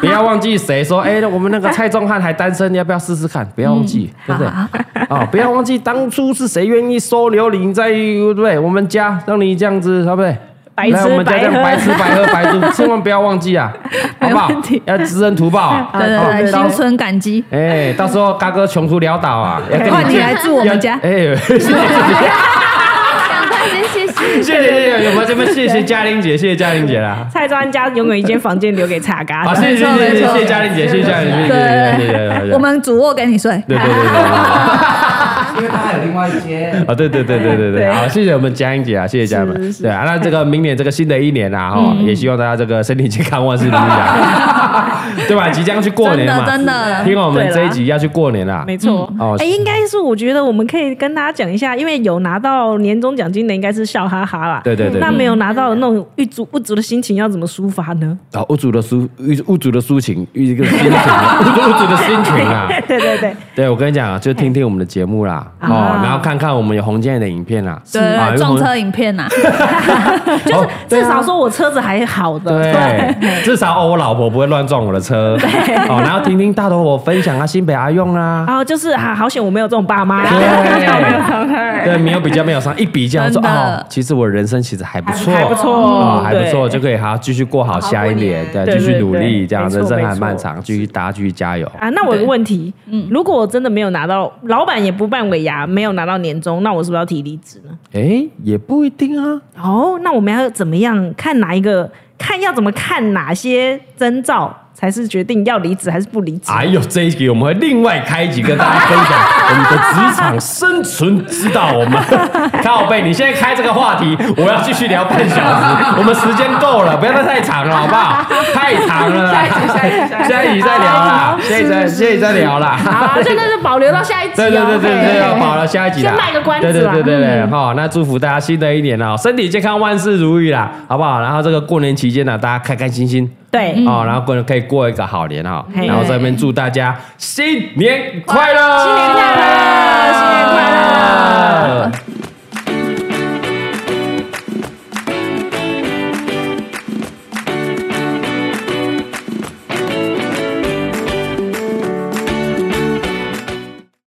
Speaker 2: 不要忘记谁说，哎，我们那个蔡宗翰还单身，要不要试试看？不要忘记，对不对？
Speaker 5: 嗯好
Speaker 2: 啊，不要忘记当初是谁愿意收留你在，对不对？我们家让你这样子，对不对？
Speaker 3: 白吃
Speaker 2: 来我们家这样白
Speaker 3: 白
Speaker 2: 吃
Speaker 3: 喝
Speaker 2: 白喝白住，千万不要忘记啊，好不好？要知恩图报啊！
Speaker 5: 对
Speaker 2: 好不好
Speaker 5: 对对，心存感激，
Speaker 2: 哎，到时候嘎哥穷途潦倒啊，要跟
Speaker 5: 换
Speaker 2: 你
Speaker 5: 你来住我
Speaker 2: 要
Speaker 5: 们家，
Speaker 2: 哎，谢谢
Speaker 4: 赶快先谢
Speaker 2: 谢
Speaker 4: 谢。
Speaker 2: 谢谢谢，我们这边谢谢嘉玲姐，谢谢嘉玲姐啦。
Speaker 3: 蔡庄家拥有一间房间留给蔡 嘎
Speaker 2: 好，
Speaker 3: 的，
Speaker 2: 谢谢谢谢谢谢嘉玲姐，谢谢嘉玲姐，谢谢谢谢谢谢。
Speaker 5: 我们主卧给你 睡，
Speaker 2: 对对对对对，
Speaker 6: 因为他还有另外一间。
Speaker 2: 啊对对对对对对，好，谢谢我们嘉玲姐啊，谢谢嘉玲。对啊，那这个明年这个新的一年啊，哈，也希望大家这个身体健康，万事如意啊，对吧？即将去过
Speaker 5: 真
Speaker 2: 年
Speaker 5: 的
Speaker 2: 嘛，
Speaker 5: 真的，
Speaker 2: 听完我们这一集要去过年啦。
Speaker 3: 没错。
Speaker 2: 哦
Speaker 3: 哎，应该是我觉得我们可以跟大家讲一下，因为有拿到年终奖金的应该是笑哈哈啦。
Speaker 2: 对对对对
Speaker 3: 那没有拿到的那种郁卒不足的心情要怎么抒发呢？
Speaker 2: 啊，屋主的抒屋主的抒情，一个心情啊，屋主屋主的心情啊。
Speaker 3: 对对对，
Speaker 2: 对，我跟你讲啊，就听听我们的节目啦，哦，然后看看我们有红建的影片啦，啊
Speaker 5: 对撞车影片啊呐，
Speaker 2: 就是
Speaker 3: 至少说我车子还好的。
Speaker 2: 对，至少哦，我老婆不会乱撞我的车。哦，然后听听大头我分享啊，新北阿用啊。
Speaker 3: 然后就是啊，好险我没有这种爸妈。
Speaker 2: 对，对，没有比较，没有伤，一比较说
Speaker 5: 真的
Speaker 2: 哦，其实我人生其实还不错，
Speaker 3: 还不错
Speaker 2: 哦还不错，
Speaker 3: 对
Speaker 2: 就可以好好继续过好下一年，对，
Speaker 3: 对
Speaker 2: 继续努
Speaker 3: 对
Speaker 2: 力，
Speaker 3: 对
Speaker 2: 这样
Speaker 3: 没错
Speaker 2: 人生
Speaker 3: 没
Speaker 2: 还漫
Speaker 3: 错
Speaker 2: 长，继续大家继续加油。
Speaker 3: 啊，那我有个问题，如果我真的没有拿到，老板也不办尾牙，没有拿到年终，那我是不是要提离职呢？
Speaker 2: 哎，也不一定啊，
Speaker 3: 哦，那我们要怎么样看哪一个？看要怎么看哪些征兆才是决定要离职还是不离职。
Speaker 2: 哎呦，这一集我们会另外开一集跟大家分享我们的职场生存之道。我 们靠背，你现在开这个话题，我要继续聊半小时，我们时间够了，不要再太长了，好不 好？太长了啦，
Speaker 1: 下一集下一集
Speaker 2: 下一集再聊啦，下一集再下一集再聊啦。
Speaker 8: 好，所以那就保留到下一集哦。
Speaker 2: 对对对对对，
Speaker 8: 嘿
Speaker 2: 要保了下一集啦，
Speaker 8: 先卖个关子
Speaker 2: 对
Speaker 8: 啦
Speaker 2: 对对对对，好，那祝福大家新的一年哦，身体健康，万事如意啦，好不好？然后这个过年期间呢，大家开开心心。
Speaker 3: 对，
Speaker 2: 哦，然后过可以过一个好年哈、
Speaker 3: 嘿
Speaker 2: 然后这边祝大家新年快乐，
Speaker 3: 新年快乐新年快乐。